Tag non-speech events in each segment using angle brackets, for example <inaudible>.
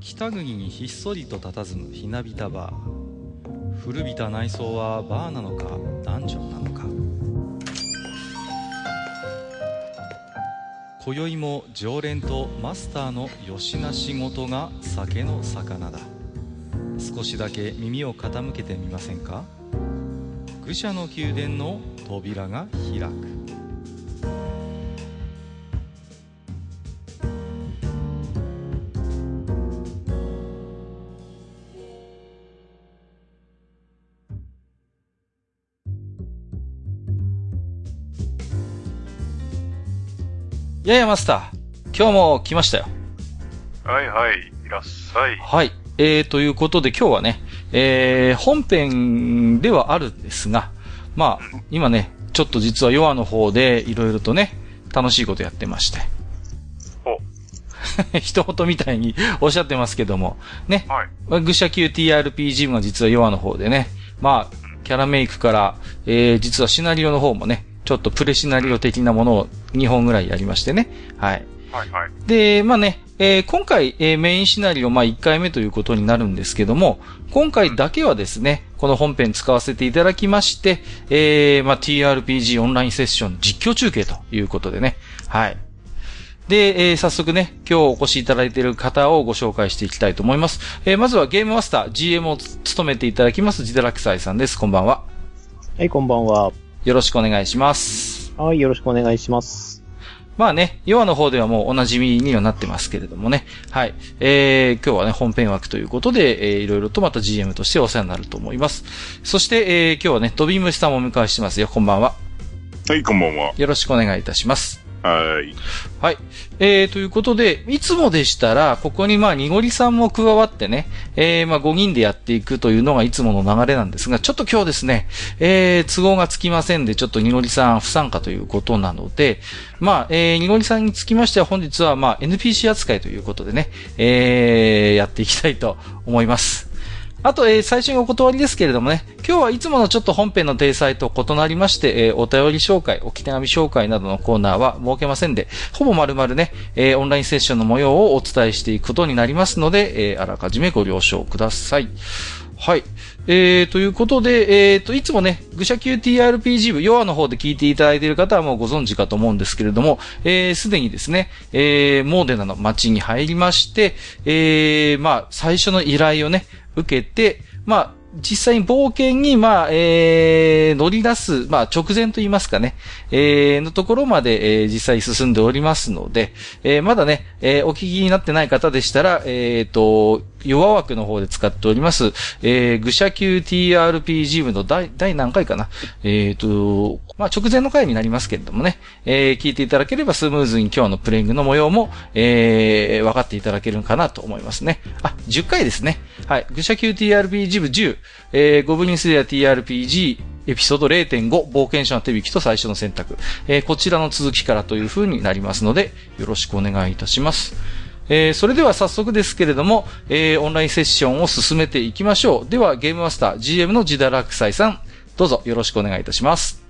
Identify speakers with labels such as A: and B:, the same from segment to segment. A: 北国にひっそりと佇むひなびたバー古びた内装はバーなのかダンジョンなのか今宵も常連とマスターのよしな仕事が酒の魚だ少しだけ耳を傾けてみませんか愚者の宮殿の扉が開くいやいやマスター今日も来ましたよ
B: はいはい、いらっしゃい。
A: はい。えー、ということで今日はね、えー、本編ではあるんですが、まあ、今ね、ちょっと実はヨアの方でいろいろとね、楽しいことやってまして。 <laughs>
B: お、
A: 一言みたいに <laughs> おっしゃってますけども、ね、
B: はい。
A: 愚者級 TRPG も実はヨアの方でね、まあ、キャラメイクから、えー、実はシナリオの方もね、ちょっとプレシナリオ的なものを2本ぐらいやりましてね、はい。
B: はいはい。
A: で、まあね、えー今回、えーメインシナリオ、まあ1回目ということになるんですけども、今回だけはですね、この本編使わせていただきまして、えーまあ TRPG オンラインセッション実況中継ということでね、はい。で、えー早速ね、今日お越しいただいている方をご紹介していきたいと思います。えーまずはゲームマスター、GM をつ務めていただきます、ジデラクサイさんです。こんばんは。
C: はい、こんばんは。
A: よろしくお願いします。
C: はい、よろしくお願いします。
A: まあね、ヨアの方ではもうお馴染みにはなってますけれどもね。はい。えー、今日はね、本編枠ということで、えー、いろいろとまた GM としてお世話になると思います。そして、えー、今日はね、飛び虫さんもお迎えしてますよ。こんばんは。
D: はい、こんばんは。
A: よろしくお願いいたします。
D: はい。
A: はい。えー、ということで、いつもでしたら、ここにまあ、にごりさんも加わってね、えー、まあ、5人でやっていくというのがいつもの流れなんですが、ちょっと今日ですね、えー、都合がつきませんで、ちょっとにごりさん不参加ということなので、まあ、えー、にごりさんにつきましては、本日はまあ、NPC 扱いということでね、えー、やっていきたいと思います。あと、えー最初にお断りですけれどもね、今日はいつものちょっと本編の体裁と異なりまして、えーお便り紹介、置き手紙紹介などのコーナーは設けませんで、ほぼ丸々ね、えーオンラインセッションの模様をお伝えしていくことになりますので、えーあらかじめご了承ください。はい。えー、ということで、えー、と、いつもね、愚者級 TRPG 部、ヨアの方で聞いていただいている方はもうご存知かと思うんですけれども、えー、すでにですね、えー、モーデナの街に入りまして、えー、まあ、最初の依頼をね、受けて、まあ、実際に冒険に、まあ、えー、乗り出す、まあ、直前と言いますかね、えー、のところまで、えー、実際進んでおりますので、えー、まだね、えーお聞きになってない方でしたら、えー、と、弱枠の方で使っております、えー、愚者級 TRPG 部の第、第何回かな、えー、と、まあ、直前の回になりますけれどもね、えー、聞いていただければスムーズに今日のプレイングの模様も、えー、分かっていただけるかなと思いますね。あ、10回ですね。はい。愚者級 TRPG 部10、えー、ゴブリンスレア TRPG エピソード0.5、冒険者の手引きと最初の選択。えー、こちらの続きからという風になりますので、よろしくお願いいたします。えー、それでは早速ですけれども、えー、オンラインセッションを進めていきましょう。では、ゲームマスター、GM のジダラクサイさん、どうぞよろしくお願いいたします。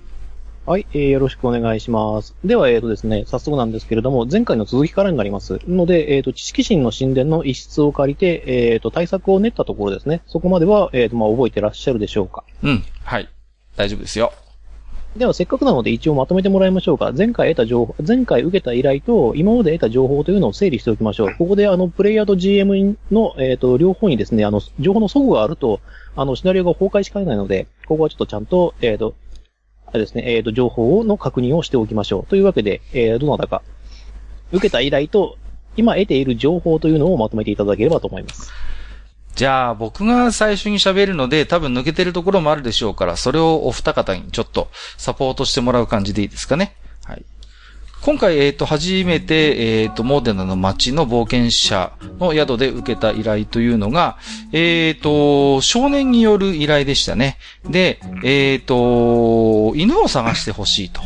C: はい、えーよろしくお願いします。では、えっ、とですね、早速なんですけれども、前回の続きからになります。ので、えっ、と、知識人の神殿の一室を借りて、えっ、と、対策を練ったところですね。そこまでは、えっ、と、まあ、覚えてらっしゃるでしょうか。
A: うん、はい。大丈夫ですよ。
C: では、せっかくなので一応まとめてもらいましょうか。前回得た情報、前回受けた依頼と、今まで得た情報というのを整理しておきましょう。ここで、あの、プレイヤーと GM の、えっ、と、両方にですね、あの、情報の齟齬があると、あの、シナリオが崩壊しかねないので、ここはちょっとちゃんと、えっ、と、あれですね、えっ、と、情報の確認をしておきましょう。というわけで、えー、どなたか、受けた依頼と、今得ている情報というのをまとめていただければと思います。
A: じゃあ、僕が最初に喋るので、多分抜けてるところもあるでしょうから、それをお二方にちょっとサポートしてもらう感じでいいですかね。はい。今回、えっ、と、初めて、えっ、と、モーデナの町の冒険者の宿で受けた依頼というのが、えっ、と、少年による依頼でしたね。で、えっ、と、犬を探してほしいと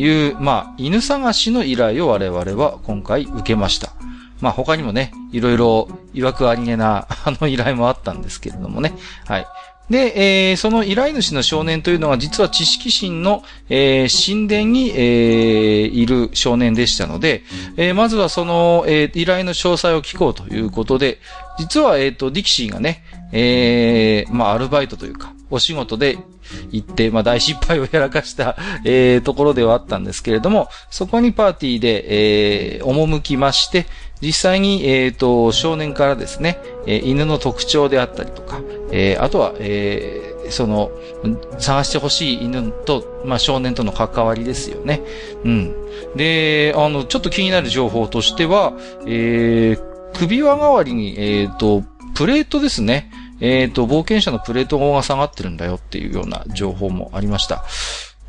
A: いう、まあ、犬探しの依頼を我々は今回受けました。まあ他 <laughs> にもね、いろいろ、曰くありげな、あの依頼もあったんですけれどもね。はい。で、えーその依頼主の少年というのは実は知識神の、えー神殿に、えーいる少年でしたので、えーまずはその、えー依頼の詳細を聞こうということで、実は、えっ、と、ディキシーがね、えーまあ、アルバイトというか、お仕事で行って、まあ、大失敗をやらかした、えーところではあったんですけれども、そこにパーティーで、えー赴きまして、実際に、えっ、と、少年からですね、えー犬の特徴であったりとか、えーあとは、えーその、探してほしい犬と、まあ、少年との関わりですよね。うん。で、あの、ちょっと気になる情報としては、えー首輪代わりに、えっ、と、プレートですね。えっ、と、冒険者のプレートが下がってるんだよっていうような情報もありました。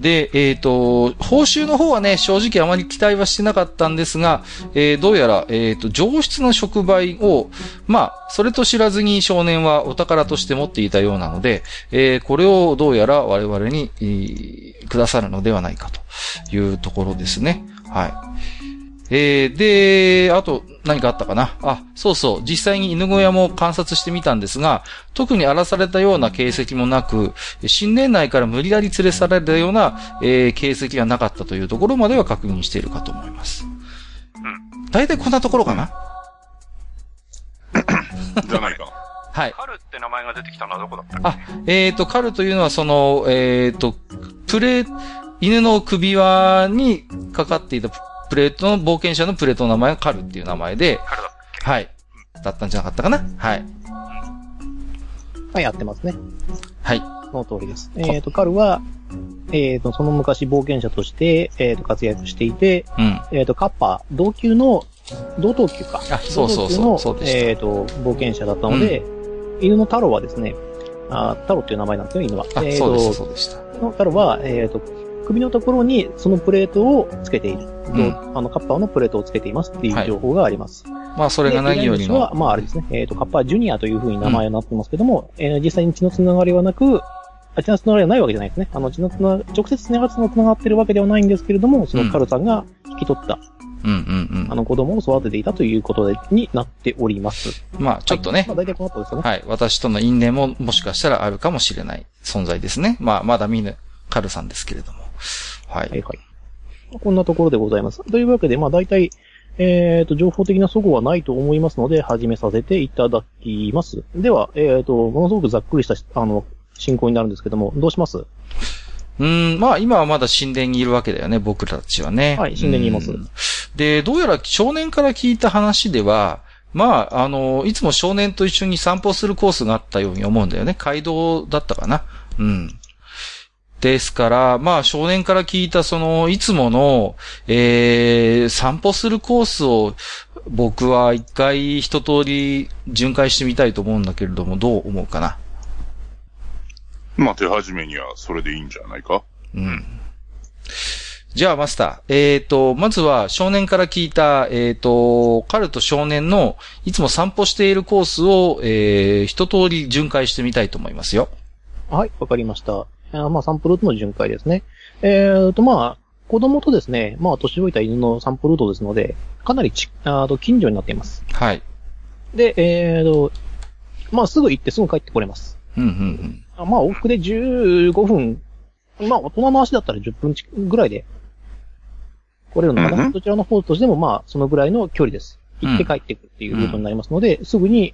A: で、えっ、と、報酬の方はね、正直あまり期待はしてなかったんですが、えーどうやら、えっ、と、上質の触媒を、まあ、それと知らずに少年はお宝として持っていたようなので、えーこれをどうやら我々に、えーくださるのではないかというところですね。はい。えーで、あと、何かあったかなあ、そうそう。実際に犬小屋も観察してみたんですが、特に荒らされたような形跡もなく、神殿内から無理やり連れ去られたような、えー形跡がなかったというところまでは確認しているかと思います。大体こんなところかな、
D: じゃないか。
A: はい。
B: カルって名前が出てきたのはどこだったっ
A: あ、えっ、と、カルというのはその、えっ、と、プレ犬の首輪にかかっていたプレートの、冒険者のプレートの名前がカルっていう名前で、
B: カルだっ
A: はい。だったんじゃなかったかなはい。
C: はい、やってますね。
A: はい。
C: その通りです。えっ、と、カルは、えっ、と、その昔冒険者として、えっ、と、活躍していて、
A: うん。
C: えっ、と、カッパー、同級の、同等級か。
A: あ、そうそう
C: 同等級
A: そう、
C: の
A: そうでし
C: えっ、と、冒険者だったので、犬の太郎はですね、あ太郎っていう名前なんですよ、犬は。
A: た。あ、
C: えー
A: そうで
C: と
A: す、そうでした。
C: の太郎は、えっ、と、首のところにそのプレートをつけている。
A: ん
C: あの、カッパーのプレートをつけていますってい
A: は
C: う
A: い
C: 情報があります。
A: まあ、それが何より
C: で依頼主
A: の
C: は、、まああれですね、えっ、と、カッパージュニアというふうに名前になってますけども、えー実際に血のつながりはなく、あ血のつながりはないわけじゃないですね。あの、血のつな、直接つながつながってるわけではないんですけれども、そのカルさんが引き取った、
A: うんうんう
C: あ
A: ん。
C: の、子供を育てていたということでになっております。
A: まあ、ちょっと
C: はい
A: ね
C: まあ、、大体この後ですよね。
A: はい。私との因縁ももしかしたらあるかもしれない存在ですね。まあ、まだ見ぬカルさんですけれども。はい。
C: はいはい。こんなところでございます。というわけで、まあ大体、えっ、と、情報的な齟齬はないと思いますので、始めさせていただきます。では、えっ、と、ものすごくざっくりしたし、あの、進行になるんですけども、どうします
A: うーん、まあ今はまだ神殿にいるわけだよね、僕らたちはね。
C: はい神殿にいます
A: うん。で、どうやら少年から聞いた話では、まあ、あの、いつも少年と一緒に散歩するコースがあったように思うんだよね。街道だったかな。うん。ですから、まあ少年から聞いたその、いつもの、えー、散歩するコースを僕は一回一通り巡回してみたいと思うんだけれども、どう思うかな。
D: まあ、手始めにはそれでいいんじゃないか。
A: うん。じゃあ、マスター。えっ、と、まずは、少年から聞いた、えっ、と、カルと少年の、いつも散歩しているコースを、えー、一通り巡回してみたいと思いますよ。
C: はい、わかりました。えーまあ、サンプルートの巡回ですね。えーと、まあ、子供とですね、まあ、年老いた犬のサンプルートですので、かなりち、あーと、近所になっています。
A: はい。
C: で、えーと、まあ、すぐ行ってすぐ帰ってこれます。
A: うん、うん、うん。
C: あまあ、往復で15分、まあ、大人の足だったら10分ちぐらいで、来れるのかな、
D: うんうん
C: どちらの方としても、まあ、そのぐらいの距離です。行って帰ってくるっていうルートになりますので、すぐに、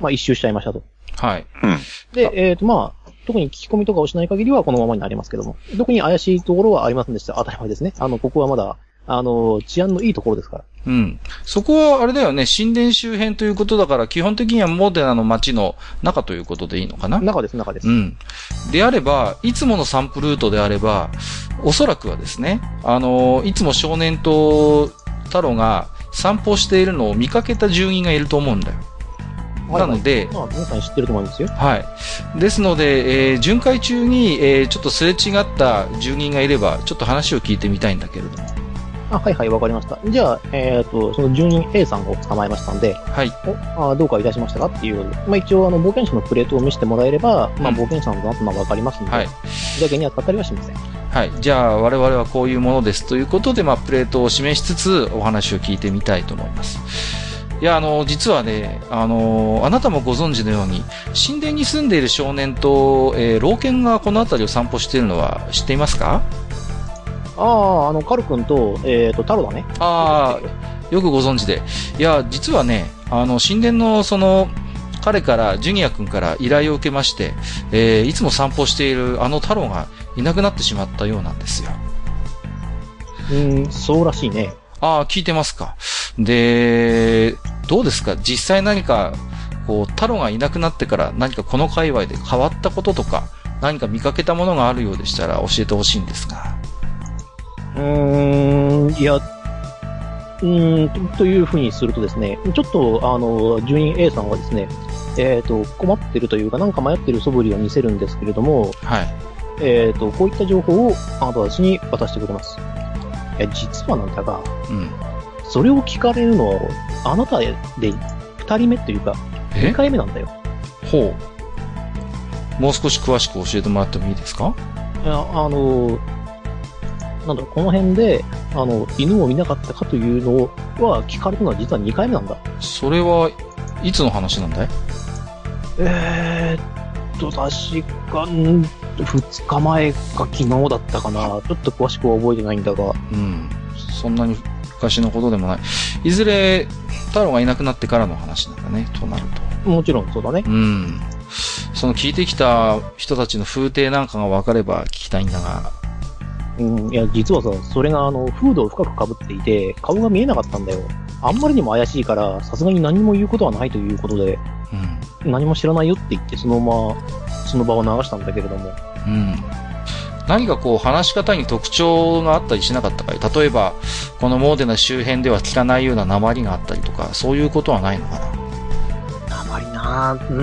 C: まあ、一周しちゃいましたと。
A: はい。
D: うん。
C: で、えっ、と、まあ、特に聞き込みとかをしない限りはこのままになりますけども、特に怪しいところはありませんでした。当たり前ですね。あの、ここはまだ、あの、治安のいいところですから。
A: うん。そこは、あれだよね、神殿周辺ということだから、基本的にはモデナの街の中ということでいいのかな
C: 中です、中です。
A: うん。であれば、いつもの散歩ルートであれば、おそらくはですね、あの、いつも少年と太郎が散歩しているのを見かけた住人がいると思うんだよ。
C: はい
A: なので、
C: まあ、皆さん知ってると思いますよ。
A: はい。ですので、えー巡回中に、えーちょっとすれ違った住人がいれば、ちょっと話を聞いてみたいんだけれども。
C: あ、はいはい、わかりました。じゃあ、えっ、と、その住人 A さんを捕まえましたんで、
A: はい。
C: おあどうかいたしましたかっていう、まあ一応、あの、冒険者のプレートを見せてもらえれば、まあ
A: うん
C: 冒険者の後はわかりますので、
A: はい。
C: だけには当たりはしません。
A: はい。じゃあ、我々はこういうものですということで、まあ、プレートを示しつつ、お話を聞いてみたいと思います。いや、あの、実はね、あの、あなたもご存知のように、神殿に住んでいる少年と、えー老犬がこの辺りを散歩しているのは知っていますか
C: ああ、あの、カル君と、えっ、と、タロだね。
A: ああ、よくご存知で。いや、実はね、あの、神殿の、その、彼から、ジュニア君から依頼を受けまして、えーいつも散歩しているあの太郎がいなくなってしまったようなんですよ。
C: うん、そうらしいね。
A: ああ、聞いてますか。で、どうですか実際何か、こう、太郎がいなくなってから何かこの界隈で変わったこととか、何か見かけたものがあるようでしたら教えてほしいんですが。
C: うーん、いや、うーん、とというふうにするとですね、ちょっと、あの、住人 A さんはですね、えっ、と、困ってるというか、なんか迷ってる素振りを見せるんですけれども、
A: はい。
C: えっ、と、こういった情報をあなたたちに渡してくれます。いや、実はなんだが、
A: うん。
C: それを聞かれるのは、あなたで2人目というか、2
A: え
C: 回目なんだよ。
A: ほう。もう少し詳しく教えてもらってもいいですか
C: いやあの、なんだろう、この辺で、あの、犬を見なかったかというのは聞かれたのは実は2回目なんだ。
A: それはいつの話なんだい
C: えーっと、確か、ん2日前か昨日だったかな。ちょっと詳しくは覚えてないんだが。
A: うん。そんなに昔のことでもない。いずれ、太郎がいなくなってからの話なんだね、となると。
C: もちろんそうだね。
A: うん。その聞いてきた人たちの風景なんかが分かれば聞きたいんだが。
C: うん、いや、実はさ、それがあの、フードを深くかぶっていて、顔が見えなかったんだよ。あんまりにも怪しいから、さすがに何も言うことはないということで、
A: うん。
C: 何も知らないよって言って、そのまま、その場を流したんだけれども。
A: うん。何かこう話し方に特徴があったりしなかったかい例えば、このモーデナ周辺では聞かないような鉛があったりとか、そういうことはないのかな
C: あまりなぁ、う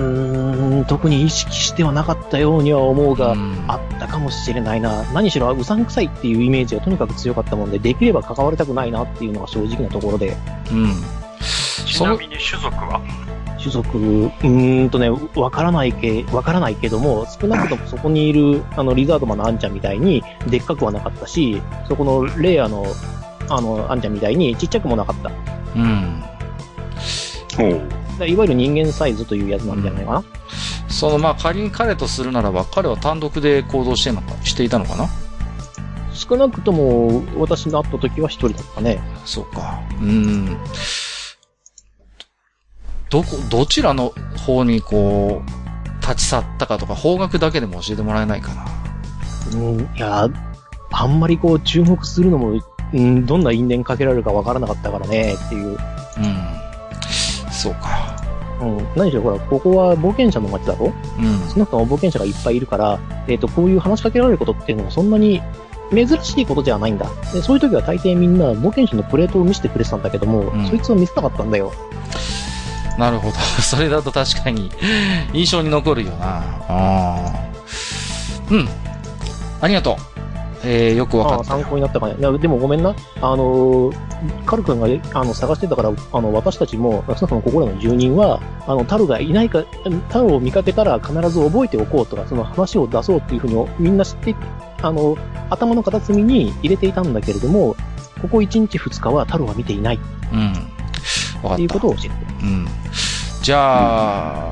C: ーん、特に意識してはなかったようには思うが、
A: うん
C: あったかもしれないな。何しろ、うさんくさいっていうイメージがとにかく強かったもんで、できれば関わりたくないなっていうのが正直なところで、
A: うん。
B: ちなみに種族は
C: 種族、うーんとね、わからないけ、わからないけども、少なくともそこにいる、あの、リザードマンのアンちゃんみたいに、でっかくはなかったし、そこのレイヤーの、あの、アンちゃんみたいにちっちゃくもなかった。だか
A: うん。
D: おう。
C: らいわゆる人間サイズというやつなんじゃないかな。
A: そのまあ仮に彼とするならば、彼は単独で行動してんのかしていたのかな
C: 少なくとも、私が会った時は一人だったね。
A: そうか。うん。どこ、どちらの方にこう、立ち去ったかとか、方角だけでも教えてもらえないかな。
C: うん、いや、あんまりこう注目するのも、うん、どんな因縁かけられるかわからなかったからねっていう。
A: うん。そうか。
C: うん、何しろほら、ここは冒険者の街だろ
A: うん。
C: 少なくとも冒険者がいっぱいいるから、えっ、と、こういう話しかけられることっていうのもそんなに珍しいことじゃないんだ。でそういう時は大抵みんな冒険者のプレートを見せてくれてたんだけども、
A: うん
C: そいつは見せなかったんだよ。
A: なるほど。 <laughs> それだと確かに、印象に残るよな。あーうん。ありがとう。えー、よくわか
C: ああ、
A: った
C: 参
A: よ。
C: 考になったかね。いや、でもごめんな。あのーカル君があの探してたから、あの、私たちも、少なくともここらの住人は、あの、タルがいないか、タルを見かけたら必ず覚えておこうとか、その話を出そうっていうふうに、みんな知って、あの、頭の片隅に入れていたんだけれども、ここ1日2日はタルは見ていないっ
A: うん。わかって
C: いう
A: た
C: こ。とを教えて
A: うん。じゃあ、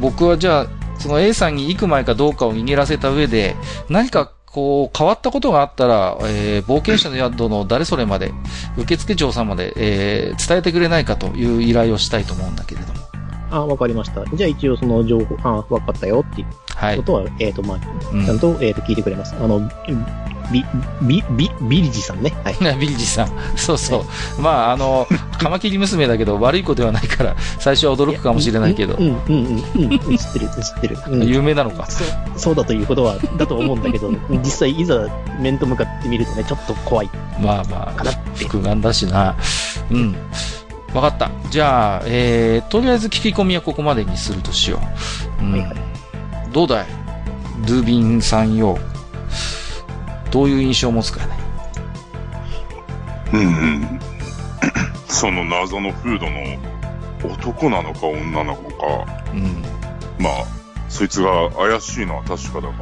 A: 僕はじゃあ、その A さんに行く前かどうかを握らせた上で、何かこう、変わったことがあったら、えー冒険者の宿の誰それまで、受付嬢さんまで、えー伝えてくれないかという依頼をしたいと思うんだけれども。
C: あ、わかりました。じゃあ一応その情報、あ、わかったよっていう
A: はい。
C: ことは、えっ、と、まあ、
A: う
C: ちゃ
A: <laughs>
C: ん
A: ん。
C: と、えっ、と、聞いてくれます。あの、ビ、ビ、ビ、ビリジさんね。はい。
A: ビルジさん。そうそう。まあ、あの、カマキリ娘だけど悪い子ではないから、最初は驚くかもしれないけど
C: う、んうんうんうん。知ってる、知ってる。うん
A: 有名なのか。
C: そうそうだということは、だと思うんだけど、実際いざ面と向かってみるとね、ちょっと怖いか
A: まあまあ。
C: なって。
A: 複眼だしな。うん。わかった。じゃあ、えー、とりあえず聞き込みはここまでにするとしよう。うん。
C: はいは
A: どうだいドゥービンさんよ。どういう印象を持つかね。
D: うんうん。 <coughs> その謎のフードの男なのか女なのか、
A: うん。
D: まあ、そいつが怪しいのは確かだが、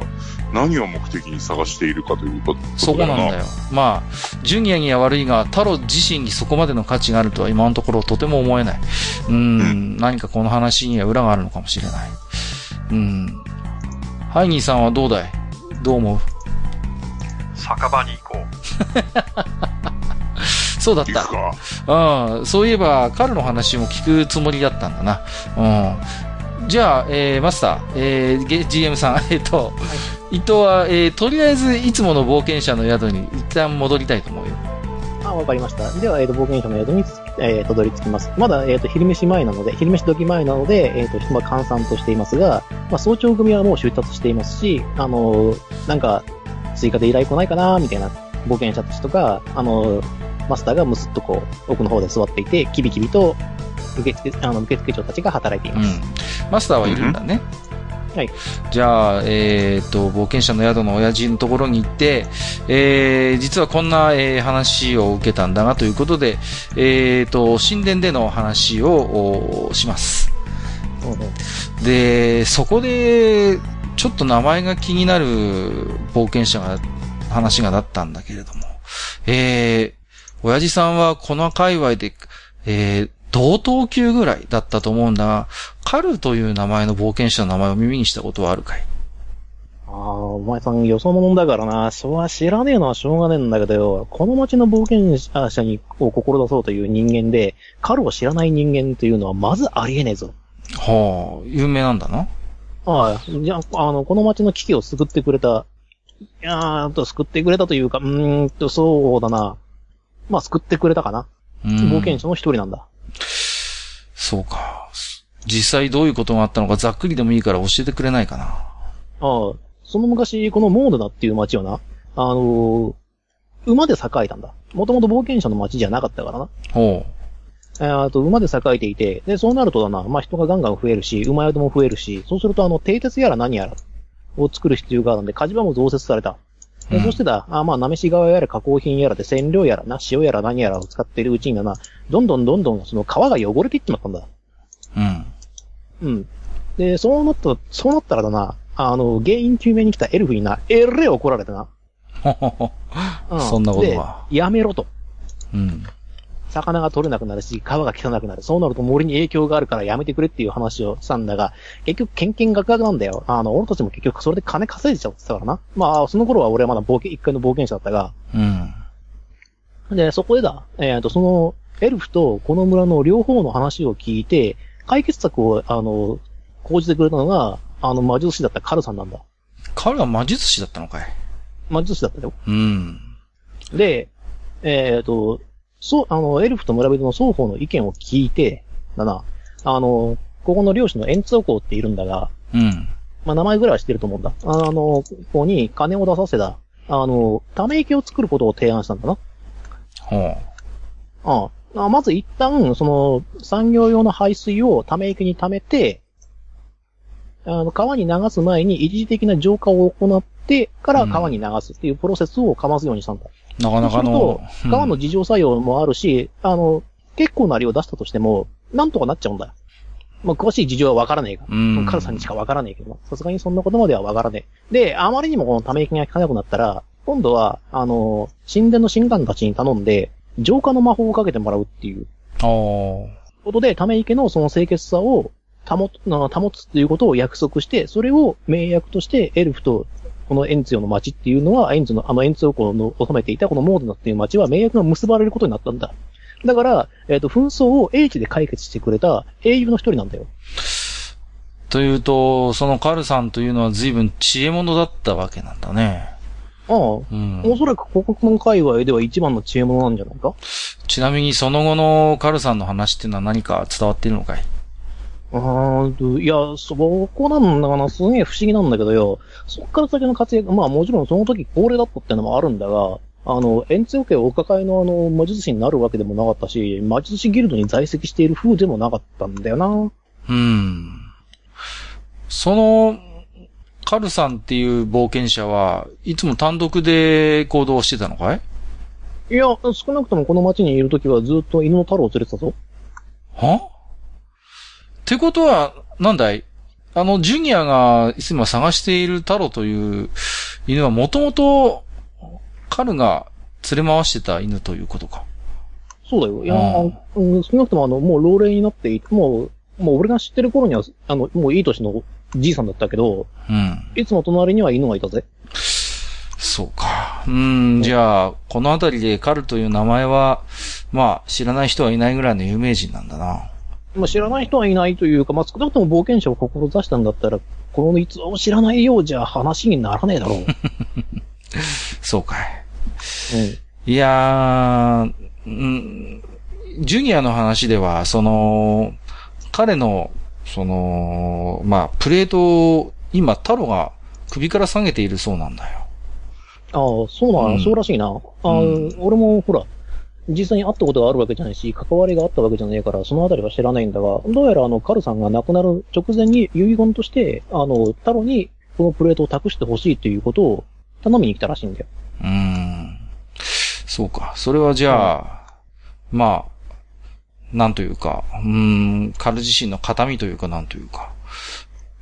D: 何を目的に探しているかということ
A: そこなんだよ。まあ、ジュニアには悪いが、太郎自身にそこまでの価値があるとは今のところとても思えない。うーん、何かこの話には裏があるのかもしれない。うーん。ハイニーさんはどうだいどう思う
B: 酒場に行こ
A: そうだっ
D: 行く
A: た。
D: か
A: うん。そういえば、彼の話も聞くつもりだったんだな。うん。じゃあ、えー、マスター、えーゲ、GM さん、 <laughs> えっ、と、伊藤は、えー、とりあえず、いつもの冒険者の宿に一旦戻りたいと思うよ。
C: あ、わかりました。では、えっ、と、冒険者の宿に、えーたどり着きます。まだ、えっ、と、昼飯前なので、昼飯時前なので、えっ、と、まあ、閑散としていますが、まあ、早朝組はもう出発していますし、あのーなんか、追加で依頼来ないかな、みたいな、冒険者たちとか、あのーマスターがむすっとこう、奥の方で座っていて、キビキビと、受付、あの、受付長たちが働いています。
A: うん、マスターはいるんだね、
C: うんはい
A: じゃあ、えー、と冒険者の宿の親父のところに行って、えー実はこんな、えー話を受けたんだがということで、えー、と神殿での話をおします
C: うんうん
A: でそこでちょっと名前が気になる冒険者が話がだったんだけれども、えー、親父さんはこの界隈で、えー、同等級ぐらいだったと思うんだが、カルという名前の冒険者の名前を耳にしたことはあるかい
C: ああ、お前さん予想もんだからな。そは知らねえのはしょうがねえんだけどよ。この町の冒険者にを志そうという人間で、カルを知らない人間というのはまずありえねえぞ。
A: はあ、有名なんだな。
C: ああ、じゃあ、あの、この町の危機を救ってくれた、いやーと、救ってくれたというか、うーんと、そうだな。まあ、救ってくれたかな。
A: うん
C: 冒険者の一人なんだ。
A: そうか。実際どういうことがあったのかざっくりでもいいから教えてくれないかな。
C: ああ、その昔、このモードナっていう町をな、あのー馬で栄えたんだ。もともと冒険者の町じゃなかったからな。
A: ほ
C: えーあと、馬で栄えていて、で、そうなるとだな、まあ、人がガンガン増えるし、馬宿も増えるし、そうすると、あの、蹄鉄やら何やらを作る必要があるんで、火事場も増設された。で
A: うん
C: そしてだ、あまあ、なめし側やら加工品やらで染料やらな、塩やら何やらを使っているうちにだな、どんどんどんどんその皮が汚れていってまったんだ。
A: う。うん。 <laughs>
C: うん。で、そうなった、そうなったらだな、あの、原因究明に来たエルフにな、えれえ怒られたな。
A: ほほほ。
C: う
A: そんなことは
C: でやめろと。
A: うん。
C: 魚が取れなくなるし、川が汚くなる。そうなると森に影響があるからやめてくれっていう話をしたんだが、結局、ケンケンガクガクなんだよ。あの、俺たちも結局それで金稼いでちゃってたからな。まあ、その頃は俺はまだ冒険、一回の冒険者だったが。
A: うん。
C: で、そこでだ、えっ、と、その、エルフとこの村の両方の話を聞いて、解決策を、あの、講じてくれたのが、あの、魔術師だったカルさんなんだ。
A: 彼は魔術師だったのかい
C: 魔術師だったよ。
A: うん。
C: で、えっ、と、そう、あの、エルフと村人の双方の意見を聞いて、だな、あの、ここの漁師のエンツオ公っているんだが、
A: うん。
C: まあ、名前ぐらいは知ってると思うんだ。あの、ここに金を出させた、あの、ため池を作ることを提案したんだな。
A: ほう。
C: あああまず一旦、その、産業用の排水をため池に溜めて、あの、川に流す前に一時的な浄化を行ってから川に流すっていうプロセスをかますようにしたんだ。
A: なかなかの
C: そ。川の自浄作用もあるし、あの、結構な量出したとしても、なんとかなっちゃうんだよ。まあ、詳しい事情はわからねえが。
A: うん、うん。
C: カルさんにしかわからねえけどな。さすがにそんなことまではわからねえ。で、あまりにもこのため息が効かなくなったら、今度は、あの、神殿の神官たちに頼んで、浄化の魔法をかけてもらうっていう
A: あー
C: ことで、ため池のその清潔さを保つ、な保つっていうことを約束して、それを名約として、エルフと、このエンツヨの町っていうのは、エンツの、あのエンツヨ公の治めていたこのモードナっていう町は名約が結ばれることになったんだ。だから、えっ、と、紛争を英知で解決してくれた英雄の一人なんだよ。
A: というと、そのカルさんというのは随分知恵者だったわけなんだね。
C: ああ。
A: うん。
C: おそらく広告の界隈では一番の知恵者なんじゃないか
A: ちなみにその後のカルさんの話っていうのは何か伝わっているのかい
C: ああ、いや、そこなんだかな、すげえ不思議なんだけどよ、そこから先の活躍、まあもちろんその時高齢だったってのもあるんだが、あの、円通家お抱えのあの、魔術師になるわけでもなかったし、魔術師ギルドに在籍している風でもなかったんだよな。
A: うん。その、カルさんっていう冒険者はいつも単独で行動してたのかい
C: いや、少なくともこの町にいる時はずっと犬の太郎を連れてたぞ。
A: はってことは、なんだいあの、ジュニアが今探しているタロという犬はもともと、カルが連れ回してた犬ということか。
C: そうだよ。いや、
A: あー
C: あうん少なくともあの、もう老齢になっていて、もう、もう俺が知ってる頃には、あの、もういい年のじいさんだったけど、
A: うん。
C: いつも隣には犬がいたぜ。
A: そうか。うん、じゃあ、この辺りでカルという名前は、まあ、知らない人はいないぐらいの有名人なんだな。
C: まあ、知らない人はいないというか、まあ、少なくとも冒険者を志したんだったら、この逸話を知らないようじゃ話にならねえだ
A: <laughs>
C: ろう。うん。
A: そうかい。いやー、うん、ジュニアの話では、その、彼の、その、まあ、プレートを、今、太郎が首から下げているそうなんだよ。
C: ああ、そうなの、
A: うん
C: そうらしいな。ああ、
A: うん
C: 俺もほら、実際に会ったことがあるわけじゃないし、関わりがあったわけじゃないから、そのあたりは知らないんだが、どうやらあの、カルさんが亡くなる直前に遺言として、あの、タロにこのプレートを託してほしいということを頼みに来たらしいんだよ。
A: うーん。そうか。それはじゃあ、まあ、なんというか、うーん、彼自身の形見というか、なんというか。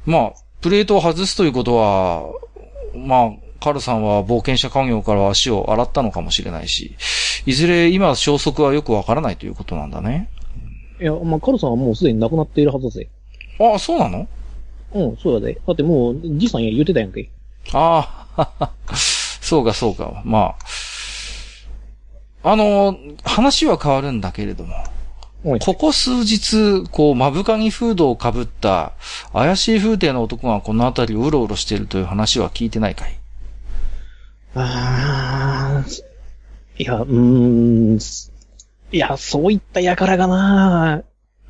A: まあ、プレートを外すということは、まあ、カルさんは冒険者家業から足を洗ったのかもしれないし、いずれ今消息はよくわからないということなんだね。
C: いや、まあ、カルさんはもうすでに亡くなっているはずだぜ。
A: ああ、そうなの
C: うん、そうだぜ。だってもう、じいさんや言ってたやんけ。
A: ああ、 <laughs> そうかそうか。まあ、あの、話は変わるんだけれども、
C: うん。
A: ここ数日、こう、まぶかにフードをかぶった、怪しい風景の男がこの辺りをうろうろしているという話は聞いてないかい
C: あーいや、うーん。すいや、そういった輩がな、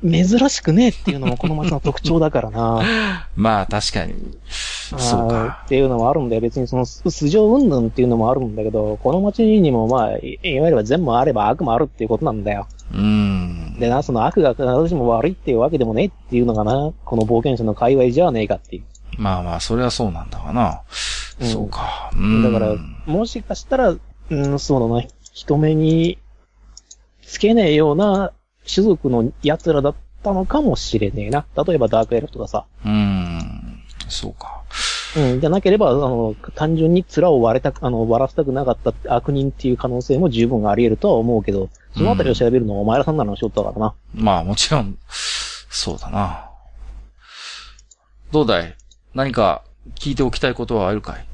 C: 珍しくねえっていうのもこの街の特徴だか
A: <laughs>
C: らな。
A: まあ、確かに。そう
C: あー
A: か
C: っ。ていうのもあるんだよ。別にその、素素性云々っていうのもあるんだけど、この街にもまあ、いいわゆる善もあれば悪もあるっていうことなんだよ。
A: うーん。
C: でな、その悪が必ずしも悪いっていうわけでもねえっていうのがな、この冒険者の界隈じゃねえかっていう。
A: まあまあ、それはそうなんだがな。
C: うん
A: そうか。うーん。
C: だから、もしかしたら、うん、そうだな、人目につけねえような種族の奴らだったのかもしれねえな。例えばダークエルフとかさ。
A: うーん。そうか。
C: うん、じゃなければ、あの、単純に面を割れた、あの、割らせたくなかった悪人っていう可能性も十分あり得るとは思うけど、そのあたりを調べるのはお前らさんならの仕事だからな。
A: まあ、もちろん、そうだな。どうだい何か聞いておきたいことはあるかい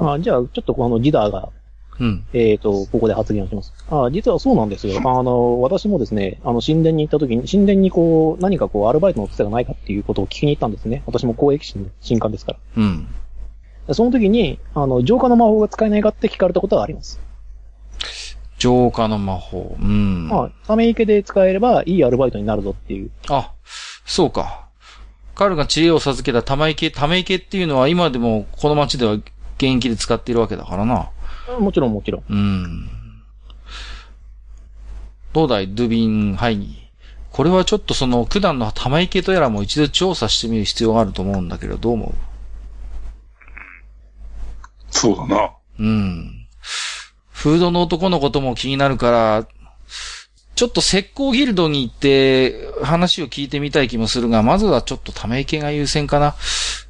C: あじゃあ、ちょっとこのギダーが、
A: うん。
C: えっ、と、ここで発言をします。あ実はそうなんですよ。あの、私もですね、あの、神殿に行った時に、神殿にこう、何かこう、アルバイトのつてがないかっていうことを聞きに行ったんですね。私も公益士の新刊ですから。
A: うん。
C: でその時に、あの、浄化の魔法が使えないかって聞かれたことがあります。
A: 浄化の魔法。うん。
C: まあ、ため池で使えればいいアルバイトになるぞっていう。
A: あ、そうか。彼が知恵を授けた玉池、玉池っていうのは今でもこの町では現役で使っているわけだからな。
C: もちろんもちろん。
A: うん。どうだい、ドゥビンハイニー。これはちょっとその、九段の玉池とやらも一度調査してみる必要があると思うんだけど、どう思
D: そうだな。
A: ううん。フードの男のことも気になるから、ちょっと石膏ギルドに行って話を聞いてみたい気もするが、まずはちょっとため池が優先かな。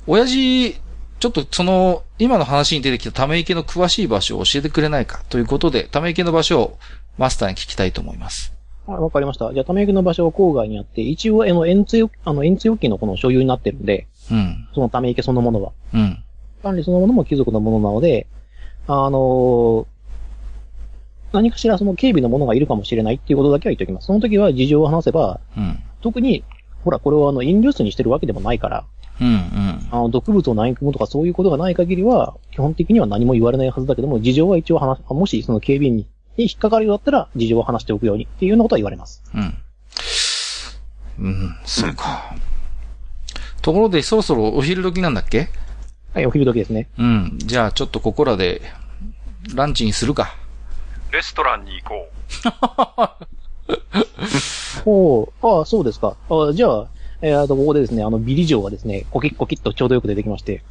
A: 親父、ちょっとその、今の話に出てきたため池の詳しい場所を教えてくれないかということで、ため池の場所をマスターに聞きたいと思います。
C: はい、わかりました。じゃあ、ため池の場所は郊外にあって、一応、あの、円通、あの、円通期のこの所有になってるんで、
A: うん。
C: そのため池そのものは。
A: うん。
C: 管理そのものも貴族のものなので、あのー何かしらその警備のものがいるかもしれないっていうことだけは言っておきます。その時は事情を話せば、
A: うん。
C: 特に、ほら、これをあの、飲料水にしてるわけでもないから、
A: うん。うん。
C: あの、毒物を何組むとかそういうことがない限りは、基本的には何も言われないはずだけども、事情は一応話、もしその警備員に引っかかるようだったら、事情を話しておくようにっていうようなことは言われます。
A: うん。うん、そうか。ところで、そろそろお昼時なんだっけ
C: はい、お昼時ですね。
A: うん。じゃあ、ちょっとここらで、ランチにするか。
B: レストランに行こう。
C: おおああ、そうですか。あじゃあ、えー、あと、ここでですね、あの、ビリ嬢がですね、コキッコキッとちょうどよく出てきまして、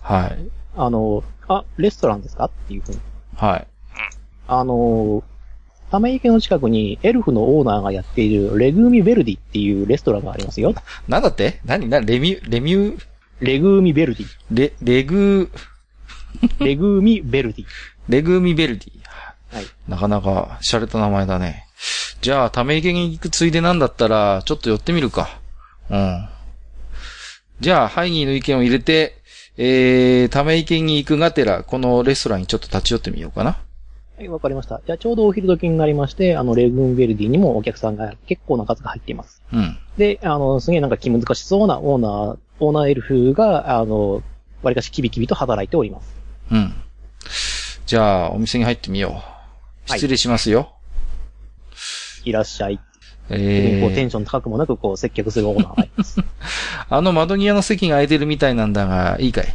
A: はい。
C: あの、あ、レストランですかっていうふうに。
A: はい。
C: あの、亀池の近くにエルフのオーナーがやっているレグーミヴェルディっていうレストランがありますよ。
A: なんだって何なレミュ、レミュ、
C: レグーミヴェルディ。
A: レ、レグー、
C: レグーミヴェルディ。
A: レグーミベルディ。
C: はい。
A: なかなか、洒落た名前だね。じゃあ、ため池に行くついでなんだったら、ちょっと寄ってみるか。うん。じゃあ、ハイギーの意見を入れて、えー、ため池に行くがてら、このレストランにちょっと立ち寄ってみようかな。
C: はい、わかりました。じゃあちょうどお昼時になりまして、あの、レグーミヴェルディにもお客さんが結構な数が入っています。
A: うん。
C: で、あの、すげえなんか気難しそうなオーナー、オーナーエルフが、あの、わりかしキビキビと働いております。
A: うん。じゃあ、お店に入ってみよう。
C: はい
A: 失礼しますよ。
C: いらっしゃい。こうテ
A: えー、
C: ンション高くもなく、こう接客するオーナーがいます。
A: あの窓際の席が空いてるみたいなんだが、いいかい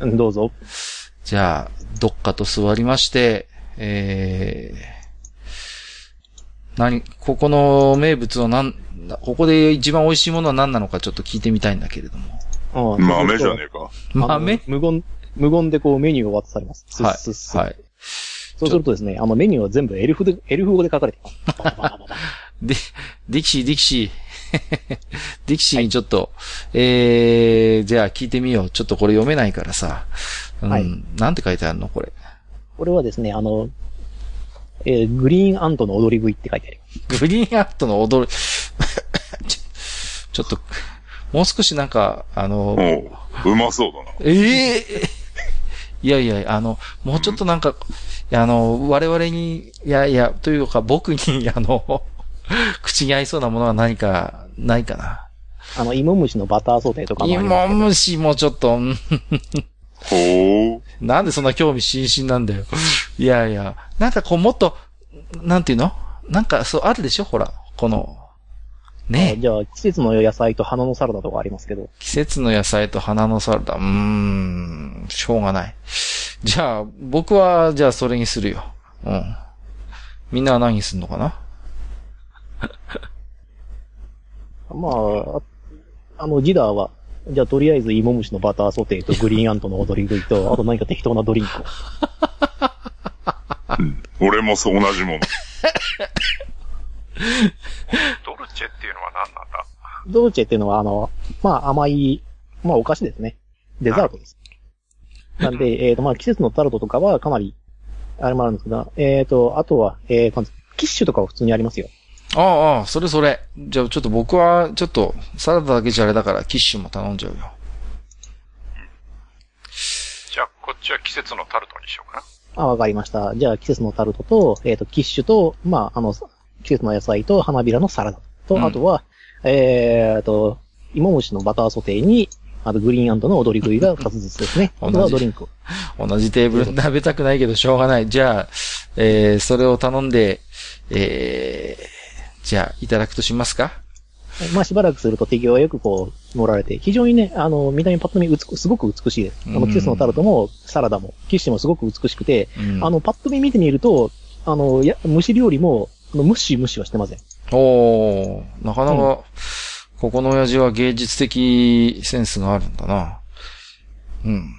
C: うんどうぞ。
A: じゃあ、どっかと座りまして、えー、何、ここの名物は何、ここで一番美味しいものは何なのかちょっと聞いてみたいんだけれども。
C: うん
D: 豆じゃねえか。
A: 豆
C: あの無言、無言でこうメニューを渡されます。スッ
A: は
C: スッス
A: い。
C: ッ
A: はい。
C: そうするとですね、あのメニューは全部エルフで、エルフ語で書かれてます。ババババババ
A: <laughs> で、ディキシー、 <laughs> ディキシー。ディキシーにちょっと、えー、じゃあ聞いてみよう。ちょっとこれ読めないからさ。うん。
C: はい
A: なんて書いてあるのこれ。
C: これはですね、あの、えーグリーンアントの踊り食いって書いてあります。
A: グリーンアットの踊る。 <laughs> ちょちょっと、もう少しなんか、あの、
D: おう、うまそうだな。
A: ええいやいや、あの、もうちょっとなんか、あの、我々に、いやいや、というか僕に、あの、口に合いそうなものは何か、ないかな。
C: あの、芋虫のバターソテーとかもあります。
A: 芋虫もちょっと、うん
D: ほう。
A: なんでそんな興味津々なんだよ。いやいや、なんかこうもっと、なんていうのなんかそうあるでしょほら、この、ねえ
C: あじゃあ、季節の野菜と花のサラダとかありますけど。
A: 季節の野菜と花のサラダ。うーん、しょうがない。じゃあ、僕は、じゃあそれにするよ。うん。みんなは何にすんのかな
C: まあ、ああの、ジダーは、じゃあとりあえず芋虫のバターソテーとグリーンアントの踊り食いと、あと何か適当なドリンクを。
D: 俺もそう同じもの。
B: ドルチェっていうのは何なんだ
C: ドルチェっていうのは、あの、まあ甘い、まあお菓子ですね。デザートです。なんで、えっ、と、まあ季節のタルトとかはかなり、あれもあるんですけど、えっ、と、あとは、えーなんですキッシュとかは普通にありますよ。
A: ああ、ああ、それそれ。じゃあちょっと僕は、ちょっと、サラダだけじゃあれだから、キッシュも頼んじゃうよ。
B: じゃあ、こっちは季節のタルトにしようかな。
C: あ、わかりました。じゃあ季節のタルトと、えっ、と、キッシュと、まあ、あの、季節の野菜と花びらのサラダと、
A: うん
C: あとは、えっ、と、芋虫のバターソテーに、あとグリーンアンドの踊り食いが2つずつですね。
A: 同
C: あ
A: じ
C: とはドリンクを。
A: 同じテーブルに食べたくないけど、しょうがない。じゃあ、えー、それを頼んで、えー、じゃあ、いただくとしますか
C: まあ、しばらくすると手際よくこう、盛られて、非常にね、あの、見た目パッと見美し、すごく美しいです。あ
A: う
C: の、
A: ん
C: 季節のタルトも、サラダも、キッシュもすごく美しくて、
A: うん。
C: あの、パッと見見てみると、あの、や、蒸し料理も、あの、ムッシュムッシュはしてません。
A: おー、なかなか、
C: うん
A: ここの親父は芸術的センスがあるんだな。うん。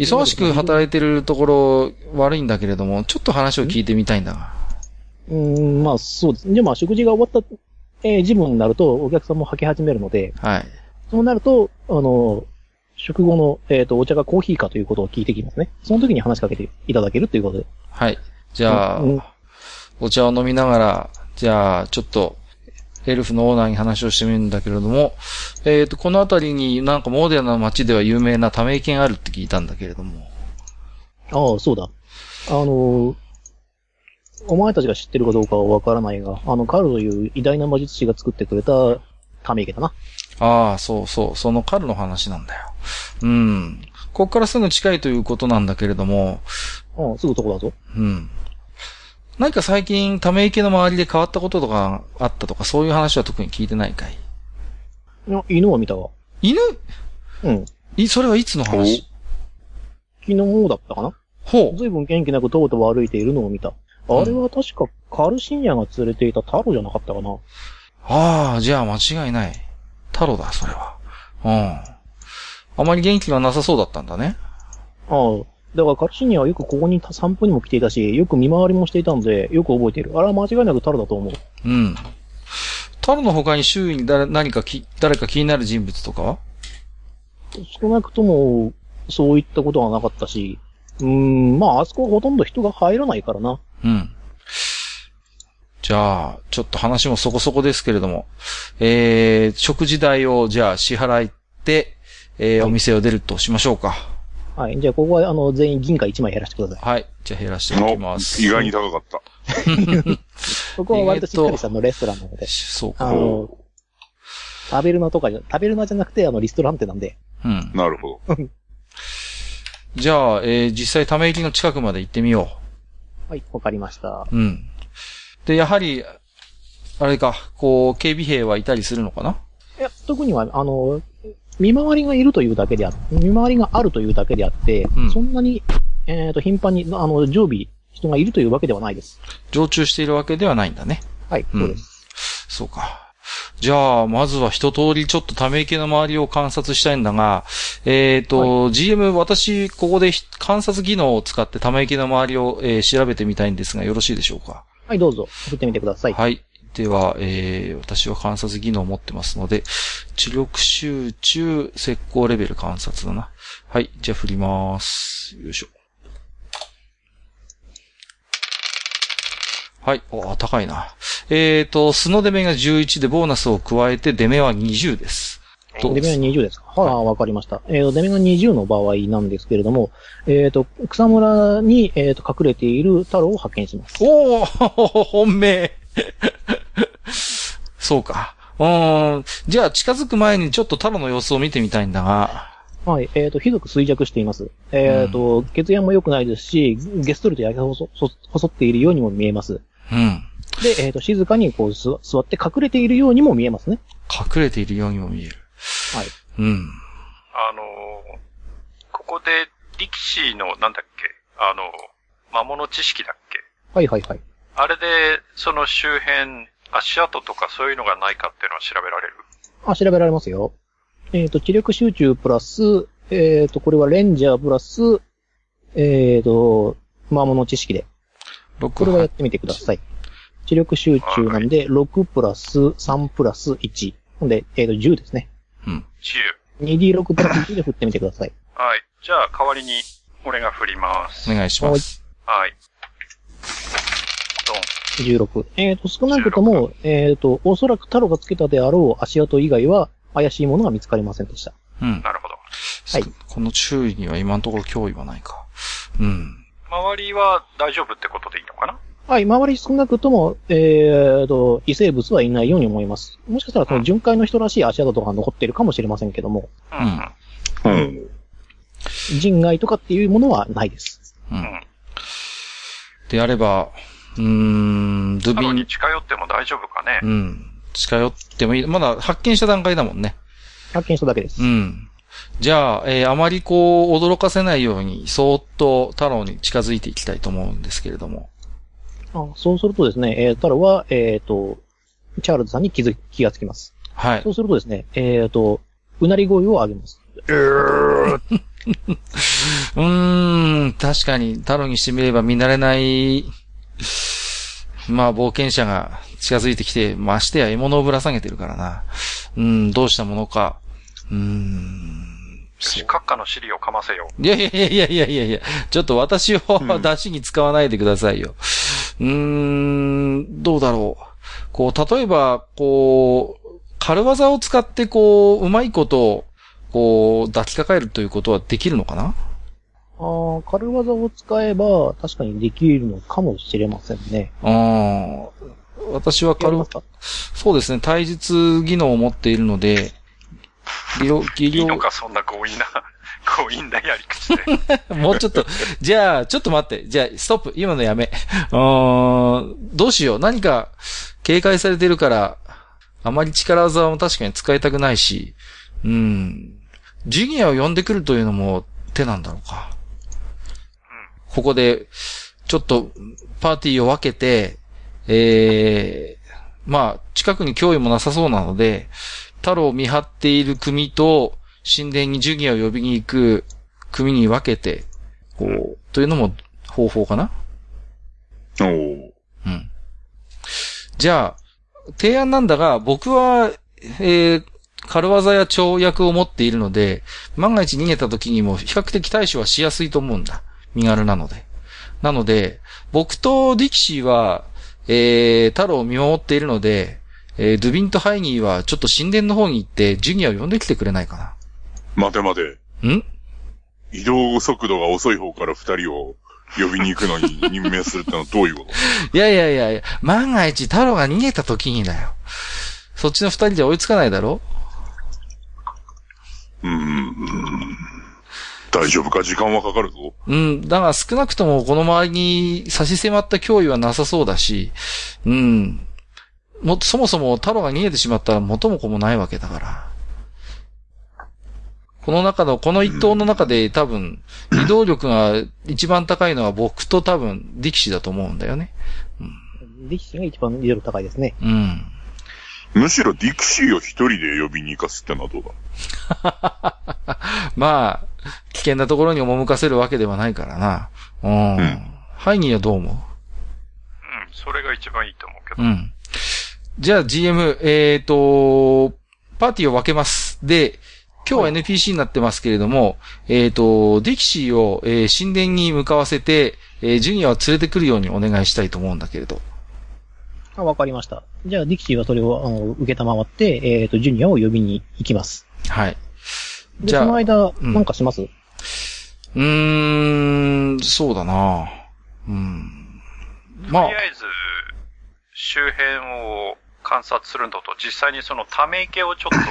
A: 忙しく働いてるところ悪いんだけれども、ちょっと話を聞いてみたいんだが。
C: うーん、まあ、そうです。じゃあまあ、食事が終わった、えー、時分になると、お客さんも吐き始めるので、
A: はい。
C: そうなると、あの、食後の、えっ、と、お茶がコーヒーかということを聞いてきますね。その時に話しかけていただけるということで。
A: はい。じゃあ、
C: うん
A: お茶を飲みながら、じゃあ、ちょっと、エルフのオーナーに話をしてみるんだけれども、えっ、と、この辺りになんかモデルな街では有名なため池があるって聞いたんだけれども。
C: ああ、そうだ。あの、お前たちが知ってるかどうかはわからないが、あの、カルという偉大な魔術師が作ってくれたため池だな。
A: ああ、そうそう、そのカルの話なんだよ。うん。ここからすぐ近いということなんだけれども、
C: うん、すぐそこだぞ。
A: うん。何か最近、ため池の周りで変わったこととかあったとか、そういう話は特に聞いてないかい
C: いや犬を見たわ。
A: 犬
C: うん。
A: い、それはいつの話
C: 昨日だったかな
A: ほう。
C: 随分元気なくとうとう歩いているのを見た。あれは確かカルシニアが連れていた太郎じゃなかったかな。
A: ああ、じゃあ間違いない。太郎だ、それは。うん。あまり元気はなさそうだったんだね。
C: ああ、だからカルシニアはよくここに散歩にも来ていたし、よく見回りもしていたので、よく覚えている。あれは間違いなくタルだと思う。
A: うん。タルの他に周囲に誰何かき誰か気になる人物とかは
C: 少なくとも、そういったことはなかったし、うーん、まあ、あそこはほとんど人が入らないからな。
A: うん。じゃあ、ちょっと話もそこそこですけれども、えー、食事代をじゃあ支払って、えーお店を出るとしましょうか。
C: はい。じゃあ、ここは、あの、全員銀貨1枚減らしてください。
A: はい。じゃあ減らしていき
D: の
A: ます。
D: 意外に高かった。
C: ここは割としっかりしたあのレストランなので、
A: そう
C: あ
A: か。
C: の、食べるなとかじゃ、食べるなじゃなくて、あの、リストランテなんで、
A: うん。
D: なるほど。
A: じゃあ、えー実際ため池の近くまで行ってみよ
C: はい、わかりました。
A: う。うん。で、やはり、あれか、こう、警備兵はいたりするのかない
C: や、特には、あの、見回りがいるというだけであ、見回りがあるというだけであって、
A: うん
C: そんなに、えっ、と、頻繁に、あの、常備、人がいるというわけではないです。
A: 常駐しているわけではないんだね。
C: はい、
A: うん
C: そうです。
A: そうか。じゃあ、まずは一通りちょっとため池の周りを観察したいんだが、えっ、と、GM、私、ここでひ観察技能を使ってため池の周りを、えー調べてみたいんですが、よろしいでしょうか
C: はい、どうぞ、送ってみてください。
A: はい。では、えー、私は観察技能を持ってますので、知力集中、石膏レベル観察だな。はい。じゃあ振ります。よいしょ。はい。おー高いな。えーと、素の出目が11で、ボーナスを加えて、出目は20です。どう
C: デ
A: で
C: メ
A: す
C: が20ですかはい、わかりました。えっ、と、デメが20の場合なんですけれども、えっ、と、草むらに、えー、と隠れている太郎を発見します。
A: おお <laughs> 本命そうか。うーん。じゃあ、近づく前にちょっとタロの様子を見てみたいんだが、
C: はい、えっ、と、ひどく衰弱しています。えっ、と、血縁も良くないですし、ゲストリと焼け細細っているようにも見えます。
A: うん。
C: で、えっ、と、静かにこうす座って隠れているようにも見えますね。
A: 隠れているようにも見える。
C: はい。
A: うん。
B: あのーここで、力士の、なんだっけ、あのー魔物知識だっけ
C: はいはいはい。
B: あれで、その周辺、足跡とかそういうのがないかっていうのは調べられる
C: あ、調べられますよ。えっ、と、知力集中プラス、えっ、と、これはレンジャープラス、えっ、と、魔物知識で。こ
A: 6
C: れはや
A: は、
C: ってみてください。知力集中なんで、6プラス3プラス1。ほんで、えっ、と、10ですね。
A: うん。
B: 自
C: 2D6 プラス1で振ってみてください。
B: はい。じゃあ、代わりに、俺が振ります。
A: お願いします。
B: はい。ドン。
C: 16。えっ、と、少なくとも、えっ、と、おそらく太郎がつけたであろう足跡以外は、怪しいものが見つかりませんでした。
A: うん。
B: なるほど。
C: はい
A: この注意には今のところ脅威はないか。うん。
B: 周りは大丈夫ってことでいいのかな
C: はい、周り少なくとも、えっ、と、異生物はいないように思います。もしかしたら、その巡回の人らしい足跡とか残ってるかもしれませんけども、
B: うんうん。
D: うん。
C: 人外とかっていうものはないです。
A: うん。であれば、うーん、ドゥ
B: タロ
A: ビ
B: に
A: ン、
B: 近寄っても大丈夫かね
A: うん。近寄ってもいい。まだ発見した段階だもんね。
C: 発見しただけです。
A: うん。じゃあ、えーあまりこう、驚かせないように、そーっと太郎に近づいていきたいと思うんですけれども。
C: あそうするとですね、えー、太郎は、えっ、と、チャールズさんに気づ気がつきます。
A: はい
C: そ。うするとですね、えっ、と、うなり声を上げます。
A: うーん、確かに、太郎にしてみれば見慣れない、まあ、冒険者が近づいてきて、ましてや獲物をぶら下げてるからな。うん、どうしたものか。うーん。そう
B: 閣下の尻をかませ <laughs> よう。
A: いやいやいやいやいやいや、ちょっと私を出しに使わないでくださいよ。うーん、どうだろう。こう、例えば、こう、軽技を使って、こう、うまいことを、こう、抱きかかえるということはできるのかな
C: あー軽技を使えば、確かにできるのかもしれませんね。
A: うん。私は
C: やり
A: 軽
C: ま、すか
A: そうですね、体術技能を持っているので、技量、技
B: いい
A: 量
B: の、か、そんな強引な、強引なやり口 <laughs>
A: <laughs>
B: で。
A: もうちょっと、じゃあ、ちょっと待って、じゃあ、ストップ、今のやめ。 <laughs> うーん、どうしよう、何か、警戒されてるから、あまり力技も確かに使いたくないし、うん、ジュニアを呼んでくるというのも手なんだろうか。ここで、ちょっと、パーティーを分けて、えー、まあ、近くに脅威もなさそうなので、太郎を見張っている組と、神殿にジュニアを呼びに行く組に分けて、こう、というのも方法かな
D: おー
A: うん。じゃあ、提案なんだが、僕は、えー、軽技や跳躍を持っているので、万が一逃げた時にも比較的対処はしやすいと思うんだ。身軽なので。なので、僕とディキシーは、えー、太郎を見守っているので、えー、ドゥビンとハイニーはちょっと神殿の方に行って、ジュニアを呼んできてくれないか
D: 待て待て。
A: な。ん
D: 移動速度が遅い方から二人を呼びに行くのに任命するってのはどういうこと
A: いやいやいやいや、万が一太郎が逃げた時にだよ。そっちの二人じゃ追いつかないだろ
D: うーん。大丈夫か時間はかかるぞ。
A: うん、だが少なくともこの周りに差し迫った脅威はなさそうだし、うん。も、そもそも太郎が逃げてしまったら元も子もないわけだから。この中の、この一党の中で多分、移動力が一番高いのは僕と多分、力士だと思うんだよね。
C: 力士が一番威力高いですね。
A: うん。
D: むしろディクシーを一人で呼びに行かすってのはどうだ
A: まあ、危険なところに赴かせるわけではないからな。うん。
D: うん
A: ハイニーはどう思う
B: うん、それが一番いいと思うけど。
A: うん。じゃあ GM、えっ、と、パーティーを分けます。で、今日は NPC になってますけれども、えっ、と、ディキシーを、えー神殿に向かわせて、えージュニアを連れてくるようにお願いしたいと思うんだけれど。
C: あ、わかりました。じゃあ、力士はそれを、あの、受けたまわって、えっ、と、ジュニアを呼びに行きます。
A: はい。
C: で、
A: じゃ
C: その
A: あ、う
C: 間、
A: ん
C: なんかします、
A: ーん、そうだなうん。ま
B: と
A: あ
B: り、あえず、周辺を観察するのと、実際にそのため池をちょっ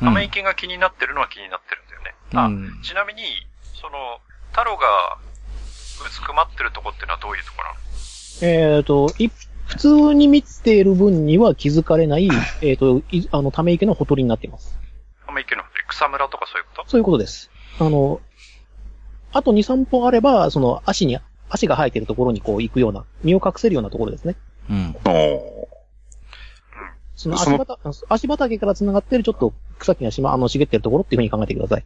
B: と、
A: う
B: ため
A: ん
B: 池が気になってるのは気になってるんだよね。
A: う
B: あ
A: ん
B: ちなみに、その、太郎がうずくまってるとこってのはどういうとこなの
C: えっ、と、い、普通に見ている分には気づかれない、えっ、と、いあの、ため池のほとりになっています。
B: ため池の方で草むらとかそういうこと
C: そういうことです。あの、あと2、3歩あれば、その、足に、足が生えてるところにこう行くような、身を隠せるようなところですね。
A: うん。
D: あー
C: その
D: そ
C: 足
D: の
C: 畑、足畑から繋がってるちょっと草木がしま、あの、茂ってるところっていうふうに考えてください。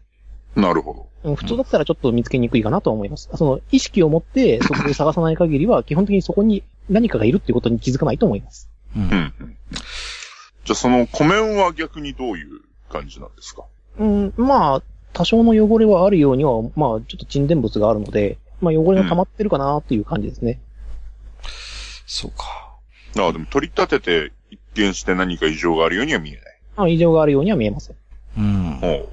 D: なるほど。
C: うん普通だったらちょっと見つけにくいかなとは思います。その、意識を持ってそこで探さない限りは、 <laughs> 基本的にそこに何かがいるっていうことに気づかないと思います。
A: うん
D: うんうん。じゃあその湖面は逆にどういう感じなんですか
C: うん、まあ、多少の汚れはあるようには、まあ、ちょっと沈殿物があるので、まあ、汚れが溜まってるかなっていう感じですね。
A: そうか。
D: ああ、でも取り立てて一見して何か異常があるようには見えない。
C: まあ、異常があるようには見えません。
A: うん。
D: おう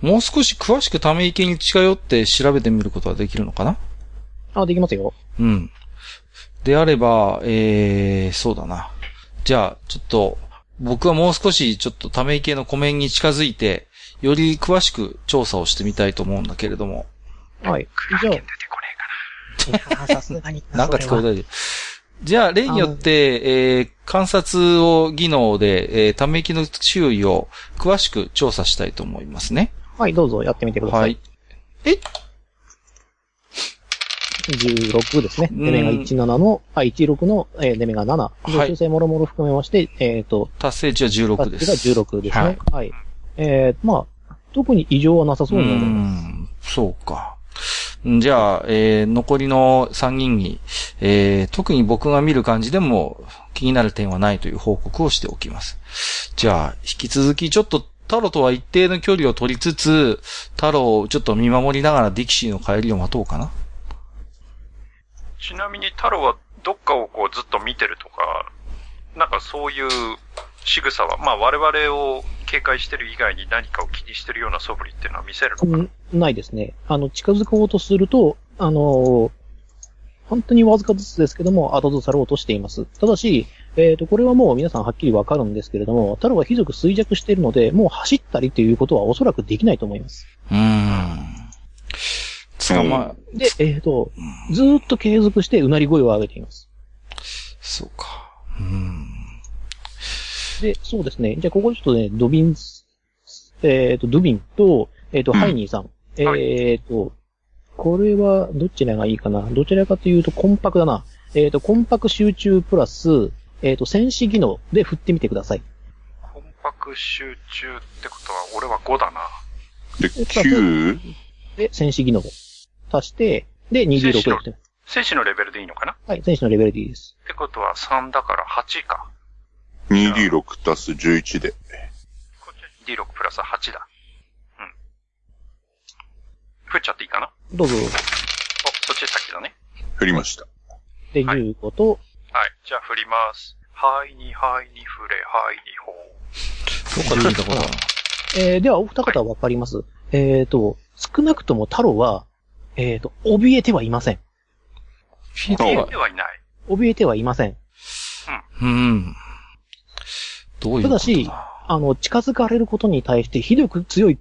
A: もう少し詳しくため池に近寄って調べてみることはできるのかな
C: あ、できますよ。
A: うん。であれば、えー、そうだな。じゃあ、ちょっと、僕はもう少し、ちょっとため池の湖面に近づいて、より詳しく調査をしてみたいと思うんだけれども。
C: はい。
B: ク
A: <laughs>
C: じ
B: ラ
C: ゃ
B: ゲン出てこねえか
C: あ、さすがに。
A: なんか聞こえたり。じゃあ、例によって、えー、観察を技能で、えー、ため池の周囲を詳しく調査したいと思いますね。
C: はい、どうぞやってみてください。
A: はい。
C: 16ですね。
A: うん
C: デメが17の、あ、16の、えーデメが7。
A: は
C: 常
A: い
C: 習性もろもろ含めまして、えっ、と、
A: 達成値は16です。
C: が16です
A: は
C: ね
A: い。
C: はい。えー、まあ、特に異常はなさそうに思います。
A: ん、そうか。じゃあ、えー残りの3人に、えー特に僕が見る感じでも気になる点はないという報告をしておきます。じゃあ、引き続きちょっと太郎とは一定の距離を取りつつ、太郎をちょっと見守りながらディキシーの帰りを待とうかな。
B: な。ちなみに太郎はどっかをこうずっと見てるとか、なんかそういう仕草は、まあ我々を警戒してる以外に何かを気にしてるような素振りっていうのは見せるのかな、
C: うんないですね。あの、近づこうとすると、あのー本当にわずかずつですけども、後ずさろうとしています。ただし、えっ、と、これはもう皆さんはっきりわかるんですけれども、太郎はひどく衰弱しているので、もう走ったりということはおそらくできないと思います。
A: うーん。捕まえ、
C: で、えっ、と、ずーっと継続してうなり声を上げています。
A: そうか。うん。
C: で、そうですね。じゃあ、ここちょっとね、ドビンス、えっ、と、ドビンと、えっ、と、
D: うん
C: ハイニーさん。
B: は
C: えっ、と、これは、どちらがいいかなどちらかというと、コンパクだな。えっ、と、コンパク集中プラス、えっ、と、戦士技能で振ってみてください。
B: コンパク集中ってことは、俺は5だな。
D: で、9?
C: で、戦士技能。足して、で、26
B: 戦士の
C: ですね。
B: 戦士のレベルでいいのかなっ
C: はい、戦士のレベルでいいです。
B: てことは3だから8か。
D: 2D6 足す11で。
B: こっち D6 プラス8だ。うん。振っちゃっていいかな
C: どうぞどうぞ。
B: お、そっち先だね。
D: 振りました。
C: で、
B: はい
C: 15と、
B: はい。じゃあ振ります。はいにはいに振れ、は
A: どっか
B: いにほう。
A: で見たことある
C: えー、では、お二方わかります。えーと、少なくとも太郎は、えーと、怯えてはいません。
A: 聞い
D: は
A: て
D: い
A: は
B: ではいない。
C: 怯えてはいません。
A: うん。どういう
C: た
A: こと
C: だし、あの、近づかれることに対してひどく強い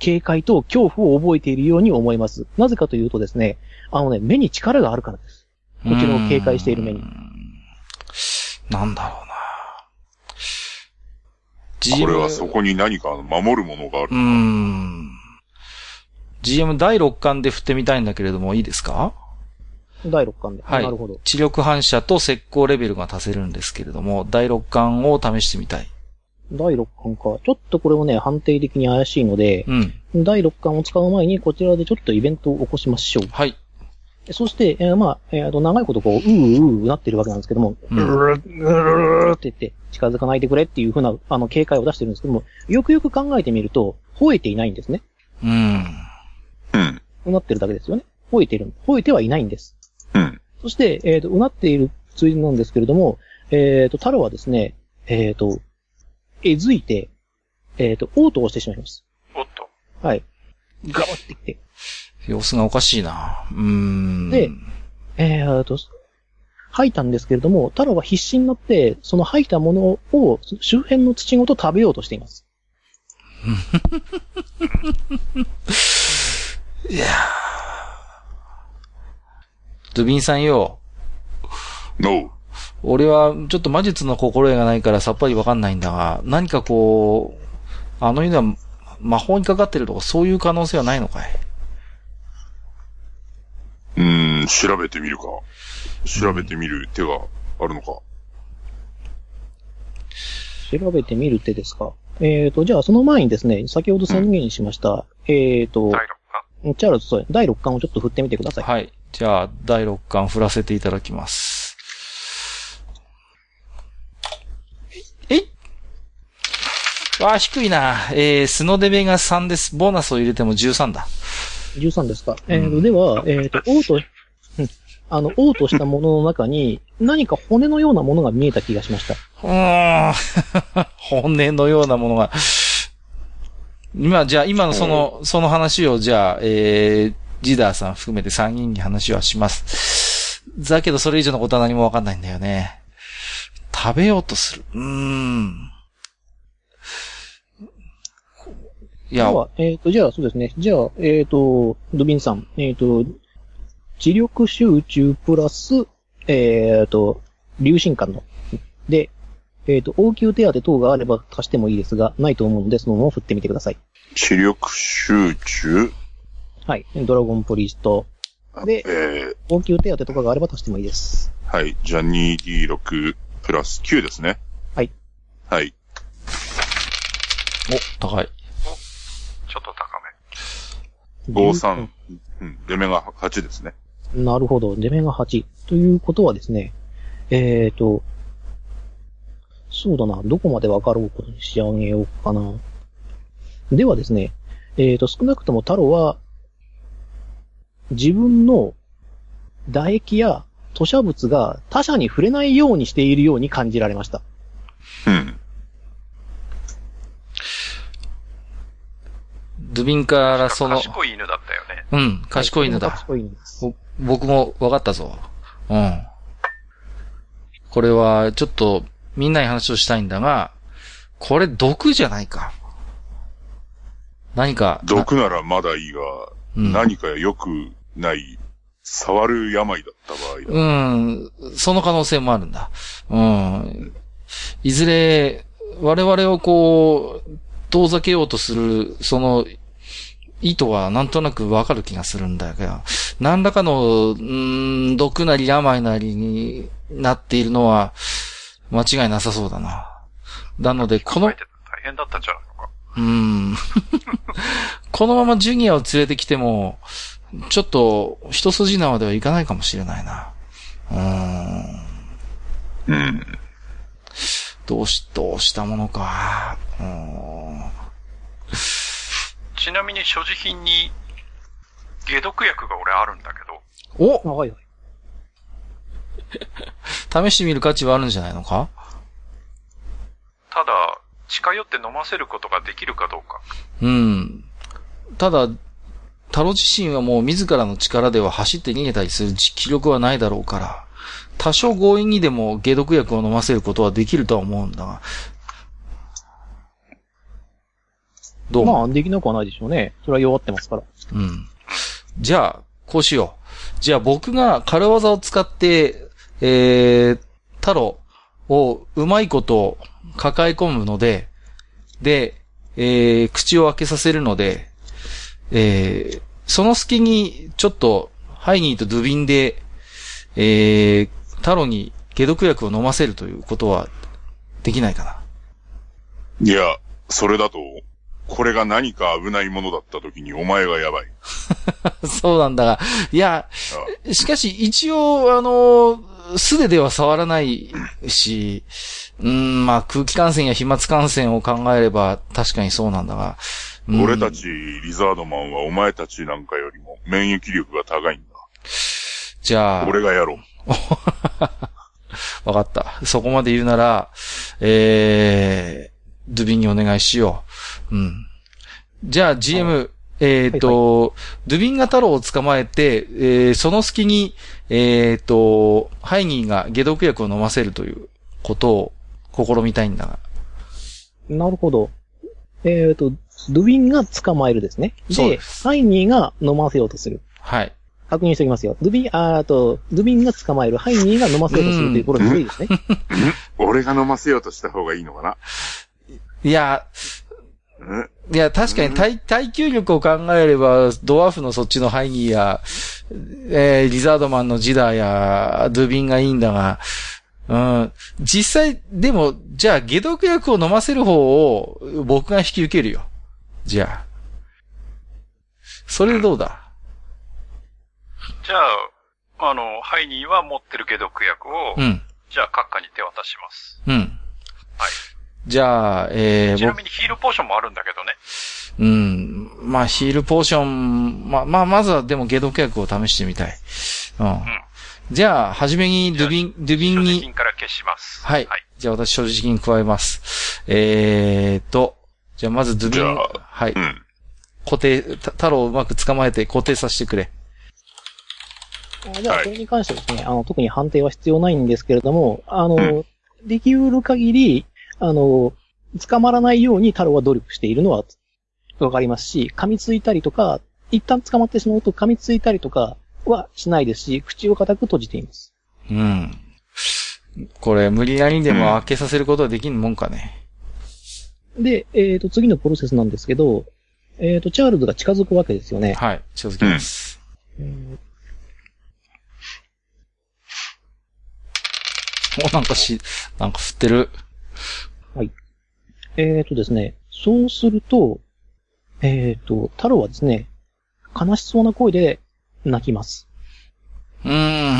C: 警戒と恐怖を覚えているように思います。なぜかというとですね、あのね、目に力があるからです。こちらを警戒している目に
A: うーんなんだろうな。GM
D: これはそこに何か守るものがあ
A: う
D: る。
A: ーん。GM 第6巻で振ってみたいんだけれども、いいですか
C: 第6巻で。
A: はい
C: なるほど。
A: 知力反射と石膏レベルが足せるんですけれども、第6巻を試してみたい。
C: 第6巻か。ちょっとこれもね、判定的に怪しいので、
A: うん。
C: 第6巻を使う前にこちらでちょっとイベントを起こしましょう。
A: はい。
C: そして、えーまあ、えーと、長いことこう、うーうーうーなってるわけなんですけども、
A: う
C: うんるるるるって言って、近づかないでくれっていうふうな、あの、警戒を出してるんですけども、よくよく考えてみると、吠えていないんですね。
A: うん。
D: うん。
C: うなってるだけですよね。吠えてる。吠えてはいないんです。
D: うん。
C: そして、えっ、と、うなっているついでなんですけれども、えっ、と、太郎はですね、えっ、と、えずいて、えっ、と、応答をしてしまいます。
B: おっと。
C: はい。ガバってきて。
A: 様子がおかしいな。うーん。
C: でえっ、と、吐いたんですけれども、太郎は必死になって、その吐いたものを周辺の土ごと食べようとしています。
A: ドゥビンさんよ、
D: No.
A: 俺はちょっと魔術の心得がないからさっぱりわかんないんだが、何かこう、あの犬は魔法にかかってるとかそういう可能性はないのかいう
D: ーん、調べてみるか。調べてみる手があるのか。
C: 調べてみるってですか。えっ、と、じゃあその前にですね、先ほど宣言しました、えっ、と
B: 第、6巻。
C: チャールズ、そう第6巻をちょっと振ってみてください。
A: はい。じゃあ、第6巻振らせていただきます。えいえいわあ、低いな。えー、スノデベが3です。ボーナスを入れても13だ。
C: 13ですか。えーと、では、えっ、と、王と、うんあの、王としたものの中に、何か骨のようなものが見えた気がしました。
A: うーん。骨のようなものが。今、じゃあ、今のその、その話を、じゃあ、えー、ジダーさん含めて3人に話はします。だけど、それ以上のことは何もわかんないんだよね。食べようとする。うーん。い
C: で
A: や、
C: は、えっ、と、じゃあ、そうですね。じゃあ、えっ、と、ドビンさん、えっ、と、知力集中プラス、えっ、と、流進感の。で、えっ、と、応急手当等があれば貸してもいいですが、ないと思うので、そのまま振ってみてください。
D: 知力集中。
C: はい。ドラゴンポリスト。で
D: え、ー、
C: 応急手当とかがあれば足してもいいです。
D: はい。じゃあ 2D6 プラス9ですね。
C: はい。
D: はい。
A: お、高い。
B: ちょっと高め。
D: 53。うん。出目が8ですね。
C: なるほど。出目が8。ということはですね、えーと、そうだな。どこまでわかろうことに仕上げようかな。ではですね、えーと、少なくとも太郎は、自分の唾液や吐砂物が他者に触れないようにしているように感じられました。
D: うん。
A: ドゥビンからその、
B: 賢い犬だったよね。
A: うん、賢い犬だ。
C: 賢い犬です。
A: ぼ僕も分かったぞ。うん。これは、ちょっと、みんなに話をしたいんだが、これ毒じゃないか。何か、
D: 毒ならまだいいが、
A: うん
D: 何か良くない、触る病だった場合だ。
A: うん、その可能性もあるんだ。うん。いずれ、我々をこう、遠ざけようとする、その、意図はなんとなくわかる気がするんだが、何らかの、うーん、毒なり病なりになっているのは、間違いなさそうだな。なので、こ
B: 考
A: の
B: え、てたら大変だったんじゃないのか。
A: うん。 <laughs> このままジュニアを連れてきても、ちょっと、一筋縄ではいかないかもしれないな。うーん。
D: うん。
A: どうし、どうしたものか。うーん。
B: ちなみに所持品に、解毒薬が俺あるんだけど、
A: お
C: あ、はいはい。
A: 試してみる価値はあるんじゃないのか
B: ただ、近寄って飲ませることができるかどうか。
A: うん。ただ、タロ自身はもう自らの力では走って逃げたりする気力はないだろうから、多少強引にでも解毒薬を飲ませることはできるとは思うんだが。どう思う
C: まあ、できなくはないでしょうね。それは弱ってますから。
A: うん。じゃあ、こうしよう。じゃあ僕が軽技を使って、えー、太郎をうまいこと抱え込むので、で、えー、口を開けさせるので、えー、その隙に、ちょっと、ハイニーとドゥビンで、えー、太郎に解毒薬を飲ませるということは、できないかな。 <laughs>
D: いや、それだと、これが何か危ないものだった時にお前がやばい。
A: そうなんだが。いや、しかし一応、あの、素手では触らないし、うん、まあ空気感染や飛沫感染を考えれば確かにそうなんだが。うん
D: 俺たちリザードマンはお前たちなんかよりも免疫力が高いん
A: じゃ
D: だ。
A: あ、
D: 俺がやろう。
A: わかった。そこまで言うなら、えー、ドゥビンにお願いしよう。うん。じゃあ GM、えっ、と、ドゥビンガ太郎を捕まえて、えー、その隙に、えっ、と、ハイニーが解毒薬を飲ませるということを試みたいんだが。
C: なるほど。えっ、と、ドゥビンが捕まえるですね。
A: そう
C: で、
A: で
C: ハイニーが飲ませようとする。
A: はい。
C: 確認しておきますよ。ドゥビン、あーあと、ドゥビンが捕まえる、ハイニーが飲ませようとするという、これずるいですね。
D: 俺が飲ませようとした方がいいのかない
A: や、
D: うん
A: いや、確かに耐、耐久力を考えれば、ドワーフのそっちのハイニーや、えーリザードマンのジダーや、ドゥビンがいいんだが、うん、実際、でも、じゃあ、解毒薬を飲ませる方を、僕が引き受けるよ。じゃあ。それでどうだ
B: じゃあ、あの、ハイニーは持ってる解毒薬を、
A: うん、
B: じゃあ、閣下に手渡します。
A: うん。じゃあ、えー、
B: ちな
A: 僕
B: みにヒールポーションもあるんだけどね。
A: うん。まあ、ヒールポーション、まあ、まあ、まずはでも解毒薬を試してみたい。うん。じゃあ、はじめに、ドゥビン、ドゥビン
B: 所持
A: に、
B: 品から消します。
A: はい。じゃあ、私、所持品加えます。えーと、じゃあ、まず、ドゥビ
D: じゃ
A: ン
D: あ、
A: はい。
D: うん。
A: 固定、た太郎をうまく捕まえて固定させてくれ。
C: あじゃあ、それに関してはですね、あの、特に判定は必要ないんですけれども、あの、
D: うん
C: できうる限り、あの、捕まらないように太郎は努力しているのは、わかりますし、噛みついたりとか、一旦捕まってしまうと噛みついたりとかはしないですし、口を固く閉じています。
A: うん。これ、無理やりでも開けさせることはできんもんかね。
C: で、えっ、と、次のプロセスなんですけど、えっ、と、チャールズが近づくわけですよね。
A: はい。近づきます。お、なんかし、なんか振ってる。
C: えっ、とですね、そうすると、えっ、と、太郎はですね、悲しそうな声で泣きます。
A: うーん。
C: う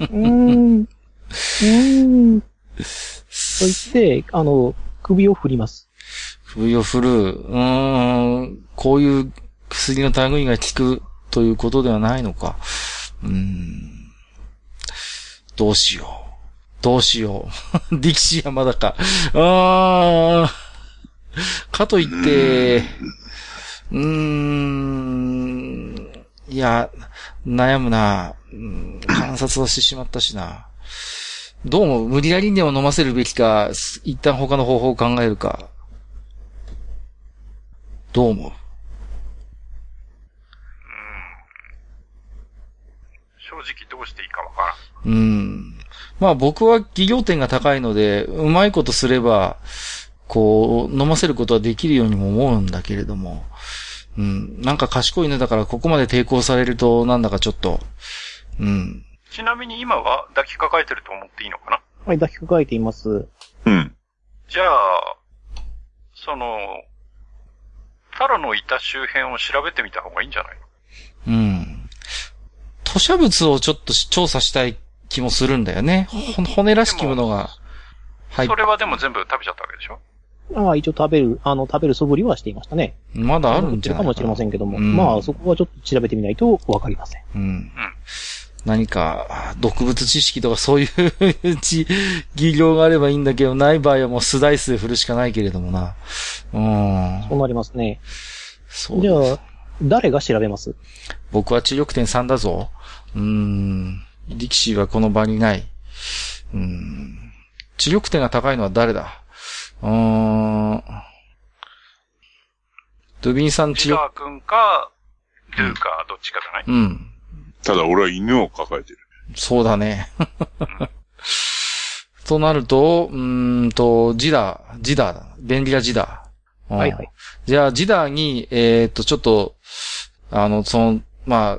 C: ーん。うーん。と言って、あの、首を振ります。
A: 首を振る。うーん。こういう薬の類が効くということではないのか。うーん。どうしよう。どうしよう。 <laughs> 力士はまだか。あー。かといって、うーん。いや、悩むな。うん観察はしてしまったしな。どうも、無理やりでも飲ませるべきか、す一旦他の方法を考えるか。どう思う
B: 正直どうしていいかわからん。
A: うん。まあ僕は技量点が高いので、うまいことすれば、こう、飲ませることはできるようにも思うんだけれども、うん。なんか賢い犬だからここまで抵抗されると、なんだかちょっと、うん。
B: ちなみに今は抱きかかえてると思っていいのかな
C: はい、抱きかかえています。
D: うん。
B: じゃあ、その、タロのいた周辺を調べてみた方がいいんじゃない
A: うん。吐砂物をちょっとし調査したい気もするんだよね。ほ骨らしきものが入っ
B: それはでも全部食べちゃったわけでしょ
C: ああ、一応食べる、あの、食べる素振りはしていましたね。
A: まだあるんじゃない
C: かもしれませんけども。
A: うん
C: まあ、そこはちょっと調べてみないとわかりません。
A: うん。何か、毒物知識とかそういう知 <laughs> 技量があればいいんだけど、ない場合はもうスダイスで振るしかないけれどもな。う
C: そ
A: ん。
C: うなりますね。
A: そう
C: じゃあ、誰が調べます
A: 僕は知力点3だぞ。うーん。力士はこの場にない。うーん。知力点が高いのは誰だうーん。ドゥビンさん知
B: ジ
A: 力、
B: ダー君か、ルーか、どっちかじゃない、
A: うん。
D: ただ俺は犬を抱えてる。
A: そうだね。 <laughs> となると、うーんと、ジダー、ジダーだ。便利なジダー。うん
C: はいはい。
A: じゃあ、ジダーに、えーっと、ちょっと、あの、その、まあ、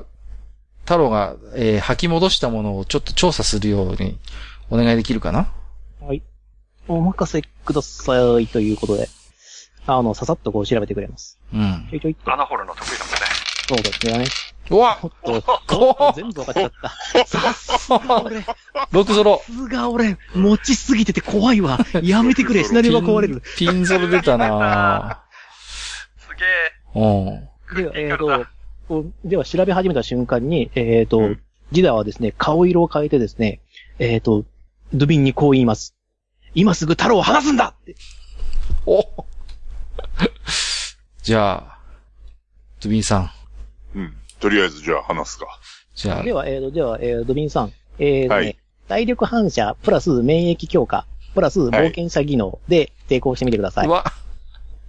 A: 太郎が、えー吐き戻したものをちょっと調査するように、お願いできるかな
C: はい。お任せくださいということで。あの、ささっとこう調べてくれます。
A: うん
C: ちょ。いちょいっと。
B: 穴掘るの得意なんだね。
C: そうですね。
A: うわ
C: おっと、
A: こ
C: 全部分かっちゃった。俺、
A: 六ゾロ
C: すが俺、持ちすぎてて怖いわ。やめて <laughs> くれ、シナリオが壊れる。
A: ピンピンゾロ出た
C: <laughs>
A: な
B: すげえ。
A: うん。
D: <laughs>
C: で、えっ、
B: いや
C: と、こうでは調べ始めた瞬間に、えっ、と、
D: うん
C: ジダはですね、顔色を変えてですね、えっ、と、ドゥビンにこう言います。今すぐ太郎を離すんだって
A: おじゃあ、ドゥビンさん。
D: うん。とりあえずじゃあ話すか。
A: じゃあ
C: で、は、えっ、と、では、えー、ドゥビンさん、えっ、とね、
D: はい
C: 体力反射、プラス免疫強化、プラス冒険者技能で抵抗してみてください。
A: うわ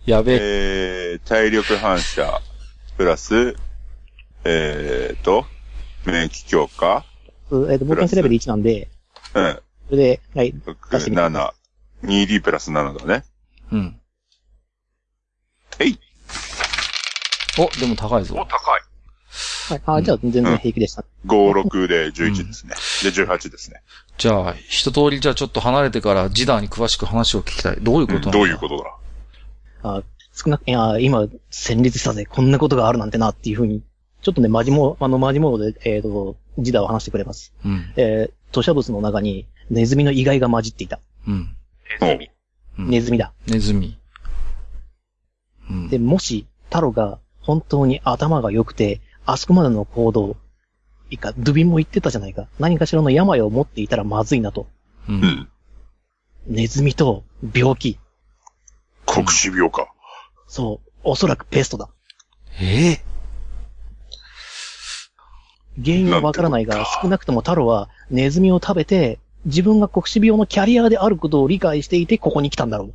A: やべえ。
D: えー、体力反射、プラス、えーと、免疫強化、
C: えっ、と、冒険者レベル1なんで、
D: うん、
C: それで、はい、出してみてくだ
D: 7、2D プラス7だね。
A: うん。
D: えい
A: お、でも高い
B: お、
A: ぞ。
B: 高い。
C: さい。はい、あ、じゃあ全然平気でした。
D: 5、6で11ですね。で、18ですね。
A: じゃあ、一通りじゃあちょっと離れてからジダーに詳しく話を聞きたい。どういうことなの
D: どういうことだ
C: あ少なく、いや、今、戦慄したぜ、こんなことがあるなんてなっていうふうに、ちょっとね、マジモ、あの、マジモードで、えっ、と、ジダを話してくれます。
A: うん。
C: えー、吐砂物の中に、ネズミの遺骸が混じっていた。
A: うん。
B: ネズミ。
A: うん
C: ネズミだ。
A: ネズミ。うん
C: で、。もし、タロが、本当に頭が良くて、あそこまでの行動、いいか、ドゥビンも言ってたじゃないか。何かしらの病を持っていたらまずいなと。
A: う。
D: うんん。
C: ネズミと、病気。
D: 黒死病か。
C: そう、おそらくペストだ。
A: ええ
C: 原因はわからないが、少なくとも太郎はネズミを食べて、自分が黒死病のキャリアであることを理解していて、ここに来たんだろう。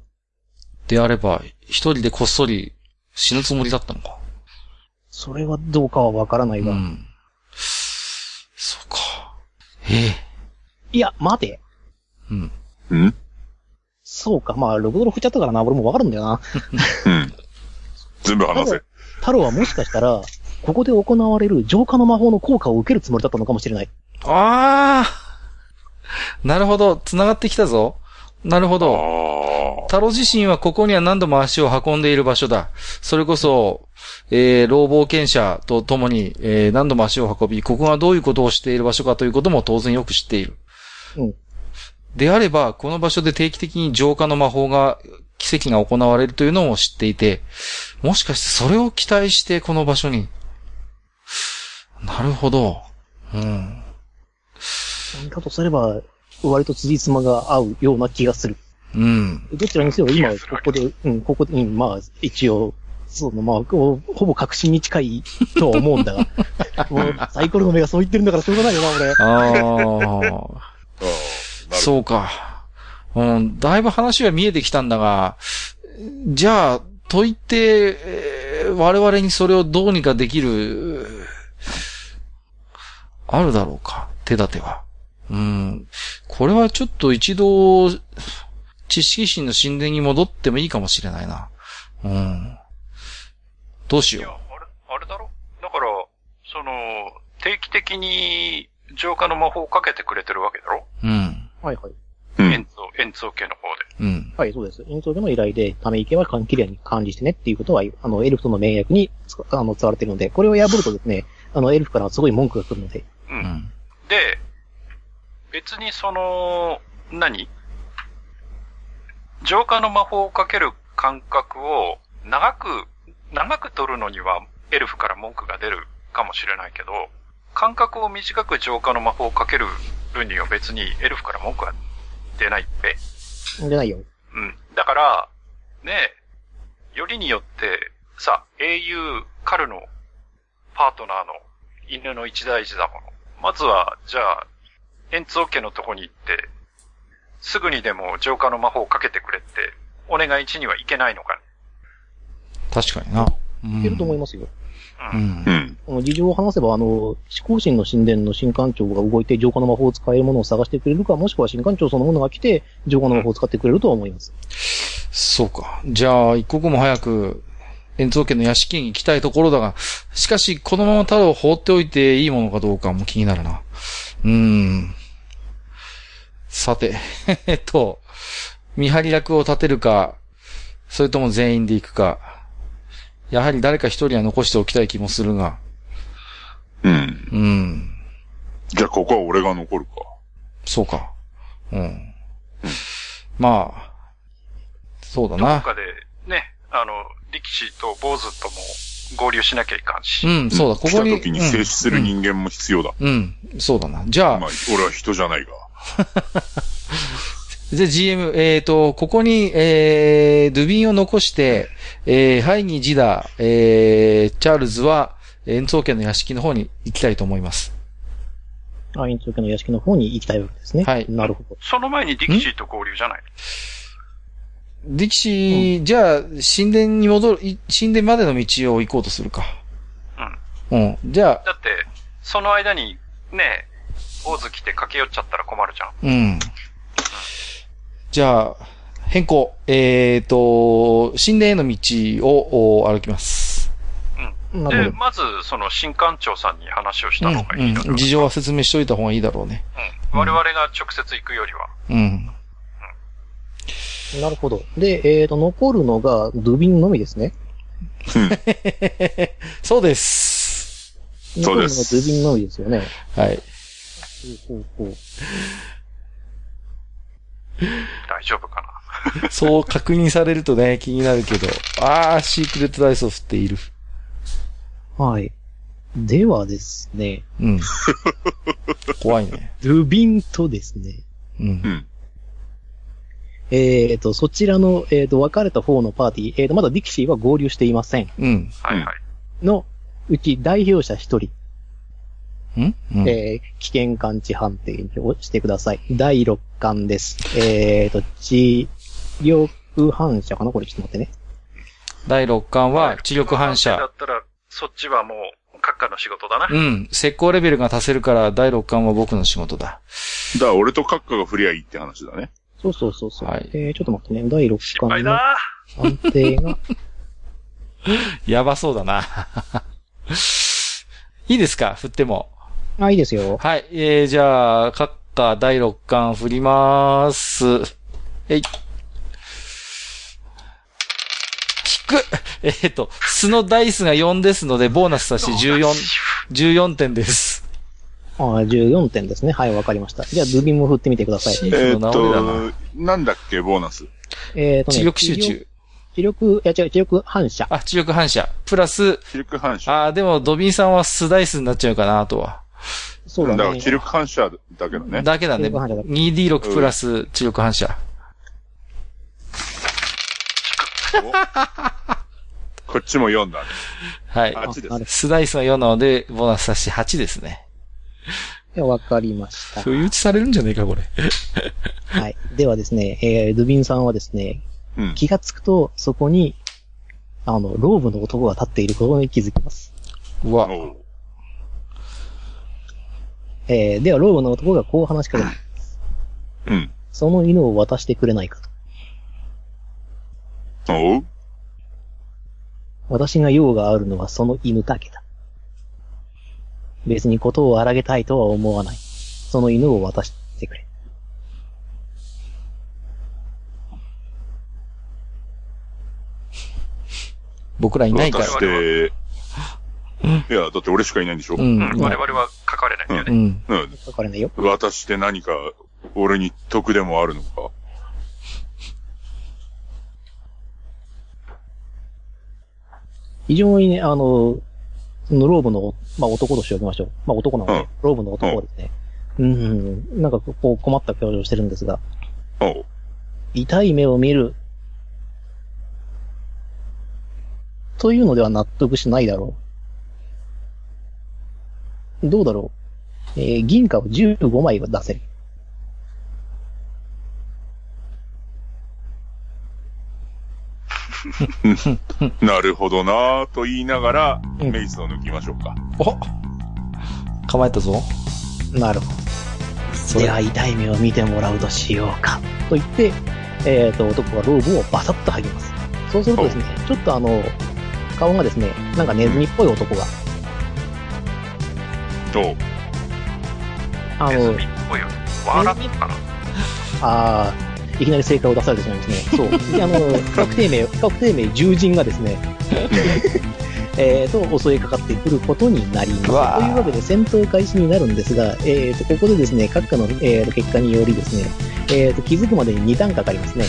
A: であれば、一人でこっそり死ぬつもりだったのか。
C: それはどうかはわからないうが。
A: ん。そうか。ええ
C: いや、待て。
A: うん。
D: うんうん。
C: そうか、まあ、6ドル振っちゃったからな、俺もわかるんだよな。
D: 全部話せ。
C: 太郎はもしかしたら、ここで行われる浄化の魔法の効果を受けるつもりだったのかもしれない。
A: ああ <laughs> なるほど。繋がってきたぞ。なるほ
D: あ
A: ど。
D: あ。
A: 太郎自身はここには何度も足を運んでいる場所だ。それこそ、えー、老冒険者と共に、えー、何度も足を運び、ここがどういうことをしている場所かということも当然よく知っている。
C: うん
A: であれば、この場所で定期的に浄化の魔法が、奇跡が行われるというのも知っていて、もしかしてそれを期待してこの場所に。なるほど。うん。
C: だとすれば、割と辻褄が合うような気がする。
A: うん。
C: どちらにせよ、今、ここ <laughs> で、うん、ここで、うん、まあ、一応、そうまあ、ほぼ確信に近いとは思 <laughs> うんだが、もう、サイコロの目がそう言ってるんだから、しょうがないよな、 <laughs> 俺。
A: ああ。
D: あーなるほ
A: そうか。うん、だいぶ話は見えてきたんだが、じゃあ、と言って、えー我々にそれをどうにかできる、あるだろうか、手立ては。うん。これはちょっと一度、知識心の神殿に戻ってもいいかもしれないな。うん。どうし
B: いや、あ
A: よ
B: れ、あれだろだから、その、定期的に浄化の魔法をかけてくれてるわけだろ
A: う。うん。
C: はいはい。
D: どう
B: エ
D: ん
B: ンツォ、エンツォ系の方で。
A: うん。
C: はい、そうです。インソールの依頼で、ため池は管理に管理してねっていうことは、あの、エルフとの盟約につあの使われてるので、これを破るとですね、あの、エルフからはすごい文句が来るので、
B: う。
A: うんん。
B: で、別にその、何浄化の魔法をかける感覚を長く、長く取るのにはエルフから文句が出るかもしれないけど、感覚を短く浄化の魔法をかける分には別にエルフから文句は出ないって。
C: じゃないよ。
B: うん。だから、ねえ、よりによって、さ、英雄、カルのパートナーの犬の一大事だもの。まずは、じゃあ、エンツオ家のとこに行って、すぐにでも浄化の魔法をかけてくれって、お願い地には行けないのかね。
A: 確かにな。うん
C: いけると思いますよ。
A: う
B: う
A: ん
B: ん。
D: う。ん。
C: あの事情を話せば、あの、至高神の神殿の新館長が動いて、浄化の魔法を使えるものを探してくれるか、もしくは新館長そのものが来て、浄化の魔法を使ってくれるとは思います。
A: そうか。じゃあ、一刻も早く、遠藤家の屋敷に行きたいところだが、しかし、このまま太郎を放っておいていいものかどうかも気になるな。うーん。さて、 <laughs> えっと、見張り役を立てるか、それとも全員で行くか、やはり誰か一人は残しておきたい気もするが、
D: うん。
A: うん。
D: じゃあ、ここは俺が残るか。
A: そうか。うん。まあ、そうだ
B: ど
A: な
B: こ。かで、ね、あの、力士と坊主とも合流しなきゃいかんし。
A: うん、そうだ、ここに。
D: 来た時に制止する人間も必要だ。
A: うん、うんそうだな。じゃあ、
D: まあ、俺は人じゃないが。
A: で、GM、えっ、と、ここに、えー、ドゥビンを残して、えー、ハイニー・ジダ、えー、チャールズは、遠藤家の屋敷の方に行きたいと思います。
C: アイント家の屋敷の方に行きたいわけですね。
A: はい
C: なるほど。
B: その前に力士と合流じゃない
A: 力士、じゃあ、神殿に戻る、い神殿までの道を行こうとするか。うん。じゃあ、
B: だって、その間に、ね、坊主来て駆け寄っちゃったら困るじゃん。
A: うん。じゃあ、変更。えっ、と、神殿への道をお歩きます。
C: なる
B: で、
C: ほ
B: まず、その新館長さんに話をしたのが
A: う
B: いい
A: ん
B: の、で、
A: うん。事情は説明しといた方がいいだろうね。
B: うん我々が直接行くよりは。
A: うん。
C: ど。なるほど。で、えっ、と、残るのが、ドゥビンのみですね。
A: そうです。
D: そう
C: 残るのが
D: です
C: ドゥビンのみですよね。
A: はい。
C: ほうほうほう
B: 大丈夫かな。
A: そう確認されるとね、気になるけど。あー、シークレットダイスを振っている。
C: はい。ではですね、
A: うん。怖いね。
C: ドゥビンとですね、
A: うん
D: う。ん。
C: えっ、と、そちらの、えっ、と、別れた方のパーティー、えっ、と、まだディキシーは合流していません。
A: うん。
B: はいはい。
C: のうち代表者一人、
A: うんうん
C: えー危険感知判定をしてください。第6巻です。えっ、と、治力反射かなこれちょっと待ってね。
A: 第6巻は、知力反
B: だ
A: 射。
B: ったら、そっちはもう、閣下の仕事だな。
A: うん。石膏レベルが足せるから、第6巻は僕の仕事だ。
D: だから、俺と閣下が振りゃいいって話だね。
C: そうそうそうそう、
A: はい
C: えーちょっと待ってね。第6
B: 心配
C: 巻の
B: だ。
C: 判定が、
A: やばそうだな。いいですか振っても。
C: あ、いいですよ。
A: はい。えー、じゃあ、閣下第6巻振りまーす。えい。低っえーっと、素のダイスが4ですので、ボーナス足して14、14点です。
C: あー14点ですね。はい、わかりました。じゃあ、ズビンも振ってみてください。
A: シー
D: え
A: ク
D: ー
A: の
D: っ
A: 治りだな。
D: と、なんだっけ、ボーナス。
C: えっ、とね、
A: 知力集中。
C: 知力。知力、いや違う、知力反射。
A: あ、知力反射。プラス、
D: 知力反射。
A: あーでも、ドビンさんは素ダイスになっちゃうかな、あとは。
C: そうだ
D: だ
C: ね。
D: から、知力反射だけどね。
A: だけなんで、
C: 知力反射だ
A: 2D6 プラス知力反射。
D: こっちも4だね。
A: はい。
D: あ8です
C: あなる
A: 素ダイスが4なので、ボーナス足して8ですね。
C: いやわかりました。
A: 不意打ちされるんじゃねえか、これ。
C: はい。ではですね、えー、ドゥビンさんはですね、
D: うん。
C: 気がつくと、そこに、あの、ローブの男が立っていることに気づきます。
A: うわ。
D: おう
C: えー、では、ローブの男がこう話しかけて、
D: うん。
C: その犬を渡してくれないかと。
D: おう
C: 私が用があるのはその犬だけだ。別にことを荒げたいとは思わない。その犬を渡してくれ。
A: 僕らいないから
D: だ。って、いや、だって俺しかいないんでしょ
A: う
D: うん。
B: うんん、。我々は書かれないんだよ
A: う
B: ね。
A: ん。
C: 書かれないよ。
D: 私って何か、俺に得でもあるのか
C: 非常にね、あの、そのローブの、まあ男として呼びましょう。まあ男なので、
D: うん
C: ローブの男はですね。うん、うんなんかこう困った表情をしてるんですが、
D: おう
C: 痛い目を見る。というのでは納得しないだろう。どうだろう。えー銀貨を15枚は出せる。
D: なるほどなぁと言いながら、
C: うん
D: メイスを抜きましょうか。
A: お構えたぞ。
C: なるほ
A: そ
C: ど。
A: れ
C: では痛い目を見てもらうとしようか。と言って、えっ、と、男はローブをバサッと剥ぎます。そうするとですね、ちょっとあの、顔がですね、なんかネズミっぽい男が、
D: おう
C: あ
B: ネズ
C: の
B: ミ、っぽいよ。笑ったかな。
C: ああ、いきなり正解を出されてしまいますね。そう。であの、確定名、確定名、獣人
A: <laughs>
C: がですね、えーと、襲いかかってくることになります。という
A: うわー
C: わけで、戦闘開始になるんですが、えーと、ここでですね、各課の、えーと結果によりですね、えーと、気づくまでに2ターンかかりますね。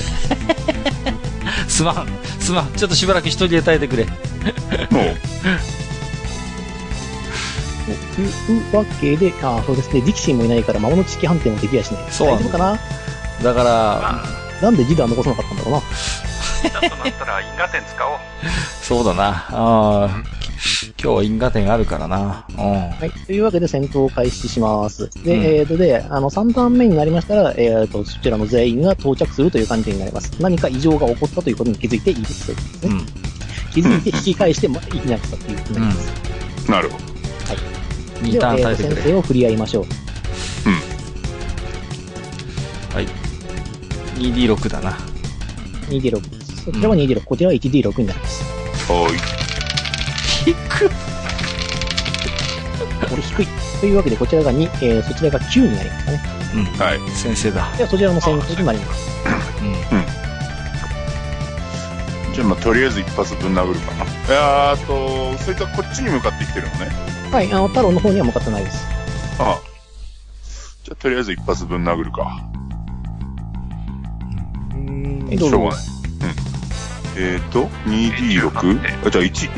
A: すまん。すまん。ちょっとしばらく一人で耐えてくれ。
C: というわけで、あーそうですね、ディキシーもいないから魔物知識判定もできやしない。
A: そうな
C: 大
A: んだ
C: 丈夫かな
A: だから、
B: あ
C: なんでジダは残さなかったんだろうな。
B: だとなったら、因果点使おう。
A: そうだな。ああ。今日は因果点あるからな。う
C: はい。というわけで戦闘を開始します。で、
A: うん
C: えーと、で、あの、3ターン目になりましたら、えーと、そちらの全員が到着するという感じになります。何か異常が起こったということに気づいていいです。そうです
A: ん。う
C: ね。
A: ん。
C: 気づいて引き返して、ま、いきなりだということになります。
D: なるほど。
A: 2
C: で
A: タ
C: は、
A: ーン
C: え
A: 耐
C: ー
A: えて
C: と、
A: く
C: 先
A: れ。
C: 生を振り合いましょう。
A: 2D6 だな。
C: 2D6 です。そちらは 2D6、こちらは 1D6 になります。
D: おい。
A: 低く
C: これ低い。というわけで、こちらが2、えー、そちらが9になりますかね。
D: はい。
A: 先生だ。
C: では、そちらの戦闘になります。
A: う
D: じゃあ、まあ、とりあえず一発ぶん殴るかな。いやーと、そいつはこっちに向かってきてるのね。
C: はい、あの、太郎の方には向かってないです。
D: ああ。じゃあ、とりあえず一発ぶん殴るか。
A: ん。
C: え
D: し
C: ど
D: ょ
C: う
D: う
C: ぞ
D: がない。うん。えっ、ー、と、2D6? あ、じゃあ1、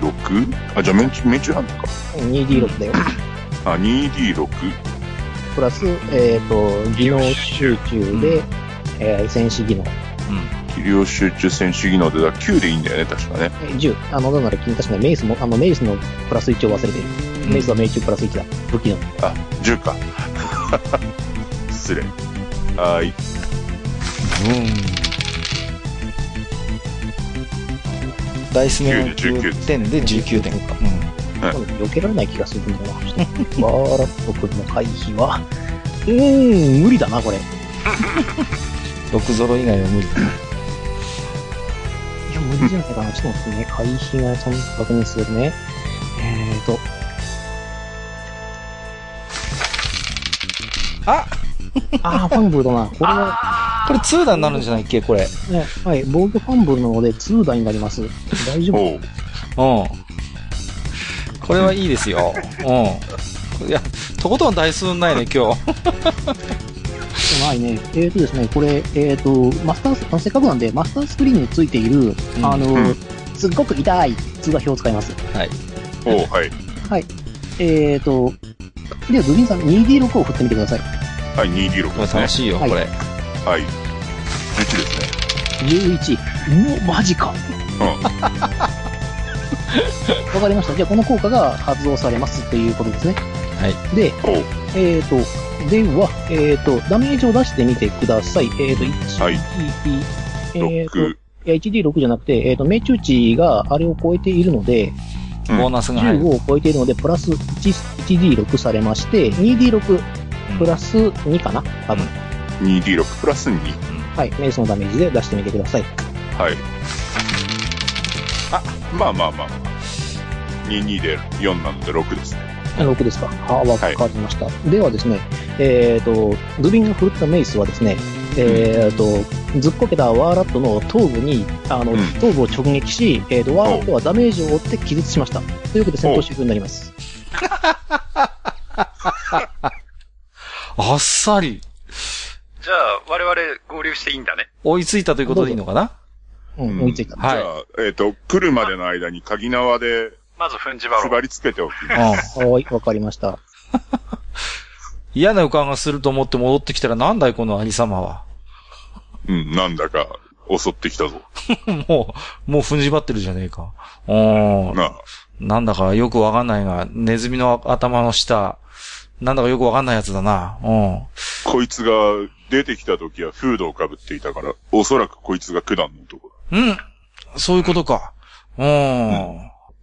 D: 1D6? あ、じゃあ、メンチ、メンチ判定か。
C: 2D6 だよ。
D: あ、2D6。
C: プラス、えっ、と、技能集中で、えー戦士技能。
D: 治療集中選手技能で、だから9でいいんだよね、確かね。
C: えー10。あの、なんなら君確かにメイスも、あの、メイスのプラス1を忘れている。メイスは命中プラス1だ。武器の。
D: あ、10か。失礼。はーい。
A: ダイス目の
D: 19
A: 9点で19点か。
C: 避けられない気がするん <laughs> だよな、この人。バーラット君の回避は。うーん、無理だな、これ。い
A: うん。6ゾロ以外は無理だな。
C: や、無理じゃないかな。ちょっと待ってね。回避がちゃんと確認するね。えーと、
A: あ
C: あー、ファンブルだな。これは、
A: これ2段になるんじゃないっけこれ。
C: ね、はい、防御ファンブルなので、2段になります。大丈夫
D: おう。
A: うん。これはいいですよ。うん。いや、とことん台数ないね、今日。
C: ないね。えっ、とですね、これ、えっ、と、マスタースあの、せっかくなんで、マスタースクリーンについている、
A: うん
C: あの、
D: うん
C: すっごく痛い通話表を使います。
A: はい。
D: おう、はい。
C: はい。えっ、と、では、ズビンさん、2D6 を振ってみてください。
D: はい、2D6
A: こ
D: で
A: れ
D: すね
A: 楽。しいよ、
C: はい
A: これ。
D: はい。11ですね。
C: 11。うお、マジか。 <laughs>
D: うん
C: わかりました。じゃあ、この効果が発動されますということですね。
A: はい。
C: で、
D: おう。
C: えっ、と、では、えっ、と、ダメージを出してみてください。えっ、と、1、
D: はい
C: えーと
D: 6。
C: いや、1D6 じゃなくて、えっ、と、命中値があれを超えているので、
D: うん
A: ボーナスが入
C: 15
A: る。
C: を超えているので、プラス1 1D6 されまして、2D6 プラス2かな多分。
D: 2D6 プラス2。
C: はい。メイスのダメージで出してみてください。
D: はい。あ、まあまあまあ。22で4なので6ですね。
C: 6ですか。あ、わかりました。ではですね、えっ、と、ズビンが振るったメイスはですね、えー、とずっこけたワーラットの頭部にあの、
D: うん
C: 頭部を直撃し、えー、とワーラットはダメージを負って気絶しましたということで戦闘終了になります
A: あっさり。
B: じゃあ、我々合流していいんだね。
A: 追いついたということでいいのかな
C: うん、
D: うん
C: 追いついた、
A: は
D: じゃあ、えっ、と、来るまでの間に鍵縄で
B: まず、ふんじばろう。
D: 縛り付けておき。
A: うん。
C: はいわかりました
A: 嫌な予感がすると思って戻ってきたらなんだいこのありさまは。
D: うん、なんだか襲ってきたぞ。
A: もう、もう踏ん縛ってるじゃねえか。うん。
D: なあ。
A: なんだかよくわかんないが、ネズミの頭の下、なんだかよくわかんないやつだな。うん。
D: こいつが出てきた時はフードをかぶっていたから、おそらくこいつが九段のところ。
A: うん。そういうことか。うーん。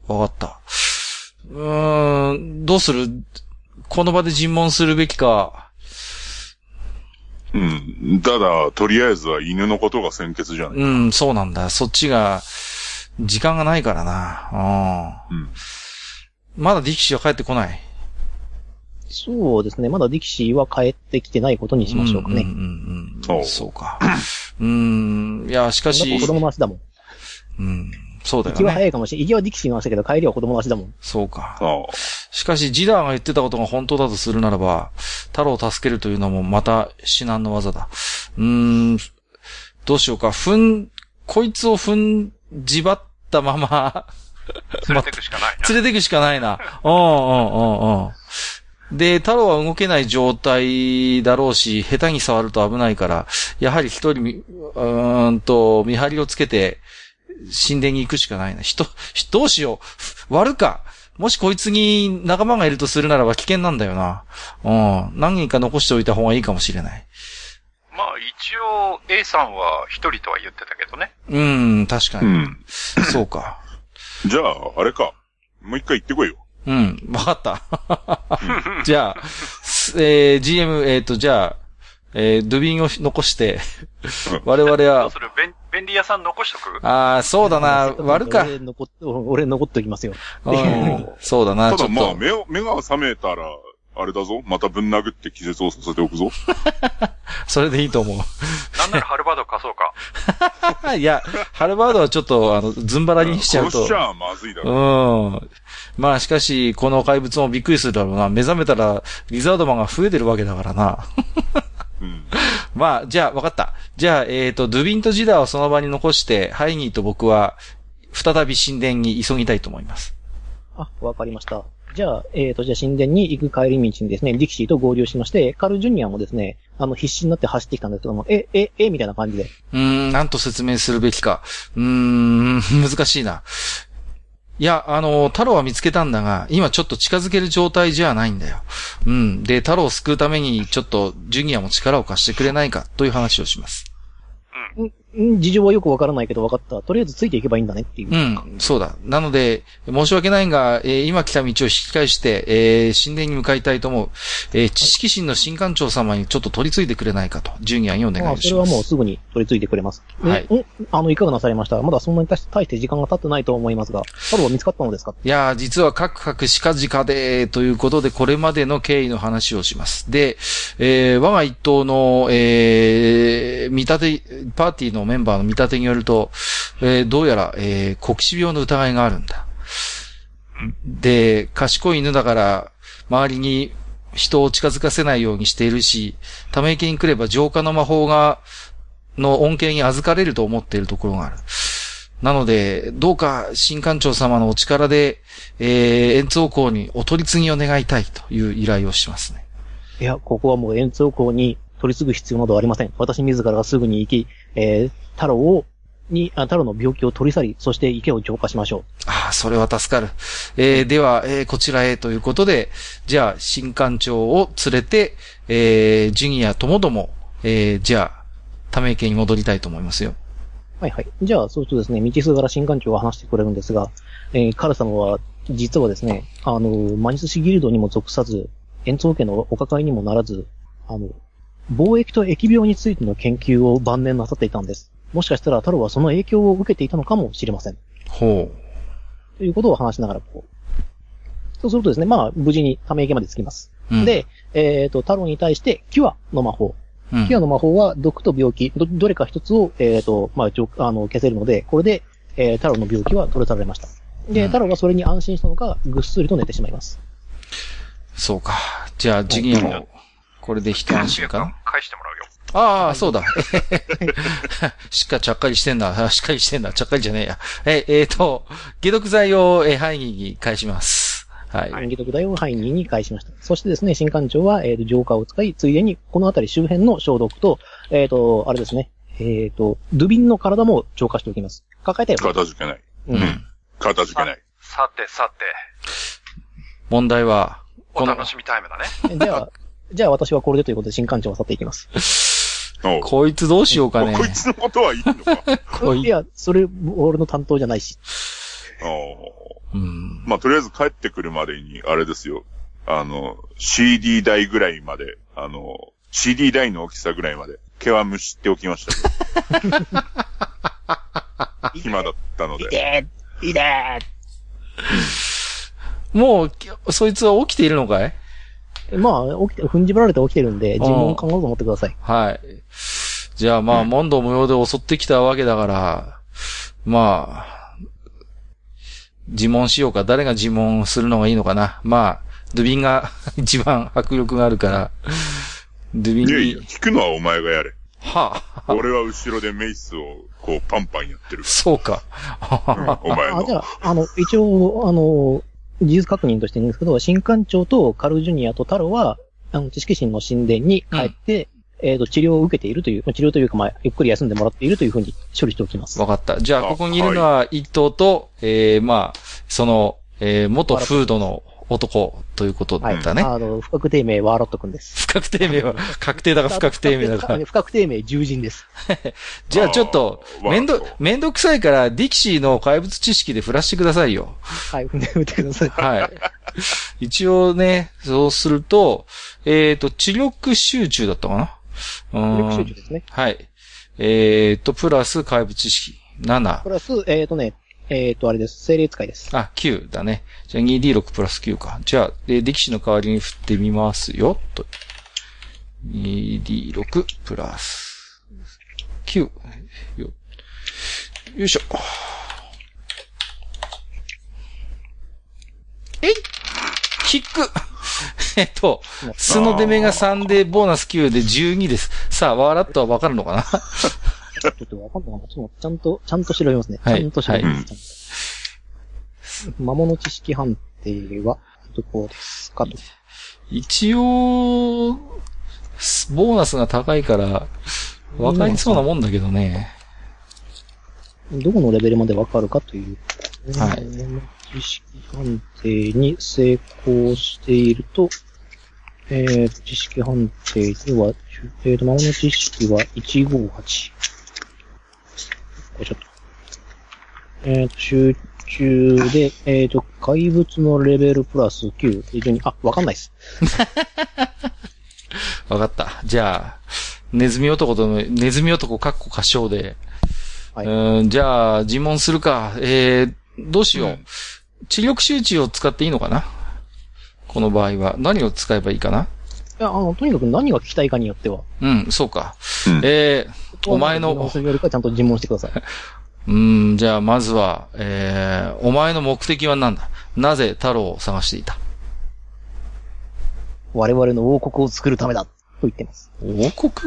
A: わかった。うーん。どうするこの場で尋問するべきか。
D: うん。ただ、とりあえずは犬のことが先決じゃない。
A: うん、そうなんだ。そっちが、時間がないからな。う
D: うんん。
A: まだ力士は帰ってこない。
C: そうですねまだディキシーは帰ってきてないことにしましょうかね、
A: うんうんうんう
D: お
A: ん。
D: う
A: そうか。うーん。いや、しかし
C: 子、供の足だもん。
A: うん。そうだ
C: 行きは
A: よね。
C: 早いかもしれない。行きはディキシーの足だけど、帰りは子供の足だもん。
A: そうか。
D: ああ。
A: しかし、ジダーが言ってたことが本当だとするならば、太郎を助けるというのもまた至難の技だ。うーん、どうしようか。ふん、こいつをふん、じばったまま、
B: 連れてくしかないな。
A: 連れてくしかないな。うんうんうんうん。で、太郎は動けない状態だろうし、下手に触ると危ないから、やはり一人み、うーんと、見張りをつけて、神殿に行くしかないな。人、人どうしよう。割るか。もしこいつに仲間がいるとするならば危険なんだよな。うん。何人か残しておいた方がいいかもしれない。
B: まあ、一応、A さんは一人とは言ってたけどね。
A: うん、確か
D: う
A: に。
D: ん。
A: そうか。
D: じゃあ、あれか。もう一回行ってこいよ。
A: うん、わかった。 <laughs> じゃあ、すえー GM、えっ、と、じゃあ、えードゥビンを残して、我々
B: どう
A: は
B: す、る便便利屋さん残しとく
A: ああ、そうだな、割るか。
C: 俺残っ、俺残っておきますよ。
A: <laughs> うんそうだな、
D: た
A: ちょ
D: だ
A: っ
D: まあ、
A: と。
D: 目を、目が覚めたら、あれだぞ。またぶん殴って気絶をさせておくぞ。
A: それでいいと思
B: なんならハルバード貸そうか。
A: う。 <laughs> いや、ハルバードはちょっと、あの、ズンバラにしちゃう
D: 殺
A: と
D: しち。ゃまずいだ
A: う
D: ろ。
A: ん。まあ、しかし、この怪物もびっくりするだろうな。目覚めたら、リザードマンが増えてるわけだからな。
D: うん。
A: まあ、じゃあ、わかった。じゃあ、えっ、と、ドゥビンとジダーをその場に残して、ハイニーと僕は、再び神殿に急ぎたいと思います。
C: あ、わかりました。じゃあ、えっ、と、じゃあ神殿に行く帰り道にですね、ディキシーと合流しまして、カル・ジュニアもですね、あの、必死になって走ってきたんですけども、え、え、え、みたいな感じで。
A: うーん、なんと説明するべきか。うーん、難しいな。いや、あの、太郎は見つけたんだが、今ちょっと近づける状態じゃないんだよ。うん。で、太郎を救うために、ちょっと、ジュニアも力を貸してくれないか、という話をします。
C: んん事情はよくわからないけどわかった。とりあえずついていけばいいんだねっていう。
A: うん、そうだ。なので、申し訳ないが、えー今来た道を引き返して、えー神殿に向かいたいと思う。えー知識神の神官長様にちょっと取り継いでくれないかと、ジュニアにお願
C: まあ、
A: い
C: そ
A: し
C: れ
A: ま
C: は
A: す。
C: もうすぐに取り付いてくれます。え
A: はい
C: んあの、いかがなされましたまだそんなに大して大して時間が経ってないと思いますが、太郎は見つかったのですか
A: いやー、実はカクカクしかじかで、ということで、これまでの経緯の話をします。で、えー我が一党の、えー見立て、パーティーのメンバーの見立てによると、えーどうやら、えー、国死病の疑いがあるんだ。で、賢い犬だから、周りに人を近づかせないようにしているし、ため池に来れば浄化の魔法が、の恩恵に預かれると思っているところがある。なので、どうか新館長様のお力で、えー、円通行にお取り次ぎを願いたいという依頼をしますね。
C: いや、ここはもう円通行に取り継ぐ必要などありません。私自らがすぐに行き、えー、太郎を、に、あ太郎の病気を取り去り、そして池を浄化しましょ
A: ああ、それは助かる。えー、では、えー、こちらへということで、じゃあ、新館長を連れて、えー、ジュニアともども、えー、じゃあ、ため池に戻りたいと思いますよ。
C: う。はいはい。じゃあ、そうするとですね、道すがら新館長が話してくれるんですが、えー、カル様は、実はですね、あの、マニスシギルドにも属さず、円通家のお抱えにもならず、あの、貿易と疫病についての研究を晩年なさっていたんです。もしかしたら太郎はその影響を受けていたのかもしれません。
A: ほう。
C: ということを話しながら、こう。そうするとですね、まあ、無事にため池まで着きます。
A: うん、
C: で、えっ、と、太郎に対して、キュアの魔法。
A: うん
C: キアの魔法は毒と病気、どどれか一つを、えっ、と、まあ、一応あの、消せるので、これで、えー、太郎の病気は取れ去られました。で、
A: うん
C: 太郎はそれに安心したのか、ぐっすりと寝てしまいます。
A: そうか。じゃあ、次元も、これで一安心かな
B: 返してもらうよ。
A: ああ、そうだ。 <laughs> しっか、ちゃっかりしてんな。 <laughs> あしっかりしてんな。ちゃっかりじゃねえや。え、えっ、と、解毒剤を、えー、範囲に返します。はい。
C: はい。毒大を範囲に返しました。そしてですね、新館長は、えっ、と、浄化を使い、ついでに、この辺り周辺の消毒と、えっ、と、あれですね、えっ、と、ドゥビンの体も浄化しておきます。抱えたよ。
D: 片付けない。
A: うん。
D: 片付けない。
B: さてさて、
A: 問題は、
B: お
A: この
B: 楽、しみタイムだね。
C: じゃあ、じゃあ私はこれでということで新館長は去っていきます。
A: <laughs>
D: おう
A: こいつどうしようかね。
D: <laughs> こいつのことはいいの
A: <laughs>
D: か。
A: こい
C: いや、それ、俺の担当じゃないし。
D: おう
A: うん。
D: まあ、とりあえず帰ってくるまでに、あれですよ。あの、CD 台ぐらいまで、あの、CD 台の大きさぐらいまで、毛はむしっておきましたよ。
C: <laughs>
D: 暇だったので。
C: でーいで
A: もうき、そいつは起きているのかい
C: ーまあ、起きて、踏んじばられて起きてるんで、
A: ん
C: 尋問看護と思ってください。
A: はい。じゃあまあ、問答無用で襲ってきたわけだから、まあ、自問しようか。誰が自問するのがいいのかな。まあ、ドゥビンが <laughs> 一番迫力があるから、ドゥビン
D: い
A: に、
D: やいや、聞くのはお前がやれ。
A: はあ、
D: 俺は後ろでメイスを、こう、パンパンやってるか
A: そうか。
C: <laughs>
D: ら。お前
C: あ、じゃ
D: の。
C: あ、あの、一応、あの、事実確認として言うんですけど、新館長とカルジュニアと太郎は、あの、知識人の神殿に帰って、えっ、と、治療を受けているという、まあ治療というか、まあ、ゆっくり休んでもらっているというふうに処理しておきます。
A: わかった。じゃあ、
D: あ
A: ここにいるのは一頭と、えー、まあ、その、えー、元フードの男ということだったね。
C: あの、不確定名はアロット君です。
A: <laughs> 不確定名は、確定だから不確定名だから。
C: 不確定名、獣人です。
A: じゃあちょっと、
D: あー
A: めん
D: わ
A: ど
D: かった、
A: めんどくさいから、ディキシーの怪物知識で振らしてくださいよ。
C: はい、踏んでみてください。
D: <laughs>
A: はい。一応ね、そうすると、えっ、と、知力集中だったかなう
C: 努
A: ーん
C: 力集中ですね。
A: はい。えっ、と、プラス怪物知識。7
C: プ。ラス、えっ、とね、えっ、と、あれです。精霊使いです。
A: あ、9だね。じゃあ 2D6 プラス9か。じゃあ、えー、ディキシーの代わりに振ってみますよ。と。2D6 プラス9。よよいしょ。えいキックえっと、素の出目が3で、ボーナス9で12です。さあ、笑ったはわかるのかな
C: ちょっとわかんないかな。ちょっとちゃんと、ちゃんと調べますね。
A: はい
C: ちゃんと調べ
D: は
C: ま
D: い
C: す。ちゃんと魔物知識判定は、どこですかと。
A: 一応、すボーナスが高いから、わかりそうなもんだけどね。
C: どこのレベルまでわかるかという。
A: はい
C: 魔物知識判定に成功していると、えー、知識判定では、えーと、魔物知識は158。これちょっと。えーと、集中で、えーと、怪物のレベルプラス9。非常に、あ、わかんないです。
A: わかった。じゃあ、ネズミ男との、ネズミ男かっこ歌唱で。
C: はいう
A: ーん、じゃあ、尋問するか。えー、どうしよう。
D: うん
A: 知力周知を使っていいのかなこの場合は。何を使えばいいかない
C: や、あの、とにかく何が聞きたいかによっては。
A: うん、そうか。
D: うん
A: えー、お前
C: 尋問
A: の
C: す、るよりかちゃんと尋問してください。
A: うん、じゃあ、まずは、えー、お前の目的は何だなぜ太郎を探していた
C: 我々の王国を作るためだ。と言ってます。
A: 王国 <laughs>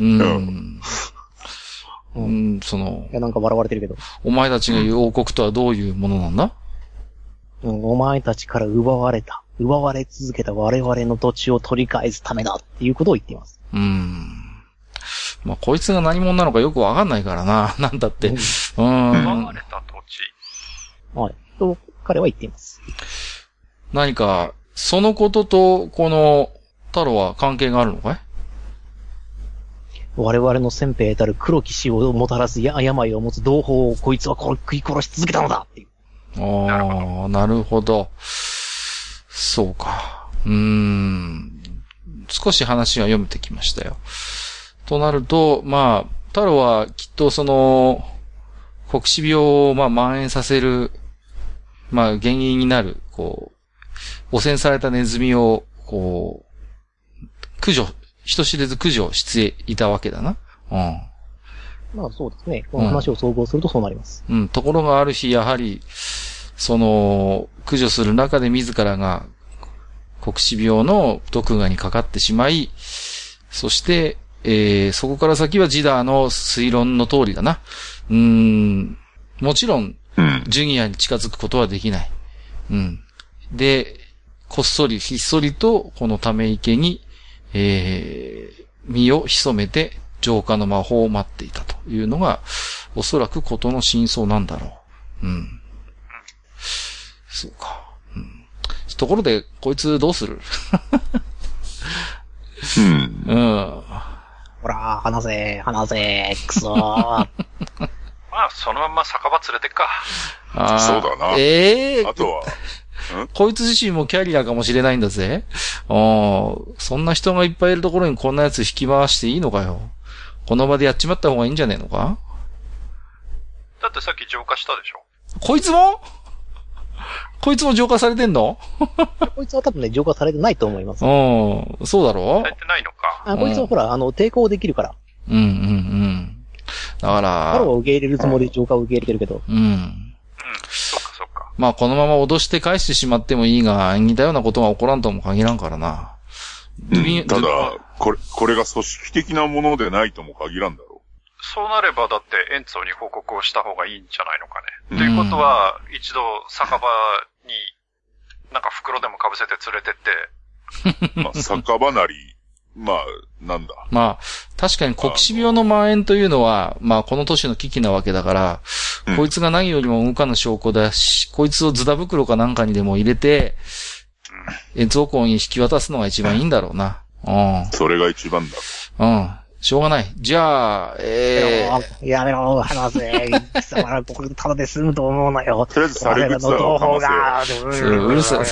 A: うーん。うん、その
C: い、や、なんか笑われてるけど。
A: お前たちが言う王国とはどういうものなんだ
C: うん、お前たちから奪われた、奪われ続けた我々の土地を取り返すためだっていうことを言っています。
A: うーん。まあ、こいつが何者なのかよくわかんないからな。 <laughs> なんだって。う
B: 奪
A: ー
B: わ
A: ん
B: れ。た土地。
C: はい。と、彼は言っています。
A: 何か、そのことと、この、太郎は関係があるのかい
C: 我々の先兵たる黒騎士をもたらすや病を持つ同胞をこいつはこ食い殺し続けたのだっていう。
A: ああ、なるほど。そうか。うーん。少し話は読めてきましたよ。となると、まあ、太郎はきっとその、国死病をまあ蔓延させる、まあ原因になる、こう、汚染されたネズミを、こう、駆除人知れず駆除していたわけだな。うん。
C: まあそうですね。この話を総合するとそうなります。
A: うん、ところがある日、やはり、その、駆除する中で自らが、黒死病の毒ガにかかってしまい、そして、えーそこから先はジダーの推論の通りだな。うーん、もちろん、
D: うん。
A: ジュニアに近づくことはできない。うん。で、こっそりひっそりと、このため池に、えー、身を潜めて、浄化の魔法を待っていたというのが、おそらくことの真相なんだろう。うん。そうか。うん。ところで、こいつどうする
D: うん。
A: うん。
C: ほら、話せ、話せ、くそー。
B: まあ、そのまんま酒場連れてっか。
A: あー
D: そうだな
A: ええ
D: あとは、
A: こいつ自身もキャリアかもしれないんだぜ。ああ、そんな人がいっぱいいるところにこんなやつ引き回していいのかよ。この場でやっちまった方がいいんじゃねえのか
B: だってさっき浄化したでしょ。
A: こいつもこいつも浄化されてんの
C: <laughs> こいつは多分ね、浄化されてないと思います。
A: うん、そうだろ
B: やってないのか。
C: あこいつはほら、あの、抵抗できるから。
A: うんうんうん。だか
C: 彼
A: ら、
C: を受け入れるつもりで浄化を受け入れてるけど。
A: うん。
B: うん。そっかそっか。
A: まあこのまま脅して返してしまってもいいが、似たようなことが起こらんとも限らんからな。
D: う
A: ドゥビ
D: ん、た
A: ド
D: だ
A: ゥ、
D: これ、これが組織的なものでないとも限らんだろ
B: そうなればだって、園長に報告をした方がいいんじゃないのか
D: う
B: ね。
D: ん
B: ということは、一度酒場に、なんか袋でも被せて連れてって、
D: う。まあ、酒場なり、まあ、なんだ。
A: まあ、確かに国死病の蔓延というのは、まあこの年の危機なわけだから、
D: うん
A: こいつが何よりも動かぬ証拠だし、こいつをズダ袋かなんかにでも入れて、え、造校に引き渡すのが一番いいんだろうな。う
D: それが一番だ。
A: ん。うん。しょうがない。じゃあ、えー、
C: やめろ、話せ。貴様ら、僕、ただで済むと思うなよ。
D: とりあえず、猿
C: の
D: 靴だ
C: 情
D: ろ、
C: 報
D: 話せよ
C: が。
A: うるさい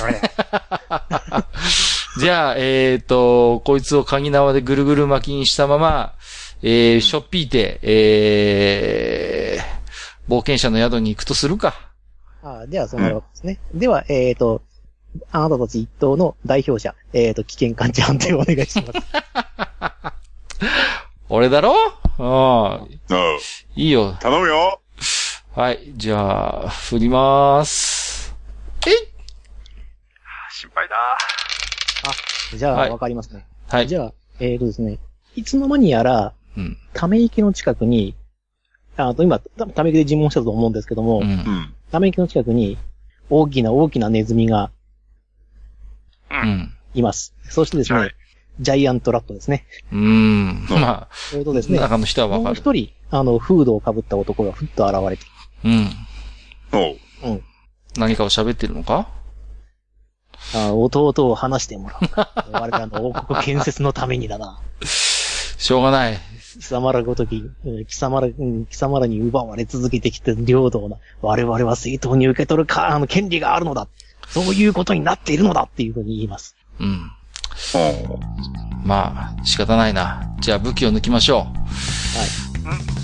A: じゃあ、えっ、と、こいつを鍵縄でぐるぐる巻きにしたまま、えー、しょっぴいて、えー、冒険者の宿に行くとするか。
C: あでは、そのようですね。では、えっ、と、あなたたち一党の代表者、えっ、と、危険感知判定をお願いします。
A: 俺だろうん。
D: うん。
A: いいよ。
D: 頼むよ
A: はい。じゃあ、振りまーす。えい
B: 心配だ。
C: じゃあ、わ、
A: はい
C: かりますね。
A: はい。
C: じゃあ、えっ、とですね、いつの間にやら、
A: うん。
C: ため池の近くに、あと今、たため池で尋問したと思うんですけども、
A: うん
D: う。ん。
C: ため池の近くに、大きな大きなネズミが
A: うん。
C: います。そしてですね、
B: はい
C: ジャイアントラットですね。
A: うん。まあ、
C: それとですね、
A: 中の人はわ
C: も
A: か
C: う
A: る。
C: 一人、あの、フードをかぶった男がふっと現れて、
A: うん。
D: おう。
C: うん。
A: 何かを喋ってるのか
C: あ弟を話してもらう。我らの王国建設のためにだな。
A: しょうがない。
C: 貴様らごとき、うん貴様ら、うん貴様らに奪われ続けてきた領土をな、我々は正当に受け取るか、あの、権利があるのだ。そういうことになっているのだっていうふうに言います。
A: うん。
D: おう
A: まあ、仕方ないな。じゃあ、武器を抜きましょ
B: ん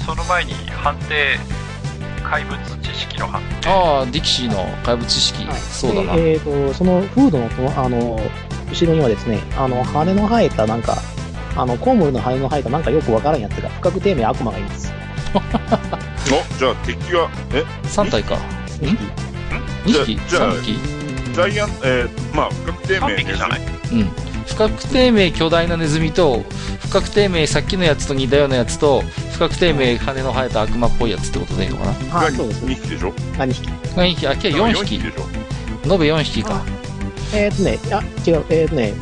B: その前に判定、怪物知識の判
A: う。ああ、ディキシーの怪物知識。そうだな。
C: でえっ、と、そのフードのと、あの、後ろにはですね、あの、羽の生えたなんか、あの、コウモリの羽の生えたなんかよくわからんやつが、深く低迷悪魔がいます。
D: お、じゃあ敵が、え、
A: 3体か。ん2匹
D: じゃあ
A: ?3 匹
D: ジャイアン、えー、まあ、不確定
B: 定。3
D: 名
B: 匹じゃない
A: うん。不確定名巨大なネズミと、不確定名さっきのやつと似たようなやつと、不確定名羽の生えた悪魔っぽいやつってことでいいのかな
C: あ
D: が
C: そうです
D: 2
C: ね。
D: 匹でしょ
C: 何匹
A: 何匹あ、今日は4
D: 4
A: 匹。延
D: でしょ
A: べ4匹か。
C: えっ、とね、あ、違う、えっ、とね、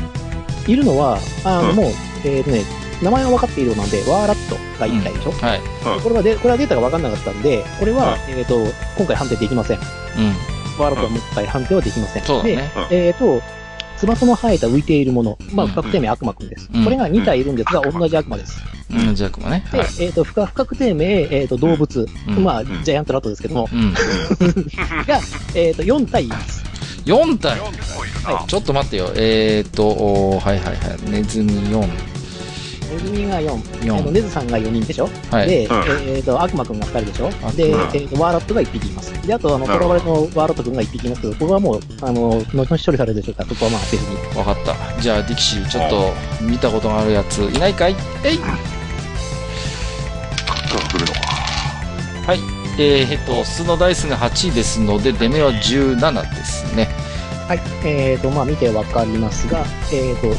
C: いるのは、あの、
D: うん
C: もう、えっ、とね、名前は分かっているようなんで、ワーラットが1体でしょ、
A: はい。
D: うん
C: これはで、これはデータが分かんなかったんで、これは、
D: は
C: えっ、と、今回判定できません。
A: うん。
C: ワーラットはもう一回判定はできません。
A: そうだ
C: で、
A: ね。
C: えっ、と、翼の生えた浮いているもの。まあ、
A: うん
C: 不確定名悪魔くんです。
A: うん
C: これが2体いるんですが、
B: うん
C: 同じ悪魔です。
A: うん、ジャックもね。
C: で、
A: はい。
C: えっ、と、不可不確定名、えっ、と、動物。
A: うん
C: まあ、
D: ん
C: ジャイアントラットですけども、
A: うん。
C: が、えっ、と、4体います。
A: 4体
B: 結構いるな。
C: は
A: ちょっと待ってよ。えーっと、おーはいはいはい。ネズミ4。
C: ネズミが4。
A: 四
C: えっとネズさんが4人でしょ、
A: はい。
C: で、
D: うん
C: えっ、と、悪魔くんが2人でしょ
A: 悪魔
C: で、え
D: うん
C: ーとワーラットが1匹います。で、あと、あの、
D: な
C: 囚
D: るほ
C: わ
D: ど
C: れのワーラットくんが1匹いますけど、ここはもう、あの、後々処理されるでしょうから、そこはまあ、別に。
A: わかった。じゃあ、ディキシー、ちょっと、見たことがあるやつ、いないかいえい
D: が来るのか。
A: はい。えー、えっと、素のダイスが8ですので、出目は17ですね。
C: はい。えっ、と、まあ、見てわかりますが、えっ、と、イン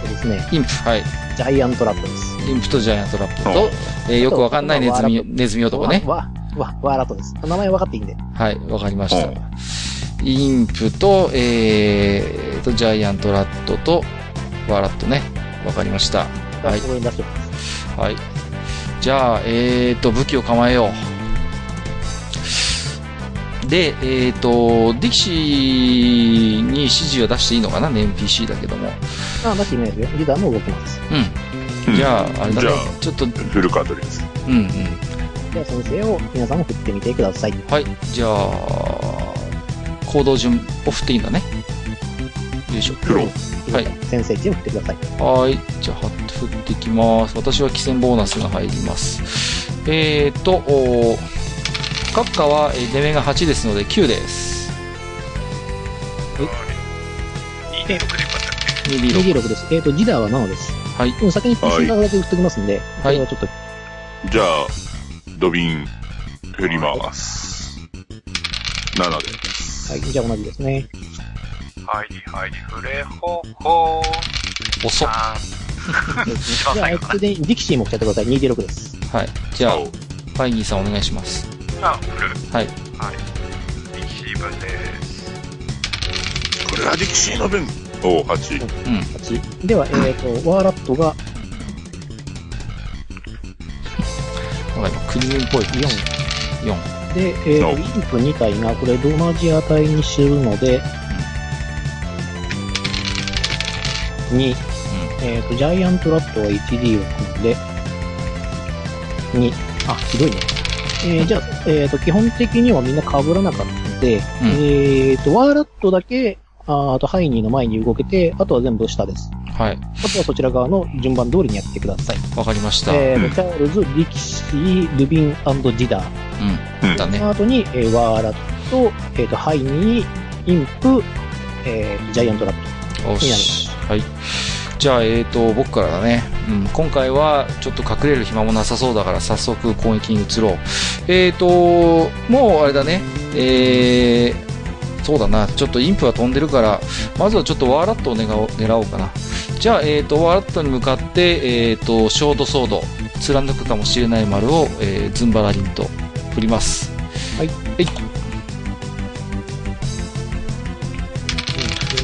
C: とですね、
A: インプ、はい。
C: ジャイアントラップです。
A: インプとジャイアントラップと、えーよくわかんないネズミ、ネズミ男ね。
C: わ、わ、わ、ワーラットです。名前わかっていいんで。
A: はい、わかりまし
D: う
A: た。インプと、えー、と、ジャイアントラットと、ワラットね。わかりました。はい
C: ここに出しておきます。
A: はい。じゃあ、えー、と、武器を構えよう。で、えー、と、ディキシーに指示を出していいのかな、ね、NPC だけども。
C: あ、出していないですよ。リーダーも動きます。
A: うん。じゃあ、あれだ
D: じ
A: ね
D: ゃ。
A: ちょっと、うん
D: あ、フルカートリーです。
A: うん。
C: では、先生を皆さんも振ってみてください。
A: はい。じゃあ、行動順を振っていいんだね。よいしょ。
D: フロー。
A: はい
C: 先生一を振ってください。
A: はーい。じゃあ、は振っていきます。私は汽船ボーナスが入ります。えーと、おー閣下はえー出目が8ですので9です。
B: 2D6 でよか
A: 2D6。
B: ったっけ
C: 26です。えっ、と、リーダーは7です。
A: はい。
C: でも先に死んだだけ振っておきますんで、こ
A: はい
C: れはちょっと、
D: じゃあ、ドビン、振ります。7で。
C: はい、じゃあ同じですね。
B: はいりはいりふれほほー
A: 遅っ。
B: あ
C: じ
B: 番
C: ゃあ、
B: 最
C: えっ
B: 後
C: と、で、ディキシーも来ちゃってください。2D6 です。
A: はい。じゃあ
D: 青、
A: ファイギーさんお願いします。
B: ーあ、ふる。
A: はい。
B: はい。リキシーブです。
D: これは力士の分。おう、8。
A: うん。
C: 8。では、えっ、と、ワーラットが
A: なんか今、クリーンっぽい。
C: 4。
A: 4。
C: で、えっ、
D: No
C: と、インプ2体が、これ、ロマジア体にするので、2、えっ、と、ジャイアントラットは 1D を組んで、2、あ、ひどいね。えーじゃあ、えっ、と、基本的にはみんな被らなかったので、
A: うん
C: えっ、と、ワーラットだけ、ああと、ハイニーの前に動けて、あとは全部下です。
A: うん。はい。
C: あとはそちら側の順番通りにやってください。
A: わかりました。
C: え
D: うん
C: ー、チャールズ、リキシー、ルビンジダー。
A: うん。だ
C: そ
A: ね。
C: の後に、えーワーラット、えっ、と、ハイニー、インプ、えージャイアントラット。
A: よし。はい。じゃあ、えーと、僕からだね。うん、今回は、ちょっと隠れる暇もなさそうだから、早速攻撃に移ろう。えーと、もう、あれだね。えー、そうだな。ちょっとインプは飛んでるから、まずはちょっとワーラットを狙おう狙おうかな。じゃあ、えーと、ワーラットに向かって、えーと、ショートソード、貫くかもしれない丸を、えーズンバラリンと振ります。
C: はい
A: い。
C: うん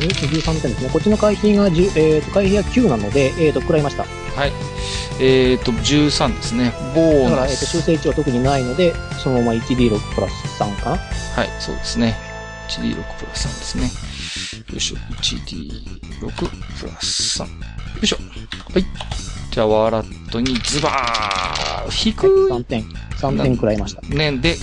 C: 13点ですね。こっちの回避が10、えっ、と、回避が9なので、えっ、と、食らいました。
A: はい。えーと、13ですね。ボ
C: だ
A: ー
C: から、
A: ナ
C: えっ、と、
A: ス
C: 修。正値は特にないので、そのまま 1D6 プラス3かな。
A: はい、そうですね。1D6 プラス3ですね。よいしょ。1D6 プラス3。よいしょ。はい。じゃあ、ワーラットにズバー引
C: 3
A: く
C: 点。3点食らいました。
A: ねんで、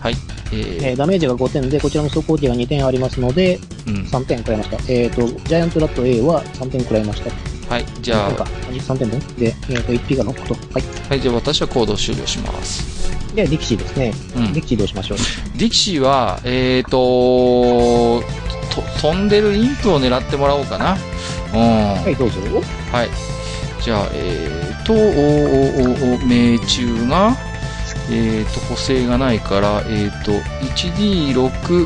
A: はい。えー
C: えーダメージが5点で、こちらの速攻値が2点ありますので、
A: うん。
C: 3点食らいました。えっ、と、ジャイアントラット A は3点食らいました。
A: はい。じゃあ
C: 3点、か。3点分で、えっ、と、1P が6と。はい。
A: はい。じゃあ、私は行動終了します。
C: で、力士ですね。
A: うん。
C: 力士どうしましょう。
A: ディキシーは、えーとと、飛んでるインプを狙ってもらおうかな。うん。
C: はい、どうぞ。
A: はい。じゃあ、えーと、おおおお命中が、えーと、補正がないから、えーと、1D6、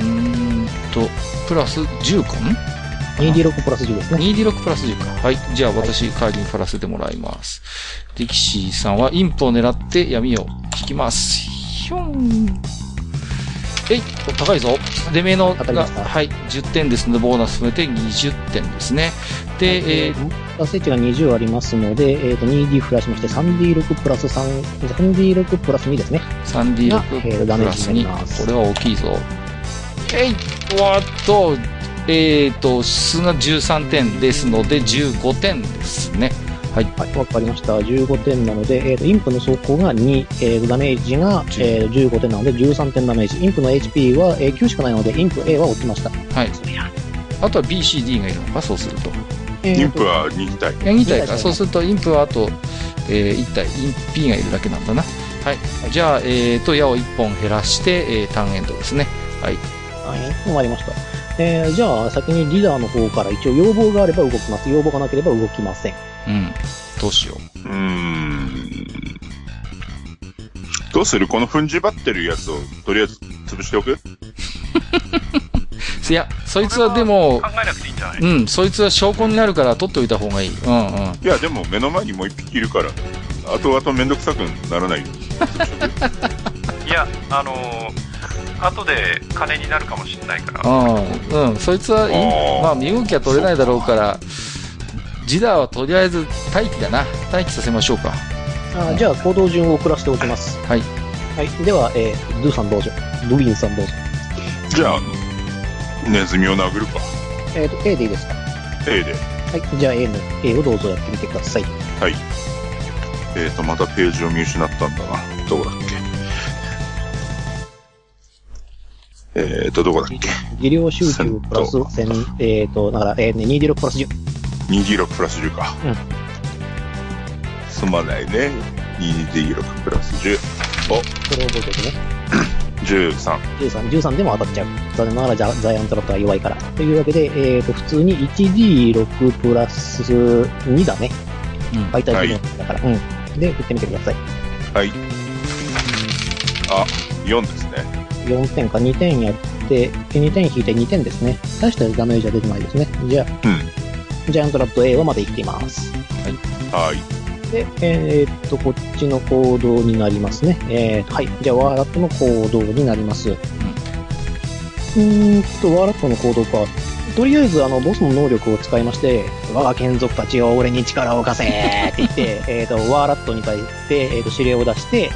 A: うーんと、プラス10かん
C: 2D6 プラス10ですね。
A: 2D6 プラス10か。はい。じゃあ、私、カーリン振らせてもらいます。力士さんは、インプを狙って闇を引きます。ひょん。えい、お高いぞ。出目の
C: 当たりま
A: が、
C: した
A: はい、10点ですので、ボーナス含めて20点ですね。で、えー
C: 達成値が20ありますので、えっ、と、2D フラッシュまして 3D6 プラス3、3D6 プラス2ですね。がえー
A: 3D6
C: ダ
A: プ
C: メー
A: ラ
C: ジ
A: ス
C: に
A: に
C: なります
A: これは大きいぞ。えいおっと、えっ、ー、と、数が13点ですので、15点ですね。
C: はい、わかりました。15点なので、えっ、と、インプの走行が2、えーと、ダメージが、
A: 10
C: えー15点なので13点ダメージ。インプの HP は、えー9しかないので、インプ A は落ちました。
A: はい。あとは BCD がいるのか、そうすると。
D: イ
C: え
D: ン
C: ー
D: プ
C: と
D: は2体。
A: え2
C: 二
A: 体
C: 体だ
A: か。
C: ね
A: そうすると、インプはあと、えー1体、インピーがいるだけなんだな。はい。じゃあ、えーと、矢を1本減らして、えーターンエンドですね。はい。
C: はい、わかりました。えーじゃあ、先にリーダーの方から一応要望があれば動きます。要望がなければ動きません。
A: うん。どうしよう。
D: うーん。どうするこの踏んじばってるやつを、とりあえず潰しておく
A: いや、そいつはでも
B: 考、えなくていいんじゃない
A: うん、そいつは証拠になるから取っておいた方がいい。うんうん。
D: いや、でも目の前にもう一匹いるから、後々めんどくさくならないよ。
B: いや、あのー、後で金になるかもしれないから、
A: うん、うん、そいつはいい
D: あー
A: まあ身動きは取れないだろうから、ジダーはとりあえず待機だな。待機させましょうか。
C: あーじゃあ、行動順を遅らせておきます。
A: はい。
C: はい。では、えー、ドゥさんどうぞ。ドゥインさんどうぞ。
D: じゃあ、あのネズミを殴るか。
C: えっ、と、A でいいですか
D: A で。
C: はい。じゃあ、A の、A をどうぞやってみてください。
D: えーと、またページを見失ったんだな。どこだっけ。えーと、どこだっけ。
C: 技量集中プラス千えっ、と、だから、えー、ね、2D6 プラス10。
D: 2D6 プラス10か。
C: うん
D: すまないね。2D6 プラス10。お、
C: それを覚えておいてね。
D: 13。
C: 13、13でも当たっちゃう。残念ながらジャザイアントラットは弱いから。というわけで、えっ、と、普通に 1D6 プラス2だね。
A: うん
C: 媒体技能だから。うん。で、振ってみてください。
D: はい。あ、4ですね。
C: 4点か2点やって、2点引いて2点ですね。大したダメージは出てないですね。じゃあ、ジャイアントラット A はまだ生きています。
D: はい。
C: で、えーっと、こっちの行動になりますね。えーっと、はい。じゃあ、ワーラットの行動になります。うーんと、ワーラットの行動か。とりあえず、あの、ボスの能力を使いまして、我が眷属たちよ、俺に力を貸せって言って、 <laughs> えーっと、ワーラットに対して、えーっと、指令を出して、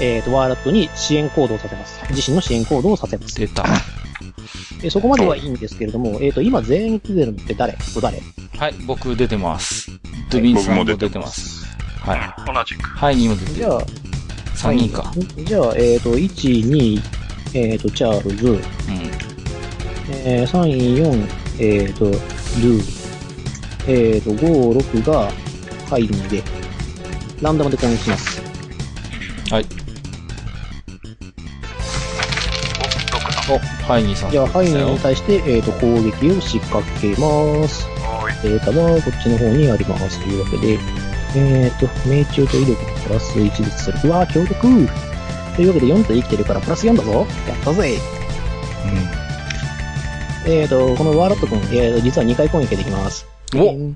C: えーっと、ワーラットに支援行動をさせます。自身の支援行動をさせます。
A: 出た。
C: えそこまではいいんですけれども、えーっと、今全員出てるのって誰と誰
A: はい、僕出てます。ドゥビンさんも
D: 僕も
A: 出
D: 出
A: て
D: て
A: ま。
D: ます
A: はい。
B: 同じく。
A: はい、2も出て
C: じ
A: る
C: ゃ。あ、
A: 3人か。
C: はい。じゃあ、えっ、と、1、2、えっ、と、チャールズ、
A: うん。
C: えー、3、4、えっ、と、ルー、えっ、と、5、6がハイニで、ランダムで攻撃します。
A: はい。
B: お、6だ。
A: お、はい、2さん。
C: じゃあ、ハイニに
A: よ。
C: 対して、えっ、と、攻撃を仕掛けます。
B: おい。
C: データはこっちの方にあります。というわけで、えっ、と、命中と威力プラス1ずつする。うわー、強力というわけで4体生きてるからプラス4だぞやったぜえー、と、このワーラット君、えー、と、実は2回攻撃できます。
A: うん。
C: え
A: お、
C: ー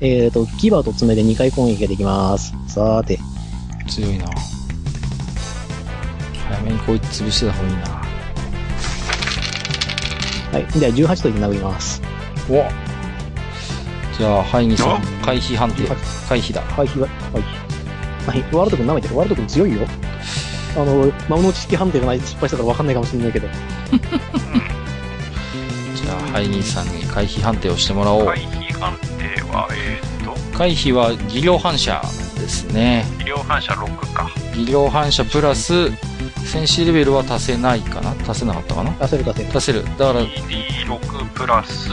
C: えー、と、牙と爪で2回攻撃ができます。さーて、
A: 強いな。早めにこいつ潰してた方がいいな。
C: はい。じゃあ18と殴ります。
A: おじゃあ、はい、2さん。回避判定
C: はい。
A: 回避だ。
C: 回避は、はい。はい、ワールド君舐めてる。ワールド君強いよ。あの、魔物知識判定がない失敗したから分かんないかもしれないけど。
A: じゃあ、はい、2さんに回避判定をしてもらおう。
B: 回避判定は、えー、っと、
A: 回避は技量反射ですね
B: 医療反射6か。
A: 技量反射プラス戦士レベルは足せないかな足せなかったかな
C: 出せる出せる。
A: 足せるだから
B: ED6 プラス、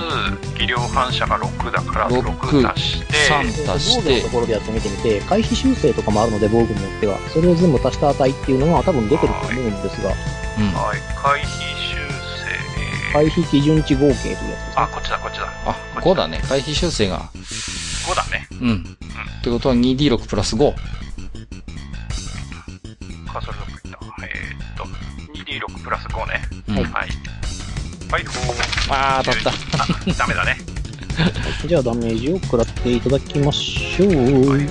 B: 技量反射が6だから、
A: 六
B: 6足して、
A: 三
C: えー
A: 出し
C: 防
A: て
C: 御のところでやってみてみて、回避修正とかもあるので、防具によっては。それを全部足した値っていうのが多分出てると思うんですが、
A: うんあ
B: はい。回避修正。
C: 回避基準値合計というやつですね。
B: あ、こっちだ、こっちだ。
A: 5だね回避修正が
B: 5だね。
A: うんってことは 2D6 プラス5
B: カーソル6いった。えー、っと、2D6 プラス5ね。
A: うん
B: はい。はい、ほう。
A: あー当たっ
B: あ、ダメだね。
C: じゃあダメージを食らっていただきましょう。
B: はい、はい。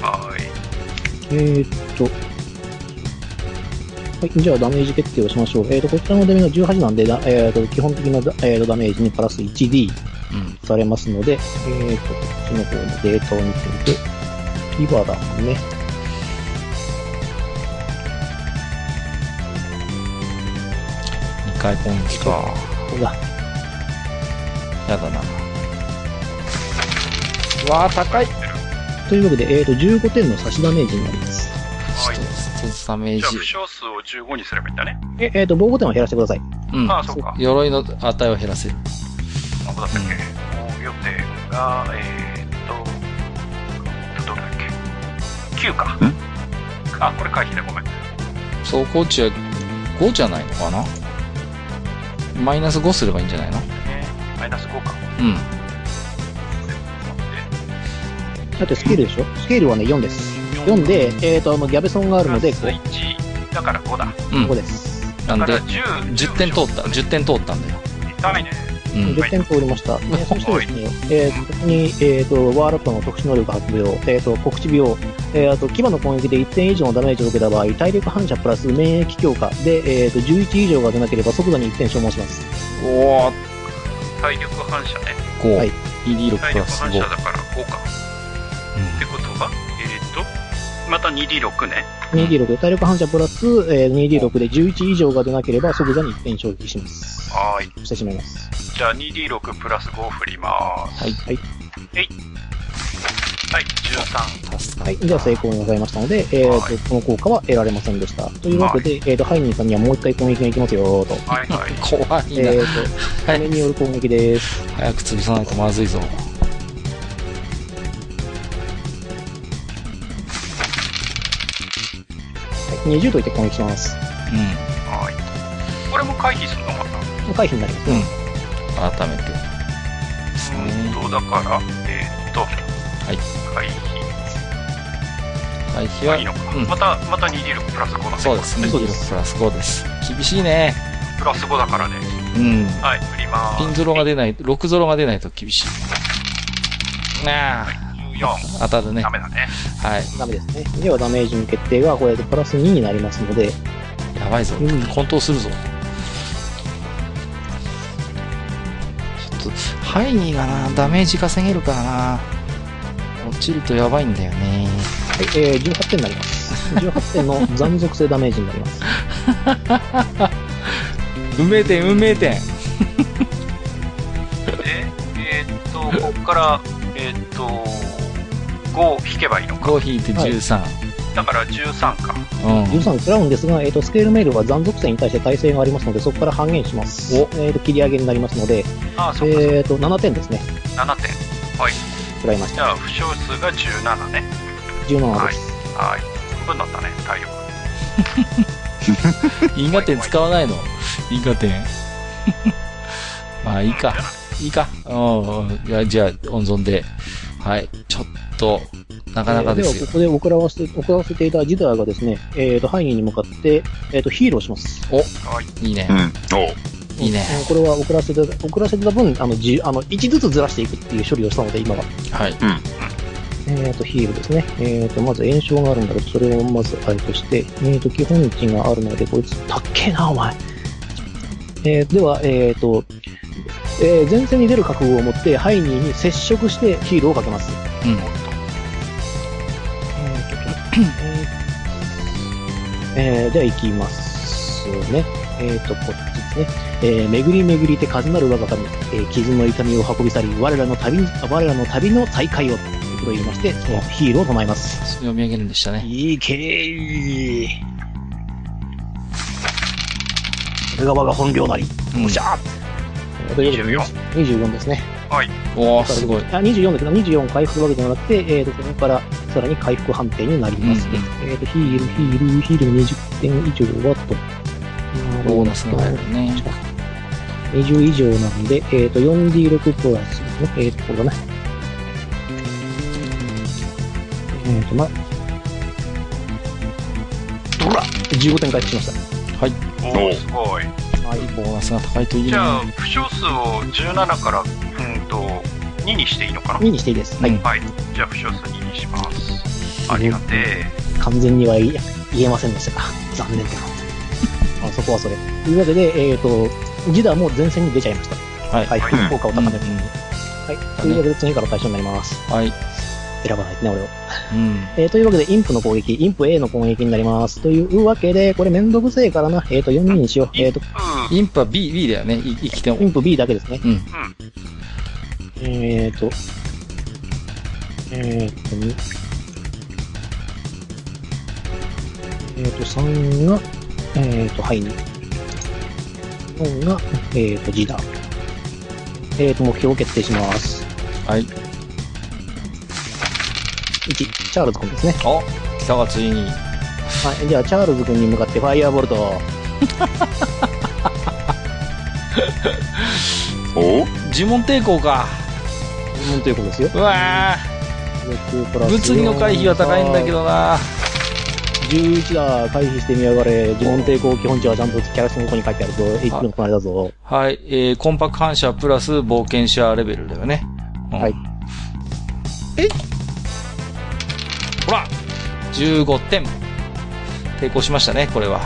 C: えー、っと。はい、じゃあダメージ決定をしましょう。えー、っと、こちらのダメージが18なんで、だえー、っと、基本的なダ,、えー、とダメージにプラス 1D
A: たうん
C: されますので、えー、っと、こっちの方のデータを見てみて、牙だもんね。
A: 2回攻撃か
C: ここだ。
A: やだなわー高いちょ
C: というわけで、えー、っと、15点の差しダメージになります。
A: っと一つダメー
B: じゃあ、
A: ジ
B: 負傷数を15にすればいいんだね。
C: ええー、っと、防護点を減らしてください。
A: うん
B: あ、そうか。
A: 鎧の値を減らせる
B: どこだったっけ防御点が、えー、っ9か。あ、これ回避だ、ごめん。
A: そう、コーチは5じゃないのかなマイナス5すればいいんじゃないの
B: マイナス5か。
A: うん。
C: だってスケールでしょスケールはね、4です。4で、えっ、と、あのギャベソンがあるので、こう
B: 1だから5だ。
A: うん
C: ここ。です。
A: なんで
B: だ、から10
A: 10点通った。10点通ったんだよ。
B: 痛いね。
A: うん。
C: 10点通りました。ね、そしてですね、えーと、ここに、えっ、と、ワーラットの特殊能力発病、えっ、と、告知病、えー、あと、牙の攻撃で1点以上のダメージを受けた場合、体力反射プラス免疫強化で、えっ、と、11以上が出なければ即座に1点消耗します。
A: おー、
B: 体力反射ね。
A: 5。
C: はい
A: ED6
B: 体
A: プ
B: 力
A: ラス
B: 反
A: 5。
B: 射だから5か。ってことは、えーっと、また 2D6 ね。
C: 2D6、体力反射プラス、えー 2D6 で11以上が出なければ即座に1点消費します。
B: はーい。
C: してしまいます。
B: じゃあ 2D6 プラス5振ります。
C: はい。はい。
B: はい、13。
C: はい。では成功になさいましたので、え
B: は
C: ーと、この効果は得られませんでした。というわけで、えーと、ハイニーさんにはもう一回攻撃がいきますよーと。
B: はいはい。
A: 怖いな。
C: えーと、これによる攻撃です。
A: 早く潰さないとまずいぞ。
C: はい、20といって攻撃します。
A: う
B: はい。これも回避するのかな
C: 回避になります。
A: ん。うん。改めて。です
B: うん
A: ね。
B: と、だから、えーっと、はい回
A: 回
B: 避。
A: 避
B: あいい
A: は、
B: のか。
A: うん
B: また、また 2D6 プラス5なん
A: そうですね。
C: そう
A: ED6
C: です
A: プラス5です。厳しいね。
B: プラス5だからね。
A: うん。
B: はい、振りま
A: ピ
B: ー
A: ン
B: す。
A: ゾロが出ない、6ゾロが出ないと厳しい。なあ。
B: 14。
A: 当たるね
B: ダ。メだね。
A: はい。
C: ダメですね。ではダメージの決定が、これでプラス2になりますので、
A: やばいぞ
C: うん。
A: 混沌するぞ。ちょっと、ハイニーがな、ダメージ稼げるからな。落ちるとやばいんだよね。
C: はい、えー、18点になります。18点の残属性ダメージになり
B: <laughs>
C: ます。
A: 運命点、運命点。
B: で、えーっと、こっから、えーっと、5引けばいいのか。
A: コーヒーって
C: はい
A: 13。
B: だから13か。
A: うん。
C: 13食らうんですが、えー、とスケールメールは残属性に対して耐性がありますので、そこから半減します。
A: お
C: えー、と切り上げになりますので、
B: ああ、そっかそっ
C: えー、と7点ですね、
B: か。7点。はい。
C: 食らいまし
B: じ
C: た。
B: ゃあ、負傷数が17ね。
C: 17です。
B: はい。半分だったね、体力。
A: 因果点使わないの因果点。 <laughs> まあいいか。いいか。うんうん。いやじゃあ、温存で。はい。ちょっと、なかなかです
C: えー
A: よ
C: はこ。こで送らわせて、送らせていたジダーがですね、えー、とハイニーに向かって、えー、とヒーローします。
B: はい。
A: いいね
D: う。ん。おう
A: いいね
C: うんこれは送らせて、送らせてた分、あの、じあの、1ずつずらしていくっていう処理をしたので、今は。
A: はい。
C: えー、と、ヒールですね。えー、と、まず炎症があるんだけど、それをまずあれとして、えー、と、基本値があるので、こいつ、たっけえな、お前。えー、では、えー、と、えー前線に出る覚悟を持って、ハイニーに接触してヒールをかけます。
A: うん。
C: えー、と、えー、では、いきますね。えー、と、こっちですね。えー、巡り巡りて数なる我が神、えー傷の痛みを運び去り、我らの旅、我らの旅の再会を、ということを言いまして、ヒールを唱えます。
A: 読み上げるんでしたね。
C: いいけーこれが我が本領なり。
A: うん
C: おしゃー
B: 24
C: 24ですね。
A: おー、すごい。
C: あ24だけど、24回復するわけではなくて、えー、と、ここからさらに回復判定になりますね。えー、と、ヒール、ヒール、ヒールの20点以上はと。
A: ボーナスが入るね。
C: 20以上なんで、えー、と、4D6 プラスですね。えー、と、これだね。えー、と、ま、ほら !15 点回復しました。
B: おお、すごい。
C: はい、
A: ボーナスが高いといいね。
B: じゃあ、負傷数を17から、うんと、2にしていいのかな
C: 2にしていいです。は
A: う
C: い
A: ん、
B: はい。じゃあ、負傷数2にします。ありがてえ。
C: 完全には言え言えませんでしたが、残念で <laughs> も。あそこはそれ。というわけで、えっ、と、ジダも前線に出ちゃいました。
A: はい
C: はい
D: うん、
C: 効果を高める。はい。というわけで、次から対象になります。
A: はい。
C: 選ばないとね、俺を。
A: うん。
C: えーというわけで、インプの攻撃、インプ A の攻撃になります。というわけで、これめんどくせえからな。えっ、と、4人にしよう。えっ、と、
B: う
A: インパ B、B だよね。い生きても
C: イ。ンプ B だけですね。
A: うん。
C: えっ、と、えっ、と、にえっ、と、3が、えっ、と、ハイに。4が、えっ、と、ジダ。えっ、と、目標を決定します。
A: はい。
C: 1、チャールズ君ですね。
A: おたわついに。
C: はい、じゃあ、チャールズ君に向かってファイアーボルト。
D: お
A: 呪文抵抗か。
C: うん、ということですよ。
A: うわぁ、
C: 6プラス
A: 物理の回避は高いんだけ。どな
C: 11だ、回避してみやがれ。呪文抵抗基本値はちゃんとキャラクターのとこに書いてあるぞ。HP の隣だぞ。
A: はい、えー、コンパク反射プラス冒険者レベルだよね。うん
C: はい。
A: えほら !15 点。抵抗しましたね、これは。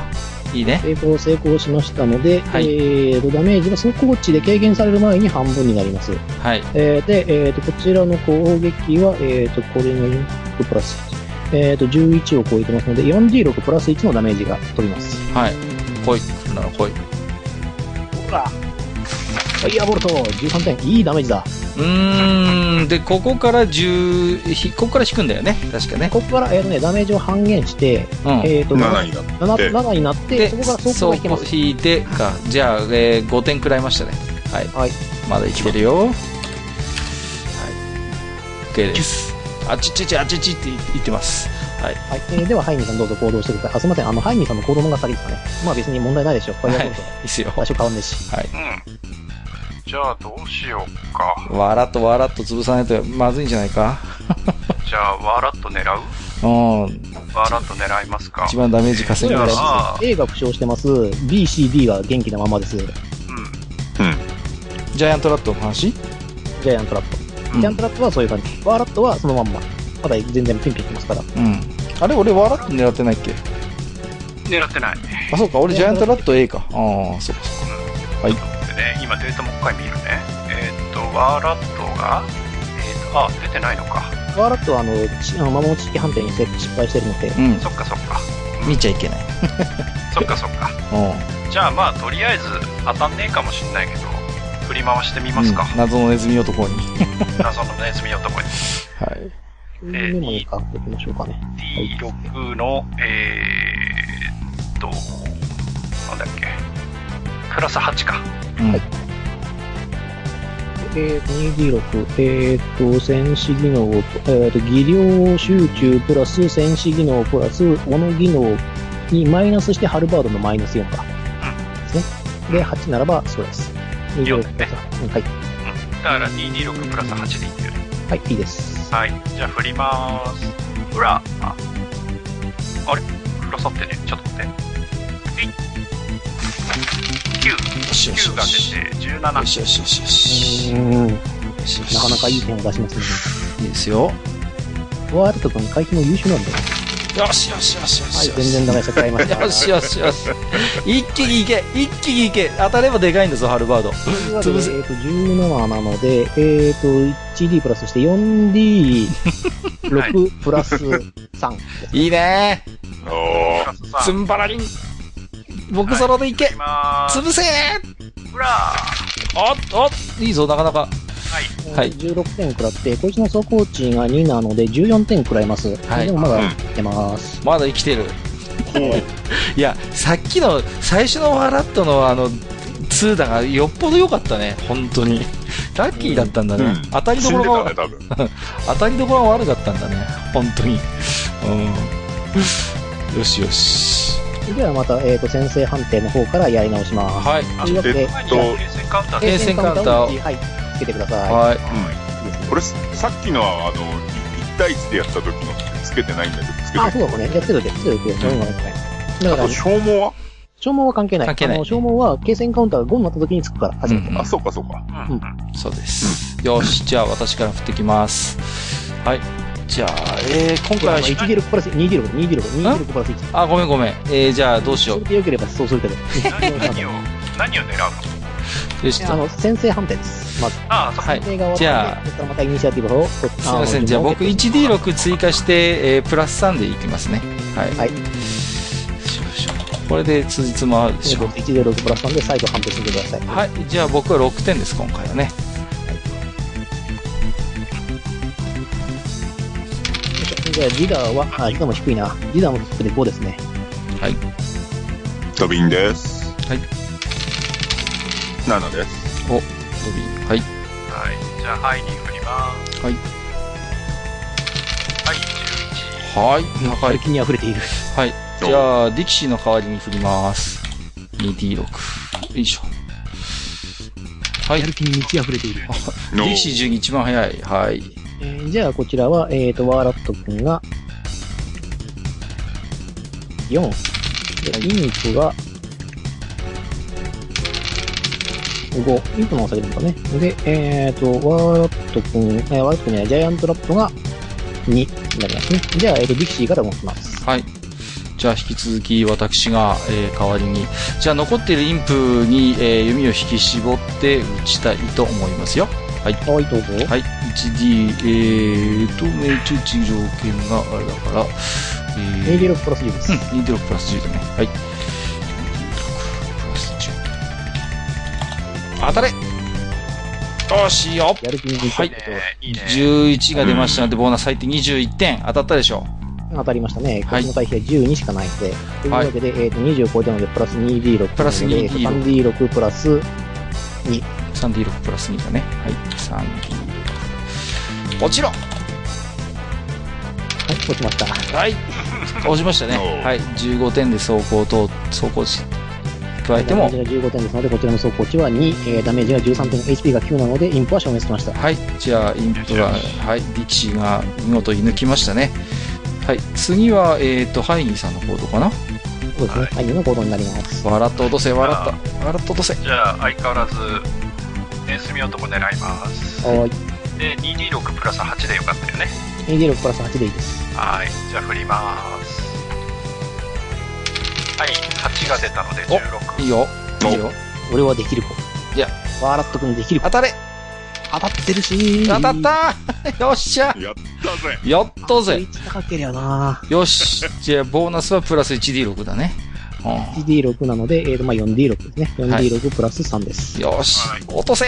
A: いいね。
C: 成功、成功しましたので、
A: はい
C: えーと、ダメージが速攻値で軽減される前に半分になります。
A: はい。
C: えーで、えーと、こちらの攻撃は、えーと、これが4プラス1。えーと、11を超えてますので、4D6 プラス1のダメージが取ります。
A: はい。来い。来るなら来い。う
C: ファイアーボルト、13点。いいダメージだ。
A: ーん。で、ここから10、ひここから引くんだよね。確かね。
C: ここから、えーとね、ダメージを半減して、
A: うん。
C: えーと、
D: 7
C: 7,
D: になった。
C: 7, になって、そこから速攻が
A: そう
C: 引けます。
A: 引いてか。じゃあ、えー、5点食らいましたね。はい。
C: はい
A: まだいけるよ。はい。OK です。あちちち、あちちって言ってます。はい。
C: はい、えーでは、ハイニーさんどうぞ行動してください。あ、すいません。あの、ハイニーさんの行動の方が先ですかね。まあ別に問題ないでしょう。これ
A: は
C: や
A: い。い
C: ると
A: いっすよ。
C: 場所変わんねえし。
B: うん。じゃあどうしようか。
A: わらっとわらっと潰さないとまずいんじゃないか
B: じゃあ、わらっと狙う
A: うん。
B: わらっと狙いますか。
A: 一番ダメージ稼
B: じ
A: ぐ
B: ゃ
A: らしい。
B: あ、
C: A が負傷してます。B、C、D が元気なままです。ジ
B: うん。
A: ジャイアントラットの話
C: ャイアントラット。
A: うん
C: ジャイアントラットはそういう感じ。ワーラットはそのまんま。まだ全然ピンピンいきますから。
A: うん。あれ、俺、わらっと狙ってないっけ
B: 狙ってない。
A: あ、そうか、俺、ジャイアントラット A か。ああ、そうか、そう
B: でね、今データもう一回見るね。えーっと、ワーラットが、えーっと、あ、出てないのか。
C: ワーラットはあの、ちあの魔物知識判定にせ失敗してるので、
A: か。
B: そっかそっか。
A: うん。見ちゃいけない。
B: そっかそっか。
A: う
B: じゃあまあ、とりあえず当たんねえかもしんないけど、振り回してみ
A: ん。
B: ますか。
A: うん謎のネズミ男に。
B: 謎のネズミ男に。
A: はい。
C: メモに書いておきましょうかね。
B: D6 の、えーっと、なんだっけ。プラス8か。
A: うん。
C: えー、2D6、えー、と、戦士技能、えー、と、技量集中プラス戦士技能プラス、斧技能にマイナスしてハルバードのマイナス4か。ですね。で、8ならば、そうです。
B: 4
C: 2D6 プラス8。うんはい。
B: だから 2D6 プラス8でいってる。
C: はい、いいです。
B: はい。じゃあ振りまーす。ほら。ああれ振らさってね。ちょっと待って。えい 9!
A: よしよし
B: 9
A: よ
B: が
A: し。
B: 出て
A: よ
B: 17。
A: しよしよしよ
C: う
A: し。
C: ーん、
A: よ
C: な
A: しよし
C: かなかいい点を出します
A: いいですよ。
C: ね。ワールド君、回避も優秀なんだよ。
A: よしよしよしよ
C: はい
A: し。、
C: 全然ダメでした。買いました。
A: よしよしよし。一気にいけ一気にいけ当たればでかいんだぞ、ハルバード。
C: というわけで、
A: 潰せ
C: えー、と17なので、えー、と 1D プラスして 4D6 プラス3です。
A: いいね
D: お
B: プ
D: ー
B: ラス
A: ー。ツ
B: 3。
A: ンバラリン。僕ソロでいけ
B: 振りまーす。
A: 潰せー
B: ほら。は
A: おっおっいいぞ、なかなか。
B: い。
A: はい
C: 16点食らって、こいつの走行値が2なので14点食らいます。
A: はい
C: でもまだ
D: うん
C: いけます。
A: まだ生きてる。 <laughs> いや、さっきの、最初のワラットのあの、2だがよっぽど良かったね、本当に。ラッキーだったんだね。
D: うん
A: 当たりど
D: 死
A: こ
D: んで
A: ろ
D: た
A: が、
D: ね、多分。
A: 当たりどころが悪かったんだね、本当に。うん。よしよし。
C: ではまた、えー、と先制判定の方からやり直します。
A: はい。
B: あ
C: というわけで、
B: 前に平成カウンター
A: え
B: で
A: 停
C: 停戦
A: 戦
C: カ
A: カ
C: ウ
A: ウ
C: ン
A: ン
C: タ
A: タ
C: ー
A: ー
C: を
A: を
C: はい、つけてください。
A: はい。
C: いいですね
D: 俺、さっきのは、あの、1対1でやった時のつけてないんだけど、つけ
C: あ、
D: て
C: そうだね。いやってるで、つけてるで、そういうのがない。だ
D: あ
C: から
D: と、、消耗は
C: 消耗は関係ない。
A: 関係ない
C: あの消耗は、継戦カウンターが5になった時につくから、初めて。
A: うん
D: あ、そうか、そうか。
B: うんうん
A: そうです。よし、じゃあ私から振ってきます。はい。じゃあ、えー、今
C: これあ
A: 回は
C: の、1D6 プラス1、2D6、2D6、2D6 プラス1。
A: あ、ごめんごめん。えー、じゃあどうしよ。
C: そうれでよければそうするけど。
B: 何
C: <laughs>
B: 何を、何を狙うの <laughs>
A: よし、
C: あの、先制判定です。まず、
B: ああ、そっか
A: はい
C: 判定が終
A: じ
C: わっ
A: ゃ
C: て、そこからまたイニシアティブを、すい
A: すいません。じゃあ僕 1D6 追加して、えー、プラス3でいきますね。はい。
C: はい
A: よしよしこれで辻褄合うでしょ。
C: 1D6 プラス3で再度判定してください。
A: はい。じゃあ僕は6点です、今回はね。
C: じゃあ、ジダーは、あ、ジダーも低いな。ジダーも低くて5ですね。
D: ドビンです。
A: はい。
D: 7です。
A: お、伸び。はい。
B: はい。じゃあ、はいに振ります。
A: はい
B: はい、11。
A: はい。高い。
C: 気に溢れている。
A: はい。じゃあ、ディキシーの代わりに振ります。2D6。よいしょ。はい。
C: や
A: デ
C: る気に満ち溢れている。
D: の
A: ィキシー12一番早い。はい。
C: えーじゃあ、こちらは、えっ、と、ワーラット君が、4。で、インクが、5。インクのお酒ですかね。で、えっ、と、ワーラット君、えーワーラット君にはジャイアントラットが2になりますね。じゃあ、えっ、と、ディキシーから動きます。
A: はい。じゃあ、引き続き私が、えー代わりに。じゃあ、残っているインプに、えー弓を引き絞って打ちたいと思いますよ。
C: はい、どうぞ。
A: はい。1D、えーと、命中値条件があれだから、えー
C: A16 プラス10です。
A: うん、2D6 プラス10だね。はい。2D6 プラス10。当たれよし、いいよ
C: やる気に満ち
A: はい
C: 溢れ
B: ね
C: て
B: いい
C: いる。
B: ね。
A: !11 が出ましたので、ボーナス入って21点。当たったでしょ
C: 当たりましたね。
A: は
C: こ
A: い
C: っちの対比は12しかないので。というわけで、えっ、と、20超えたので、プラス 2D6。
A: プラス 2D6
C: 3D6 プラス、
A: 3D6 プラス2だね。はい。3D6。落ちろ
C: はい、落ちました。
A: はい。落ちましたね
D: おう。
A: はい。15点で走行と、走行し、加えても
C: ダ、メージが15点ですので、こちらの走行値は2、えーダメージが13点、HP が9なので、インプは消滅しました。
A: はい、じゃあ、インプが、はい、ディキシーが見事射抜きましたね。はい、次は、えっ、と、ハイニーさんの行動かな
C: そうですね。はい、2の行動になります。
A: 笑って落とせ、笑った、笑って落とせ。
B: じゃあ、相変わらず、ネスミ男狙います。
C: はい。
B: で、2D6 プラス8でよかったよね。
C: 2D6 プラス8でいいです。
B: はい。じゃあ、振ります。はい。8が出たので
A: お
B: 16。
A: いいよ、いいよ。
C: 俺はできる子。
A: いや。
C: ワーラット君できる子
A: 当。たれ
C: 当たってるし
A: 当たった <laughs> よっしゃ
D: やったぜ。
A: やったぜ
C: 1高けりゃな
A: よしじゃあ、ボーナスはプラス 1D6 だね。う
C: 1D6 なので、えーと、まあ 4D6 ですね。
A: はい
C: 4D6 プラス3です。
A: ん、よし
B: はい
A: 落とせ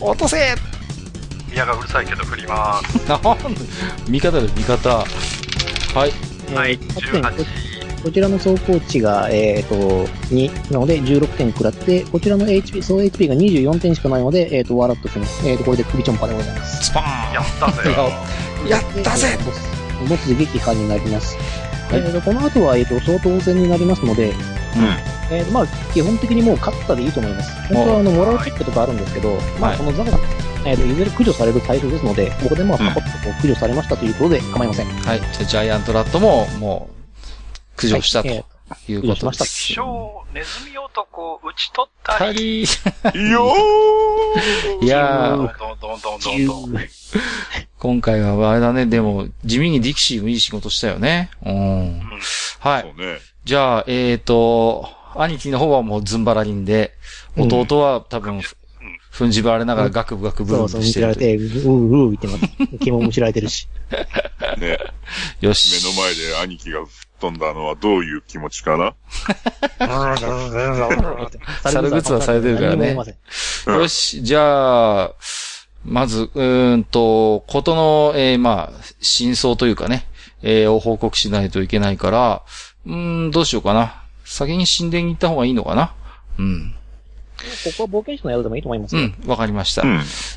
A: 落とせ
B: 宮がうるさいけど振ります。
A: なん味方だよ、味方。 <laughs> はい、
B: はい。
C: えー8
B: 18
C: 点。。こちらの走行値が、えっ、と、2なので16点食らって、こちらの HP、総 HP が24点しかないので、えっ、と、笑っとくん。えっ、と、これで首ちょんぱでございます。
A: スパーン
B: やったぜ。
A: やったぜ
C: ボス、ボス撃破になります。
A: はい
C: えーとこの後は、えっ、と、相当戦になりますので、
A: うん
C: えーとまあ、基本的にもう勝ったでいいと思います。本当は、あの、モラルチェックとかあるんですけど、ま
A: はい
C: あ、このザガが、えっ、と、いずれ駆除される対象ですので、ここでまあ、
D: うん
C: サポッとこう駆除されましたということで構いません。
A: はい。じゃあ、ジャイアントラットも、もう、駆除したと
C: はいいう
A: こと
C: 駆除しま
A: で
C: した
A: す。
B: 小ネズミ男を打ち取った
A: た
B: り。
A: り
D: よ
A: いや
B: ど
A: ー、
B: んどんどんどん
C: え
B: ど
C: ー
B: んどん。
A: 今回はあれだね、でも、地味にディキシーもいい仕事したよね。うん。
B: うん
A: は
D: ー
A: い。
D: そうね。
A: じゃあ、えーと、兄貴の方はもうズンバラリンで、
C: うん
A: 弟は多分、ふんじばられながらガクブガクブル
C: そ
A: ン
C: うそう、
A: と
C: 見
A: して
C: せられ
A: ると。
C: て、うーうー言ってます。気もむしられてるし。
D: ね。
A: よし。
D: 目の前で兄貴が吹っ飛んだのはどういう気持ちかな
A: <laughs> 猿グッズはされてるからね
C: 何も言えません
A: よし、じゃあ、まず、うーんと、ことの、えーまあ、真相というかね、えーを報告しないといけないから、うーん、どうしようかな。先に神殿に行った方がいいのかなうん。
C: ここは冒険者の宿でもいいと思います
A: う
C: よ。
A: ん、わかりました。
D: う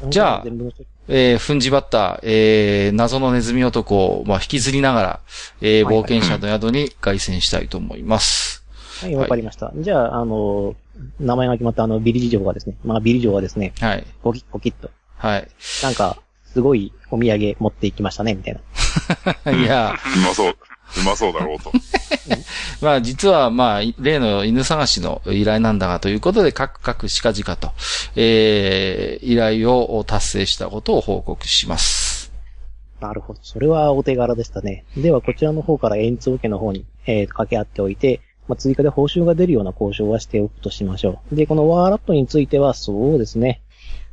D: ん。
A: じゃあ
C: 全部の人
A: えー、ふんじばった、えー、謎のネズミ男を、まあ、引きずりながら、えー、
C: はいは
A: 冒
C: い
A: 険者の宿に凱旋したいと思います。
C: はい、わかりました。じゃあ、あの、名前が決まったあの、ビリジ城がですね、まあ、ビリ城がですね、
A: はい。
C: ポキッポキッと、
A: はい。 <laughs>
C: なんか、すごいお土産持っていきましたね、みたいな。
A: いや、
D: うまそう。うまそうだろ
A: <laughs>
D: うと。
A: まあ実はまあ、い例の犬探しの依頼なんだがということで、各各しかじかと、えー、依頼を達成したことを報告します。
C: なるほど。それはお手柄でしたね。では、こちらの方から演奏家の方に、えー、掛け合っておいて、まあ、追加で報酬が出るような交渉はしておくとしましょう。で、このワーラットについては、そうですね。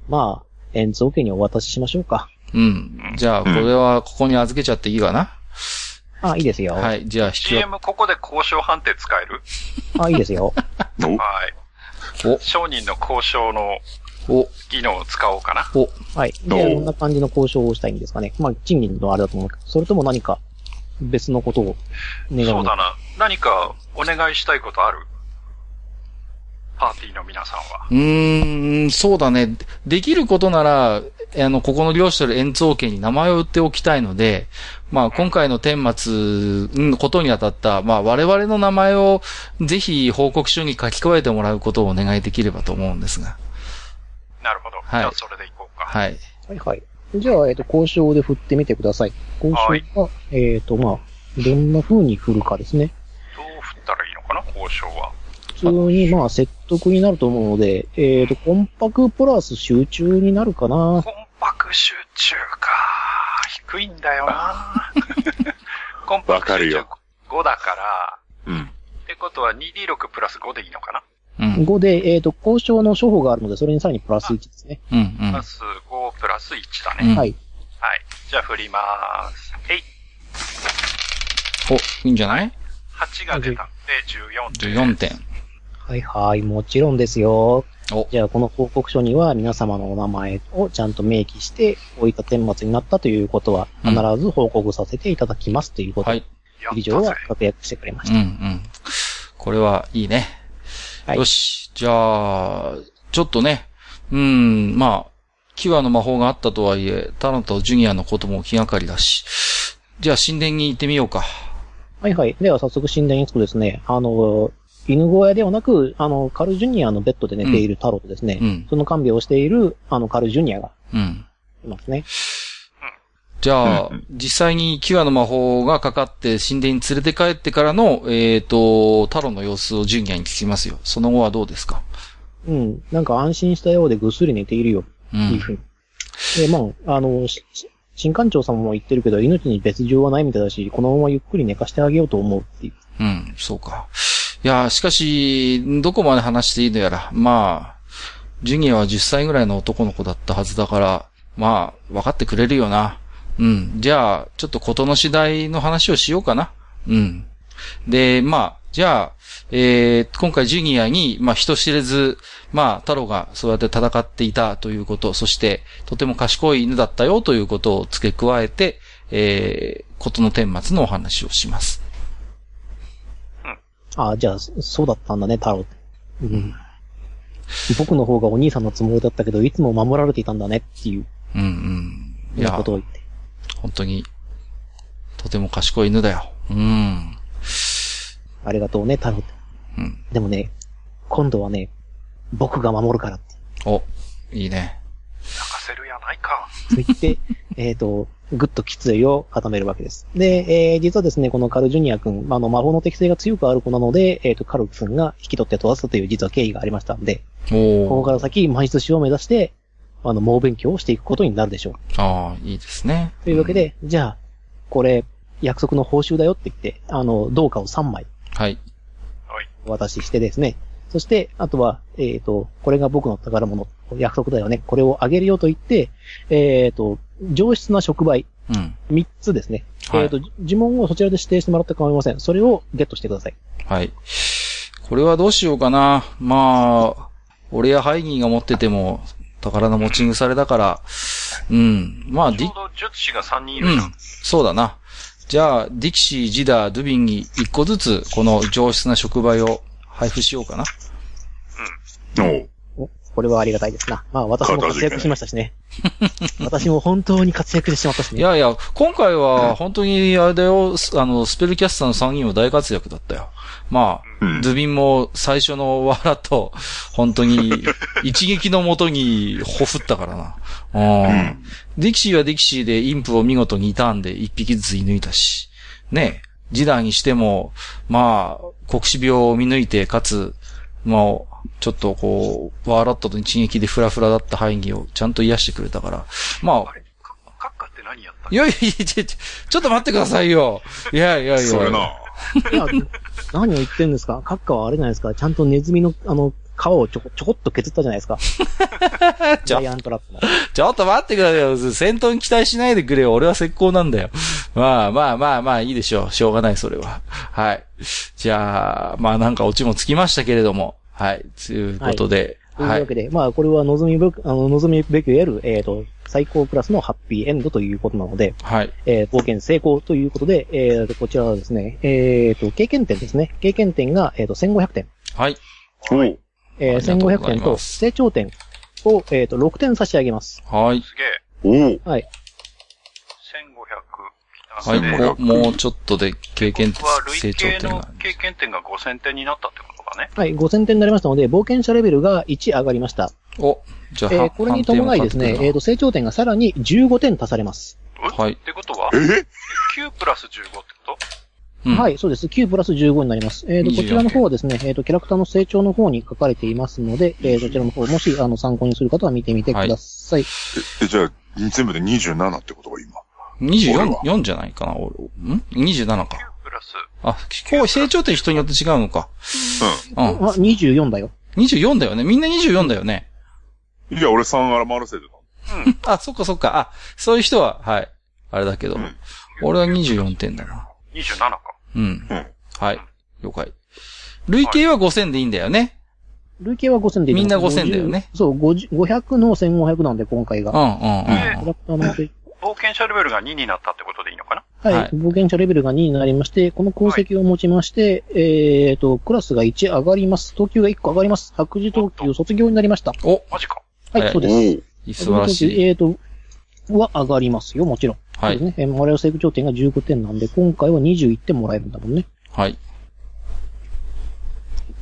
C: まあ、演奏家にお渡ししましょうか。
A: うん。じゃあ、これはここに預けちゃっていいかな、
C: あ、いいですよ。
A: はい。じゃあ、引き
B: CM ここで交渉判定使える
C: あ、いいですよ。
D: お
B: はい。
A: お
B: 商人の交渉の
A: お、
B: 技能を使おうかな。
A: お、
C: はい。
D: どう
C: で、どんな感じの交渉をしたいんですかね。まあ、賃金のあれだと思うけどそれとも何か別のことを願うの
B: そうだな。何かお願いしたいことあるパーティーの皆さんは。
A: うーん、そうだね。できることなら、あの、ここの漁師とる円蔵家に名前を売っておきたいので、まあ、今回の顛末うんことにあたった、まあ、我々の名前をぜひ報告書に書き加えてもらうことをお願いできればと思うんですが。
B: なるほど。
A: はい
B: じゃあ、それでいこうか。
A: はい。
C: はいはい。じゃあ、えっ、と、交渉で振ってみてください。交渉は、えっ、と、まあ、どんな風に振るかですね。
B: どう振ったらいいのかな、交渉は。
C: 普通に、まあ、説得になると思うので、えっ、と、コンパクプラス集中になるかな。
B: コンパク集中か。低いんだ
A: <laughs>
B: よな。コンパ
D: わ
B: ク
D: かる
B: 集中
D: よ
B: 5だから、
D: うん。
B: ってことは 2D6 プラス5でいいのかな、
A: うん、
C: 5で、えっ、と、交渉の処方があるので、それにさらにプラス1ですね。
A: うん、う
B: プ
A: ん
B: ラ。ス5プラス1だね。
A: うん
C: はい。
B: はい。じゃあ振りまーす。え
A: お、
B: い。
A: いいんじゃない
B: 8が出たんで
A: ?14
B: 14点。
A: 点。
C: はいはい、もちろんですよ。
A: お、
C: じゃあ、この報告書には皆様のお名前をちゃんと明記して、こういった顛末になったということは、
A: う
C: 必
A: ん
C: ず報告させていただきますということ
A: は
C: で、
A: い。
B: や
C: 以上
B: った
C: は
B: ぜ。
C: 確約してくれまし
A: うん、うん。これはいいね。
C: はい
A: よし。じゃあ、ちょっとね、うん、まあ、キュアの魔法があったとはいえ、タロとジュニアのことも気がかりだし。じゃあ、神殿に行ってみようか。
C: た。はいはい。では、早速神殿に着くですね、あの、犬小屋ではなく、あの、カルジュニアのベッドで寝ている太郎とですね、
A: うん
C: その看病をしている、あの、カルジュニアが
A: うん。
C: いますね。
A: じゃあ、
D: うんうん
A: 実際にキュアの魔法がかかって神殿に連れて帰ってからの、えっ、と、タロの様子をジュニアに聞きますよ。その後はどうですか
C: うん。なんか安心したようでぐっすり寝ているよ、
A: う
C: いい
A: ん。
C: ふうに。で、まあ、あの、しし新館長様も言ってるけど、命に別状はないみたいだし、このままゆっくり寝かしてあげようと思うっていう。
A: うん、そうか。いやー、しかし、どこまで話していいのやら。まあ、ジュニアは10歳ぐらいの男の子だったはずだから、まあ、分かってくれるよな。うん。じゃあ、ちょっと事の次第の話をしようかな。うん。で、まあ、じゃあ、えー、今回ジュニアに、まあ、人知れず、まあ、太郎がそうやって戦っていたということ、そして、とても賢い犬だったよということを付け加えて、えー、ことの顛末のお話をします。
C: ああ、じゃあ、そそうだったんだね、太郎。うん。僕の方がお兄さんのつもりだったけど、いつも守られていたんだねっていう
A: うんうん。いや、
C: ことを言って。
A: 本当に、とても賢い犬だよ。うん。
C: ありがとうね、太郎。
A: うん。
C: でもね、今度はね、僕が守るからって。
A: お、いいね。
B: 泣かせるやないか。
C: そう言って、えっと、ぐっと決意を固めるわけです。で、えー実はですね、このカルジュニア君、あの、魔法の適性が強くある子なので、えっ、と、カル君が引き取って育てたという実は経緯がありましたので、ここ
A: おー。
C: から先、魔術師を目指して、あの、猛勉強をしていくことになるでしょう。
A: ああ、いいですね。
C: というわけで、じゃあ、これ、約束の報酬だよって言って、あの、銅貨を3枚
A: はい。
B: はい。
C: お渡ししてですね。そして、あとは、えっ、と、これが僕の宝物、約束だよね。これをあげるよと言って、えっ、と、上質な触媒、
A: うん。
C: 3つですね。
A: はい
C: えっ、と、呪文をそちらで指定してもらって構いません。それをゲットしてください。
A: はい。これはどうしようかな。まあ、俺やハイギーが持ってても、宝の持ち腐れだから、うん。まあ、
B: ち
A: デ
B: ょ
A: ィ
B: う、ど術師が3人いうるじゃん。
A: ん。そうだな。じゃあ、ディキシー、ジダー、ドゥビンに1個ずつ、この上質な触媒を配布しようかな。
D: おう
C: おこれはありがたいですな。まあ、私も活躍しましたしね。 <laughs> 私も本当に活躍してしまったし
A: い
C: ね。
A: やいや、今回は本当にあれだよ、すあの、スペルキャスターの3人も大活躍だったよ。まあ、
D: うん。
A: ズビンも最初のわらと、本当
D: <laughs>
A: に一撃のもとにほふったからな。う
D: うんん。
A: ディキシーはディキシーでインプを見事にターンで1匹ずつ射抜いたし、ねえ、ジダーにしても、まあ、国死病を見抜いて、かつ、まあ、ちょっとこう、わらっと一撃でフラフラだった範囲をちゃんと癒してくれたから、まあ
B: あ、れカカッカって何やった
A: いやいやいや、ちょちょちょっと待ってくださいよ。いやいやいや。
D: それな。
C: いや、何を言ってるんですか閣下はあれじゃないですか。ちゃんとネズミの、あの、皮をちょこ、ちょこっと <laughs> 削ったじゃないですか。ジ
A: ちょ
C: ャイアントラップの。
A: ちょっと待ってくださいよ。戦闘に期待しないでくれよ。俺は石膏なんだよ。まあまあまあまあ、いいでしょう。しょうがない、それは。はい。じゃあ、まあなんかオチもつきましたけれども。はい。ということで。
C: という
A: は
C: わ
A: い
C: け。で、まあ、これは望みべく、あの、望みべく得る、えっ、と、最高クラスのハッピーエンドということなので、
A: はい。
C: えー冒険成功ということで、えーこちらはですね、えっ、と、経験点ですね。経験点が、えっ、と、1500点。
A: はい。
D: おう
C: えー
A: ありがとうご
C: 1500
A: ざい
C: 点と
A: ます
C: 成長点を、えー、と6点差し上げます。
A: はい。
B: すげえ。
D: おお
C: はい。
B: 1500。
A: はい、
B: なので、
A: もう、もうちょっとで経験
B: 僕は
A: 成
B: 累
A: 長
B: 計
A: 点
B: の
A: が。
B: 経験点が5000点になったってことだね。
C: はい、5000点になりましたので、冒険者レベルが1上がりました。
A: お、じゃあ、
C: えーこれに伴いですね、えー、
A: と、
C: と成長点がさらに15点足されます。
B: う
A: はい
B: ってことは、
D: え
B: 9プラス15ってこと
A: うん
C: はい、そうです。9プラス15になります。えーと、
A: 24
C: こちらの方はですね、えーと、キャラクターの成長の方に書かれていますので、えー、そちらの方、もし、あの、参考にする方は見てみてください。
D: え、じゃあ、全部で27ってことが今。俺は
A: 24? 4じゃないかな、俺。ん ?27 か。
B: 9プラス、
A: あ、こう、成長点人によって違うのか。うん。
C: あ、24だよ。
A: 24だよね。みんな24だよね。
D: うん。いや、俺3余らせて
A: あ、そっかそっか。あ、そういう人は、はい。あれだけど
D: うん。
A: 俺は24点だな。
B: 27か。
A: うん
D: うん。
A: はい。了解。累計は5000でいいんだよね。
C: 累計は5000でいい
A: みんな5000だよね。
C: 50そう、50 500の1500なんで、今回
A: う
C: が
A: ん。うんうん
C: キ
A: う
C: ャ
A: ん。
C: ラクターの成
B: 冒険者レベルが2になったってことでいいのかな
C: はい、
A: はい
C: 冒険者レベルが2になりまして、この功績を持ちまして、えーと、クラスが1上がります。等級が1個上がります。白磁等級卒業になりました。
A: お、
B: マジか。
C: はい、
A: はい
C: そうです。
D: の。
A: 素晴らしい。
C: えーと、は上がりますよ、もちろん。
A: は
C: そ
A: い。
C: うですね。えー我々成長点が15点なんで、今回は21点もらえるんだもんね。
A: はい。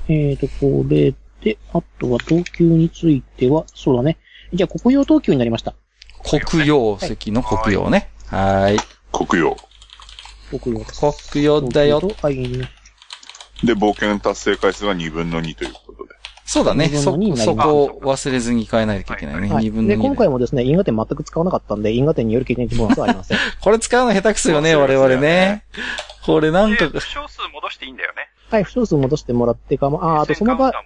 C: えーと、これで、あとは等級については、そうだね。じゃあ、国用等級になりました。
A: 黒曜石の黒曜ね。はい。
D: お国用。
C: 国用です。
A: 黒曜だよ。
C: 等級とはいいね
D: で、冒険達成回数が2分の2ということで。
A: そうだね。
C: 二分
A: そ
C: の二に
A: こ、
C: なります
A: そこを忘れずに変えないといけないね。
C: はい。
A: 二分の
C: で、
A: 二
C: 今
A: で
C: 回。もですね、因果点全く使わなかったんで、因果点による経験値ボーナスはありません。
A: これ使うの下手くそよね、
D: そう
A: 我
D: ですよね
A: 々ね。これなん
B: で、
A: か、
B: 負傷数戻していいんだよね。
C: はい、負傷数戻してもらってかま、あー、あとその場
B: 戦艦、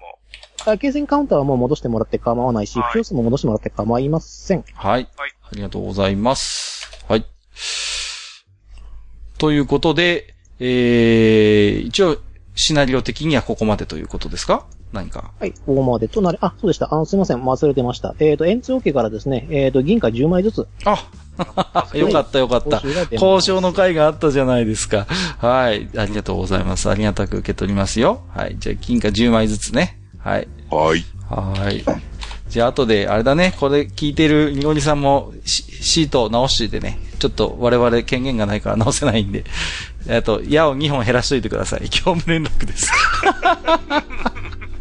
B: も
C: あ経線カウンターはもう戻してもらって構わないし、
B: はい
C: 負傷数も戻してもらって構いません。
A: はい。
B: はい
A: ありがとうございます。はい。ということで、えー、一応、シナリオ的にはここまでということですか何か。
C: はい、ここまでとなり、あ、そうでした。あの、すいません、忘れてました。えっ、と、円通家からですね、えっ、と、銀貨10枚ずつ、
A: あ <laughs> よかったよかった
C: 報。酬が出ます
A: 交渉の会があったじゃないですか。はい。ありがとうございます。ありがたく受け取りますよ。はい。じゃあ、金貨10枚ずつね。はい。
D: はい。
A: はい。じゃあ、後で、あれだね、これ聞いてるにごりさんもシシートを直しててね、ちょっと我々権限がないから直せないんで、えっと、矢を2本減らしといてください。業務連絡です。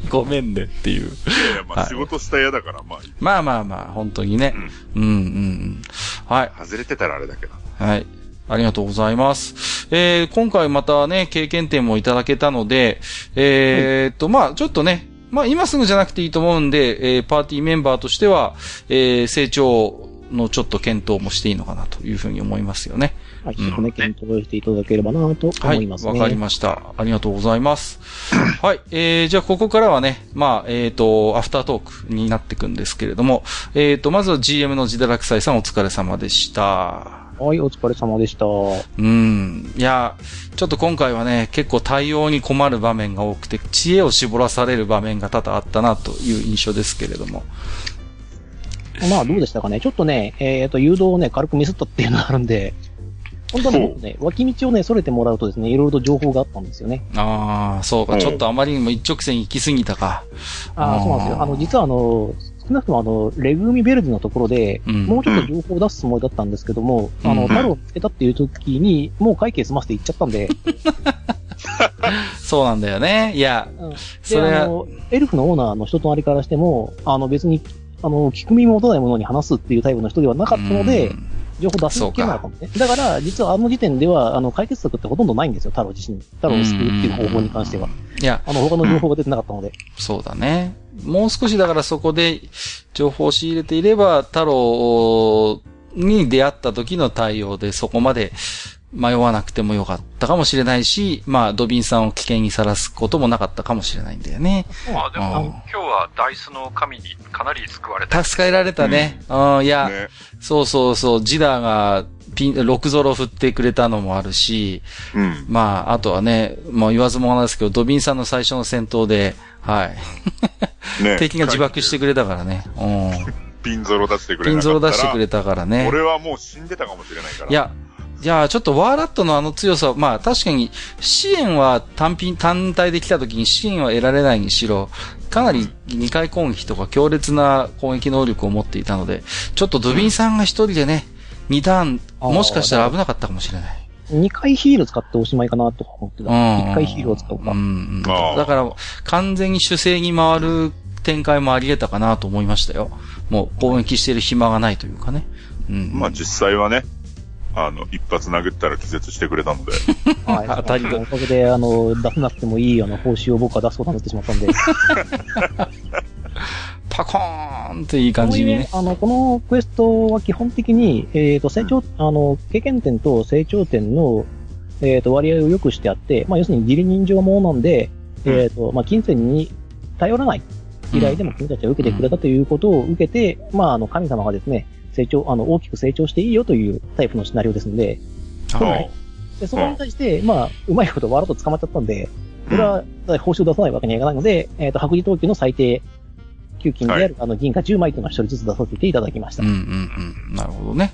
A: ごめんねっていう。
D: いやいや、ま
A: は
D: あ
A: い
D: 仕事した嫌だから、まあ、
A: まあまあまあ、本当にね。うんうんうん。はい。
D: 外れてたらあれだけど。
A: はい。ありがとうございます。えー、今回またね、経験点もいただけたので、えーっと、まあちょっとね、まあ今すぐじゃなくていいと思うんで、えー、パーティーメンバーとしては、えー、成長のちょっと検討もしていいのかなというふうに思いますよね。
C: はい、
A: うん
C: ちょっとね、検討していただければなと
A: は
C: 思
A: い。
C: いま
A: わ
C: すね。
A: かりました。ありがとうございます。
C: <laughs>
A: はい。えー、じゃあここからはね、まあえーっと、アフタートークになっていくんですけれども、えーっと、まずは GM の自堕落斎さんお疲れ様でした。
C: はい、お疲れ様でした。は
A: うん。いや、ちょっと今回はね、結構対応に困る場面が多くて、知恵を絞らされる場面が多々あったなという印象ですけれども。
C: まあ、どうでしたかね。ちょっとね、えっ、と、誘導をね、軽くミスったっていうのがあるんで、本当はね、
D: そう
C: もっとね、脇道をね、それてもらうとですね、いろいろと情報があったんですよね。
A: ああ、そうか、
D: うん
A: ちょっとあまりにも一直線行き過ぎたか。
C: あ
A: あー
C: あ、そうなんですよ。あの、実はあの、少なくともあの、レグミベルデのところで、
A: うん
C: もうちょっと情報を出すつもりだったんですけども、あ
A: う
C: の、
A: ん
C: 太郎をつけたっていう時に、もう会計済ませて行っちゃったんで、
A: そうなんだよね。いや、
C: うん
A: <laughs> それ
C: で、あ
A: は、
C: の、エルフのオーナーの人となりからしても、あの、別に、あの、聞く耳も持たないものに話すっていうタイプの人ではなかったので、
A: うん
C: 情報出すわけなかったんですね。だから、実はあの時点では、あの、解決策ってほとんどないんですよ、太郎自身。太郎を救うっていう方法に関しては。。
A: いや、
C: あの、他の情報が出てなかったので。
A: そうだね。もう少しだからそこで情報を仕入れていれば、太郎に出会った時の対応でそこまで迷わなくてもよかったかもしれないし、まあ、ドビンさんを危険にさらすこともなかったかもしれないんだよね。
B: まあで
A: うん
B: も、今日はダイスの神にかなり救われた。
A: 助けられたね。うん、いや、
D: ね。
A: そうそうそう、ジダーがピン、6ゾロ振ってくれたのもあるし、
D: うん。
A: まあ、あとはね、もう言わずもがなですけど、ドビンさんの最初の戦闘で、 <laughs> はい。
D: ね
A: 敵が自爆してくれたからね。うん。
D: ピンゾロ出してくれ
A: ピン
D: な
A: ゾ
D: か
A: ロ
D: ったら
A: 出してくれたからね。
D: 俺はもう死んでたかもしれないから。
A: いや、いやーちょっとワーラットのあの強さ、まあ確かに支援は単品、単体で来た時に支援は得られないにしろ、かなり2回攻撃とか強烈な攻撃能力を持っていたので、ちょっとドゥビンさんが一人でね、2ターン、
C: あー
A: もしかしたら危なかったかもしれない。
C: 2回ヒール使っておしまいかなとか思ってた。1回ヒールを使う
A: う
C: か
A: ん。うん。
D: あー
A: だから、完全に主勢に回る展開もあり得たかなと思いましたよ。もう攻撃してる暇がないというかね。うん。
D: まあ実際はね、あの、一発殴ったら気絶してくれたので、
C: はい。
A: <laughs> 当たりだ
C: おかげで、あの、出せなくてもいい、あの、報酬を僕は出すことになってしまったんで。
A: パコーンっていい感じにね。
C: あの、このクエストは基本的に、えっ、と、成長、あの、経験点と成長点の、えっ、と、割合を良くしてあって、まあ、要するに義理人情ものなんで、
D: うん
C: えっ、と、まあ、金銭に頼らない依頼でも君たちは受けてくれたということを受けて、まあ、あの、神様がですね、成長、あの、大きく成長していいよというタイプのシナリオですので、
A: あ
D: はい
C: で、そこに対して、まあ、うまいことわらと捕まっちゃったんで、これは、報酬出さないわけにはいかないので、えっ、と、白事等級の最低給金である、あの、銀貨10枚というのは一人ずつ出させていただきました。
A: うんうんうん。なるほどね。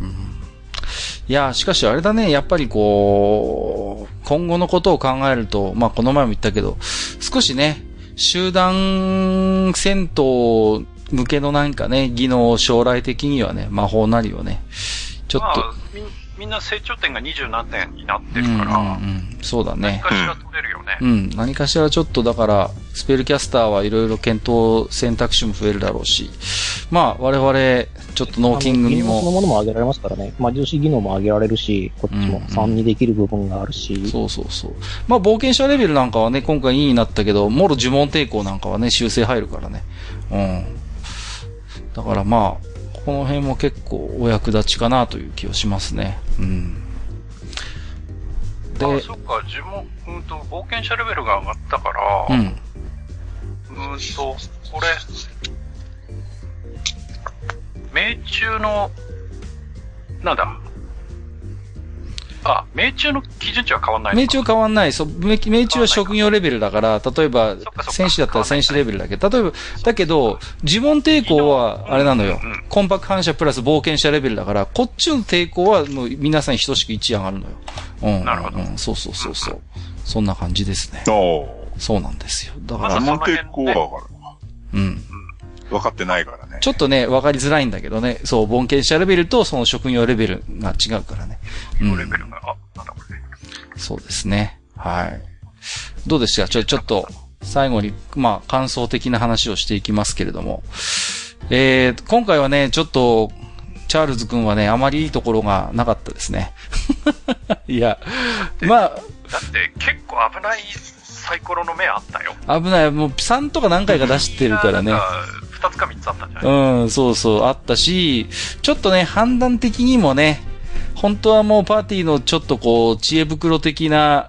A: うん、いやー、しかしあれだね、やっぱりこう、今後のことを考えると、まあこの前も言ったけど、少しね、集団戦闘向けのなんかね、技能を将来的にはね、魔法なりをね、ちょっ
B: ま
A: と、
B: あ、みんみんな成長点が20何点になって
A: うん
B: る
A: うん
B: から、
A: うん、そうだね
B: 何。かしら取れるよね。
A: うん、何かしらちょっとだから、スペルキャスターはいろいろ検討選択肢も増えるだろうし、まあ我々、ちょっとノーキングに
C: あの技能そ
A: も、
C: のものも上げられますからね。魔術師技能も上げられるし、こっち
A: う
C: も
A: んうん
C: 3にできる部分があるし。
A: そうそうそう。まあ、冒険者レベルなんかはね、今回2位になったけど、もろ呪文抵抗なんかはね、修正入るからね。うん。だからまあ、この辺も結構お役立ちかなという気はしますね。うん。で、
B: あ、そっか、自分、うんと、冒険者レベルが上がったから、
A: うん。
B: うーんと、これ、命中の、なんだ。あ、命中の基準値は変わんないの
A: 命
B: か。
A: 中変わんない。そう、命命中は職業レベルだから、例えば
B: そっかそっ、か
A: 選手だったら選手レベルだけど、例えば、だけ
B: そ
A: ど
B: っ、
A: 呪文抵抗は、あれなのよ
B: うんうん。
A: コンパク反射プラス冒険者レベルだから、こっちの抵抗はもう皆さん等しく1上がるのよ。うん。
B: なるほど
A: うんそうそうそうそう。そんな感じですね。
D: お
A: そうなんですよ。だか
B: ま
D: あ
A: ら、
D: の抵抗はわかる。
A: うん。
D: 分かってないからね。
A: ちょっとね、わかりづらいんだけどね。そう、冒険者レベルとその職業レベルが違うからね。う
B: の
A: ん
B: レベルが、あ、なんだこれ。
A: そうですね。はい。どうでしたちょ、ちょっと、最後に、まあ、感想的な話をしていきますけれども。えー、今回はね、ちょっと、チャールズ君はね、あまりいいところがなかったですね。 <laughs> いや、ま
B: だって、結構危ないサイコロの目あったよ。
A: あ、危ない。もう、3とか何回か出してるからね
B: なん。か二つか三つあったんじゃない
A: うん、そうそう、あったし、ちょっとね、判断的にもね、本当はもうパーティーのちょっとこう、知恵袋的な、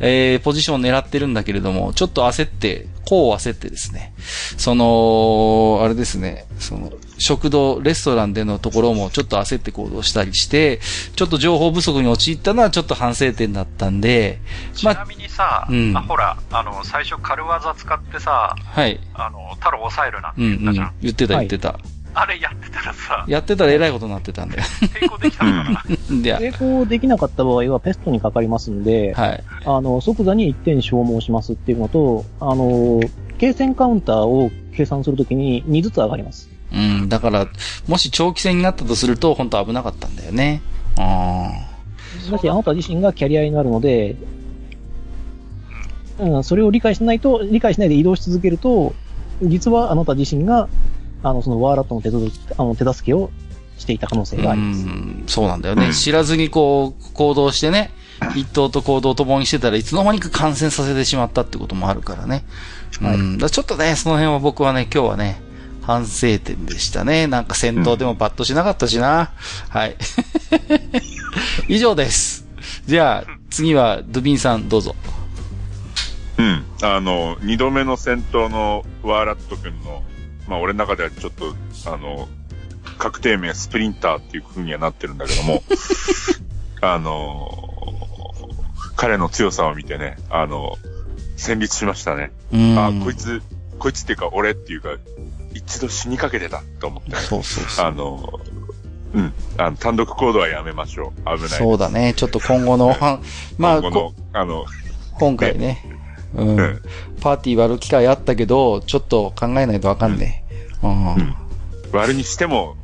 A: えー、ポジションを狙ってるんだけれども、ちょっと焦って、こう焦ってですね、その、あれですね、その、食堂、レストランでのところもちょっと焦って行動したりして、ちょっと情報不足に陥ったのはちょっと反省点だったんで、
B: ち
A: まあ
B: なみにさ、
A: うん
B: あほら、あの、最初軽技使ってさ、
A: はい。
B: あの、太郎抑えるなんて
A: うんう
B: 言った
A: ん
B: じゃん。。
A: 言ってた
C: は
A: 言
C: い
A: ってた。
B: あれやってたらさ、
A: やってたら偉いことになってたんだよ。 <laughs>
B: 抵抗できたのかな。
A: いや
C: 成功できなかった場合はペストにかかりますんで、
A: はい。
C: あの、即座に1点消耗しますっていうのと、あの、継戦カウンターを計算するときに2ずつ上がります。
A: うん、だから、もし長期戦になったとすると、本当危なかったんだよね。あ
C: しかし、あなた自身がキャリアになるので、うん、それを理解しないと、理解しないで移動し続けると、実はあなた自身が、あの、そのワーラットの手続きあの手助けをしていた可能性
A: あ。
C: が
A: う
C: あります。
A: ん、そうなんだよね。
D: うん
A: 知らずにこう、行動してね、一頭と行動を共にしてたらいつの間にか感染させてしまったってこともあるからね。
C: はい
A: うん、だからちょっとね、その辺は僕はね、今日はね、反省点でしたね。なんか戦闘でもパッとしなかったしな。
D: <laughs>
A: はい。以上です。じゃあ、次は、ドゥビンさん、どうぞ。
D: うん。あの、二度目の戦闘のワーラット君の、まあ俺の中ではちょっと、あの、確定名スプリンターっていう風にはなってるんだけ
A: <laughs>
D: ども、あの、彼の強さを見てね、あの、戦慄しましたね。
A: うん。
D: あ、こいつ、こいつっていうか俺っていうか、一度死にかけてたと思って、
A: そうそうそう。
D: あの、うん。あの、単独行動はやめましょう。危ないです。
A: そうだね。ちょっと今後の、は
D: <laughs>
A: んまあ、こ
D: 今後の、あの、
A: 今回ね、う
D: うんん。
A: パーティー割る機会あったけど、ちょっと考えないとわかんねえ。うん。
D: ん割るにしても、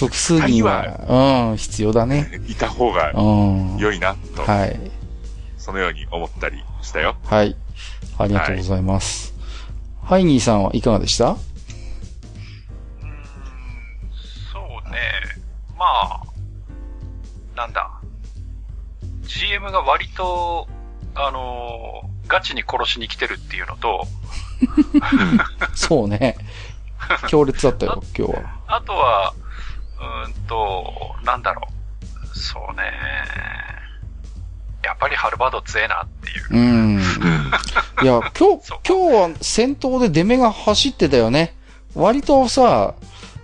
A: 複数人は、うん、必要だね。
D: いた方が
A: うん。
D: 良いな、と、
A: はい。
D: そのように思ったりしたよ。
A: はい。ありがとうございます。ハイニーさんはいかがでした
B: うーんそうね。まあ、なんだ。GM が割と、あのーガチに殺しに来てるっていうのと、
A: そう
D: <laughs>
A: ね。強烈だったよ、今日は。
B: あとは、うーんと、なんだろう。そうね。やっぱりハルバード強えなっていう。
A: うん。いや、今日
B: そう、
A: 今日は戦闘で出目が走ってたよね。割とさ、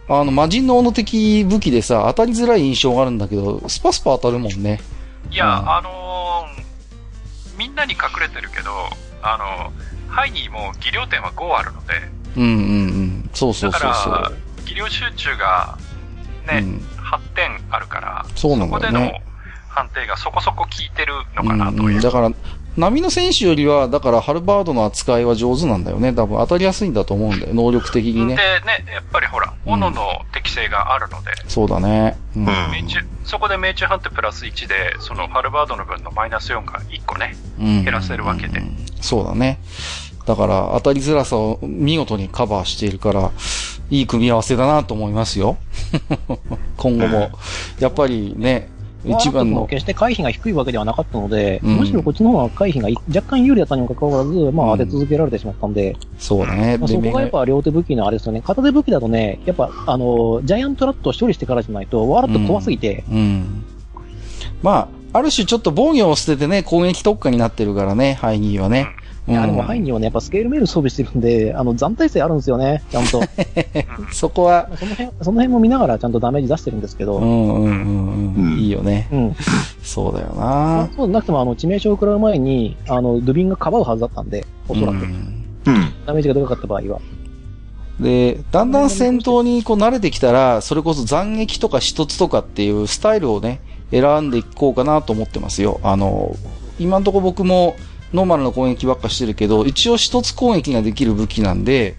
A: あの、魔人の斧的武器でさ、当たりづらい印象があるんだけど、スパスパ当たるもんね。
B: いや、
A: うん
B: あのーみんなに隠れてるけど、あのーハイニーも技量点は5あるので、
A: うんうんうん。そうそう
B: だ
A: そうそ
B: から
A: う。、
B: 技量集中がね、
A: うん
B: 8点あるから、
A: そうな
B: ここ
A: んだ
B: で
A: よ
B: の
A: ね。
B: 判定がそこそこ効いてるの
A: う
B: か
A: ん
B: なと
A: う
B: い
A: ん、
B: う。
A: だから、波の選手よりは、だから、ハルバードの扱いは上手なんだよね。多分当たりやすいんだと思うんだよ。能力的に
B: で
A: ね。
B: ね、やっぱりほら、
A: うん
B: 斧の適性があるので、
A: そうだね。うん。
D: うん
B: 命中そこで命中判定プラス1で、そのハルバードの分のマイナス4が1個ね。
A: うん
B: 減らせるわけで
A: うんそうだね。だから、当たりづらさを見事にカバーしているから、いい組み合わせだなと思いますよ。 <laughs> 今後も。やっぱりね、一番
C: ワールドカップも
A: の。
C: 決して回避が低いわけではなかったので、
A: うん
C: むしろこっちの方が回避が若干有利だったにもかかわらず、ま
A: うん
C: あ当て続けられてしまったんで、
A: そうだね。
C: まあ
A: で
C: そこがやっぱ両手武器のあれですよね。片手武器だとね、やっぱあの、ジャイアントラットを処理してからじゃないと、ワールド怖すぎて、
A: うん。まあ、ある種ちょっと防御を捨ててね、攻撃特化になってるからね、ハイニーはね。
C: いやでもハイ
A: ニ
C: ニーはね、やっぱスケールメール装備してるんで、 <laughs> あの、残体制あるんですよね、
A: <laughs>
C: ちゃんと。
A: ー。そこは、
C: その辺、その辺も見ながらちゃんとダメージ出してるんですけ
A: う
C: ど、
A: んうんうんう。
D: うんん
A: いいよね。
C: うん。
A: そうだよ
C: ま
A: な
C: あ。そうでなくても、あの、致命傷を食らう前に、あの、ドゥビンがかばうはずだったんで、おそらく。
A: うん
D: うん。
C: ダメージがでかかった場合は。
A: で、だんだん戦闘にこう慣れてきたら、それこそ斬撃とか一つとかっていうスタイルをね、選んでいこうかなと思ってますよ。あの、今んとこ僕もノーマルの攻撃ばっかしてるけど、一応一つ攻撃ができる武器なんで、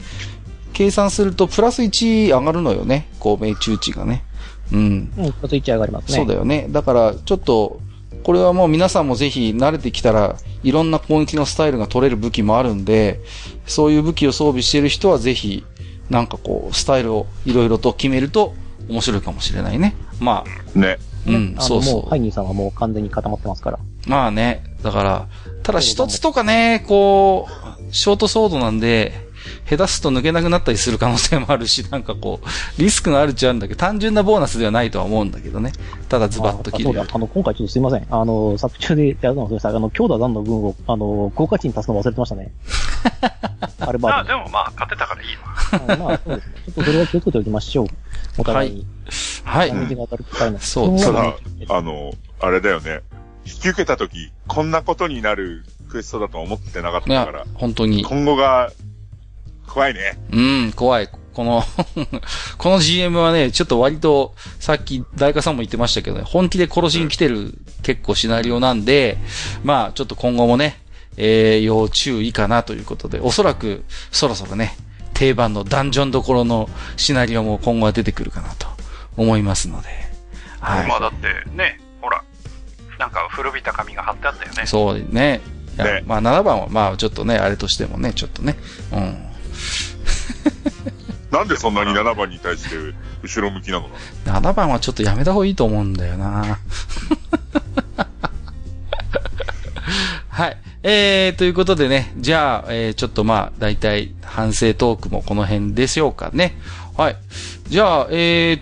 A: 計算するとプラス1上がるのよね。こう、命中値がね。うん。
C: うん、ちょっと一致上がりますね。
A: そうだよね。だから、ちょっと、これはもう皆さんもぜひ慣れてきたら、いろんな攻撃のスタイルが取れる武器もあるんで、そういう武器を装備している人はぜひ、なんかこう、スタイルをいろいろと決めると面白いかもしれないね。まあ、
D: ね。
A: うん、
C: あの
A: そう
C: も
A: そう
C: ハイニーさんはもう完全に固まってますから。
A: う。まあね、だから、ただ一つとかね、こう、ショートソードなんで、下手すと抜けなくなったりする可能性もあるし、なんかこう、リスクのあるっちゃあるんだけど、単純なボーナスではないとは思うんだけどね。ただズバッと切
C: あそ
A: れ
C: うだ
A: る。
C: あの、今回ちょっとすいません。あの、作中でやるの忘れました。あの、強打残の分を、あの、効果値に足すの忘れてまし
A: <laughs>
C: たね。アル
B: まあ
C: バ
B: でもまあ、勝てたからいいわ。
A: <laughs>
C: ート。うんまあ、そうですね。ちょっとそれは気をつけておきましょう。お互いに。
A: はい
C: ダ。メージが当たる機会の。
A: そう
D: た
A: そう
D: だ
C: ん、
D: あの、あれだよね。引き受けたとき、こんなことになるクエストだと思ってなかっ
A: い
D: たか
A: や
D: ら、、
A: 本当に。
D: 今後が、怖いね。
A: うん、怖い。この、 <laughs> この GM はね、ちょっと割と、さっき大家さんも言ってましたけどね、本気で殺しに来てる結構シナリオなんで、まあ、ちょっと今後もね、えー、要注意かなということで、おそらく、そろそろね、定番のダンジョンどころのシナリオも今後は出てくるかなと思いますので、はい。
B: まあだってね、ほら、なんか古びた紙が貼ってあったよね。
A: そうね。いや
D: ね
A: まあ7番は、まあちょっとね、あれとしてもね、ちょっとね、うん。
D: なんでそんなに7番に対して後ろ向きなのか
A: 7番はちょっとやめた方がいいと思うんだよな。はい。えー、ということでね、じゃあ、えー、ちょっとまあ、大体、反省トークもこの辺でしょうかね。はい。じゃあ、えー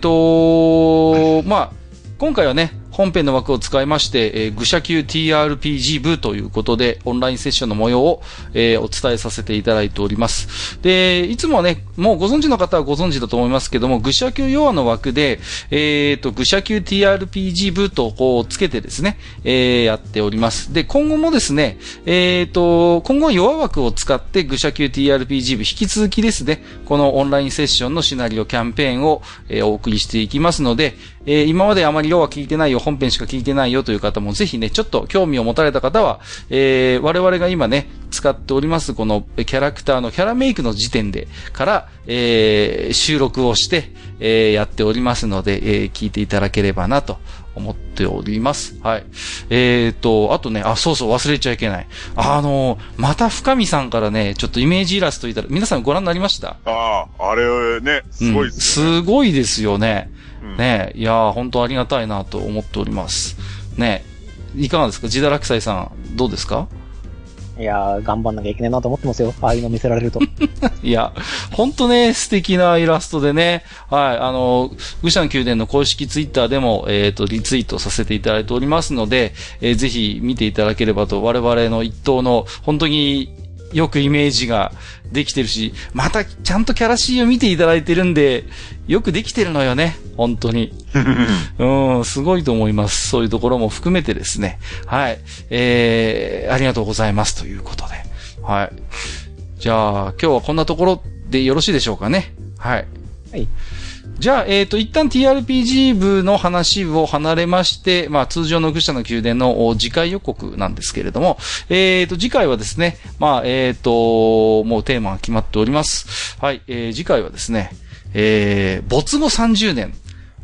A: とまあ、今回はね、本編の枠を使いまして、えー、愚者級 TRPG 部ということで、オンラインセッションの模様を、えーお伝えさせていただいております。で、いつもはね、もうご存知の方はご存知だと思いますけども、愚者級ヨアの枠で、えっ、と、愚者級 TRPG 部とこうつけてですね、えーやっております。で、今後もですね、えっ、と、今後はヨア枠を使って愚者級 TRPG 部引き続きですね、このオンラインセッションのシナリオキャンペーンを、えーお送りしていきますので、えー今まであまり要は聞いてないよ、本編しか聞いてないよという方もぜひね、ちょっと興味を持たれた方は、えー我々が今ね、使っております、このえーキャラクターのキャラメイクの時点で、から、えー収録をして、えーやっておりますので、えー聞いていただければなと思っております。はい。えーと、あとね、あ、そうそう、忘れちゃいけない。あのーまた深見さんからね、ちょっとイメージイラストいただ、皆さんご覧になりました
D: ああ、あれね、すごいっすね。
A: うんすごいですよね。
D: うん
A: ねいやー、本当ありがたいなと思っております。ねいかがですかジダラクサイさん、どうですか
C: いやー、頑張んなきゃいけないなと思ってますよ。ああいうの見せられると。
A: いや、本当ね、素敵なイラストでね、はい、あの、グシャン宮殿の公式ツイッターでも、えっ、と、リツイートさせていただいておりますので、えーぜひ見ていただければと、我々の一等の、本当によくイメージができてるし、またちゃんとキャラシーンを見ていただいてるんで、よくできてるのよね、本当に。うん、すごいと思います。そういうところも含めてですね。はい。えー、ありがとうございますということで。はい。じゃあ、今日はこんなところでよろしいでしょうかね。はい。
C: はい。
A: じゃあ、えっ、と、一旦 TRPG 部の話を離れまして、まあ、通常の愚者の宮殿のお次回予告なんですけれども、えっ、と、次回はですね、まあ、えっ、と、もうテーマが決まっております。はい、えー、次回はですね、えー、没後30年。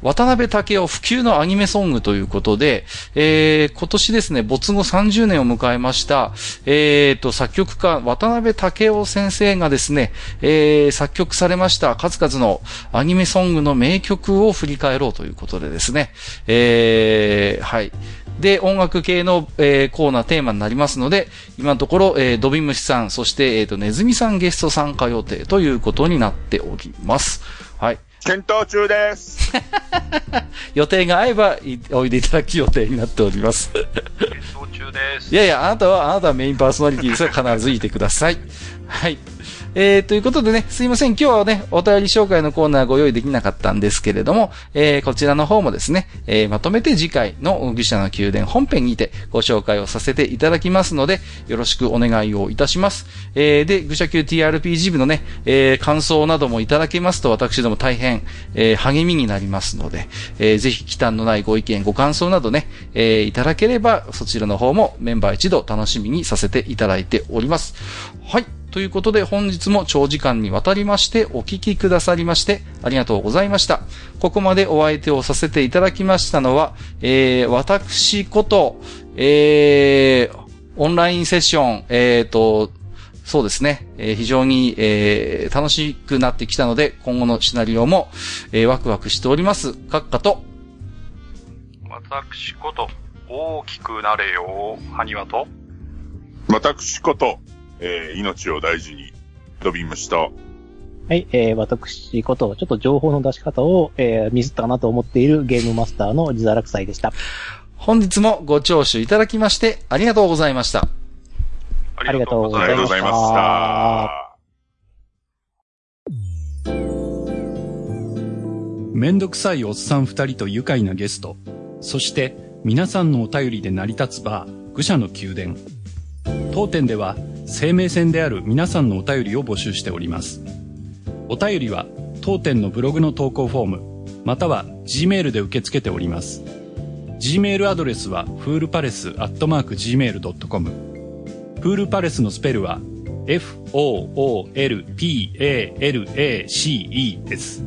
A: 渡辺武雄普及のアニメソングということで、えー、今年ですね、没後30年を迎えました、えー、と、作曲家、渡辺武雄先生がですね、えー、作曲されました数々のアニメソングの名曲を振り返ろうということでですね、えー、はい。で、音楽系の、えーコーナーテーマになりますので、今のところ、えー、ドビムシさん、そして、えー、と、ネズミさんゲスト参加予定ということになっております。はい。
D: 検討中です。 <laughs>
A: 予定が合えばいおいでいただく予定になっております。
B: 演奏中です
A: い。やいや、あなたは、あなたはメインパーソナリティですから必ずいてください。はい。えー、ということでね、すいません。今日はね、お便り紹介のコーナーご用意できなかったんですけれども、えー、こちらの方もですね、えー、まとめて次回の愚者の宮殿本編にてご紹介をさせていただきますので、よろしくお願いをいたします。えー、で、愚者級 TRPG 部のね、えー、感想などもいただけますと私ども大変、えー、励みになりますので、えー、ぜひ忌憚のないご意見、ご感想などね、えー、いただければ、そちらの方もメンバー一同楽しみにさせていただいております。はい。ということで、本日も長時間にわたりまして、お聞きくださりまして、ありがとうございました。ここまでお相手をさせていただきましたのは、えー、私こと、えー、オンラインセッション、えーと、そうですね。えー非常に、えー楽しくなってきたので、今後のシナリオも、えーワクワクしております。閣下と、
B: 私こと、大きくなれよ、ハニワと。
D: 私こと、えー命を大事に、ドビムシと、
C: はい、えー、私こと、ちょっと情報の出し方を、えー、ミスったかなと思っているゲームマスターの自堕落祭でした。
A: 本日もご聴取いただきまして、ありがとうございました。
B: あ
C: ありがとうご
D: あ
C: ざ
D: り
C: い
D: がと
C: ま
D: うご
C: した
D: ざいました。
E: めんどくさいおっさん二人と愉快なゲスト、そして皆さんのお便りで成り立つバー、愚者の宮殿。当店では生命線である皆さんのお便りを募集しております。お便りは当店のブログの投稿フォーム、または Gmail で受け付けております。Gmail アドレスは foolpalace.gmail.com。フールパレスのスペルは f-o-o-l-p-a-l-a-c-e です。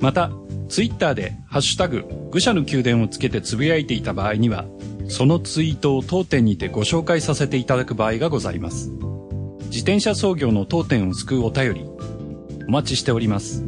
E: また、ツイッターでハッシュタグ、愚者の宮殿をつけてつぶやいていた場合には、そのツイートを当店にてご紹介させていただく場合がございます。自転車操業の当店を救うお便り、お待ちしております。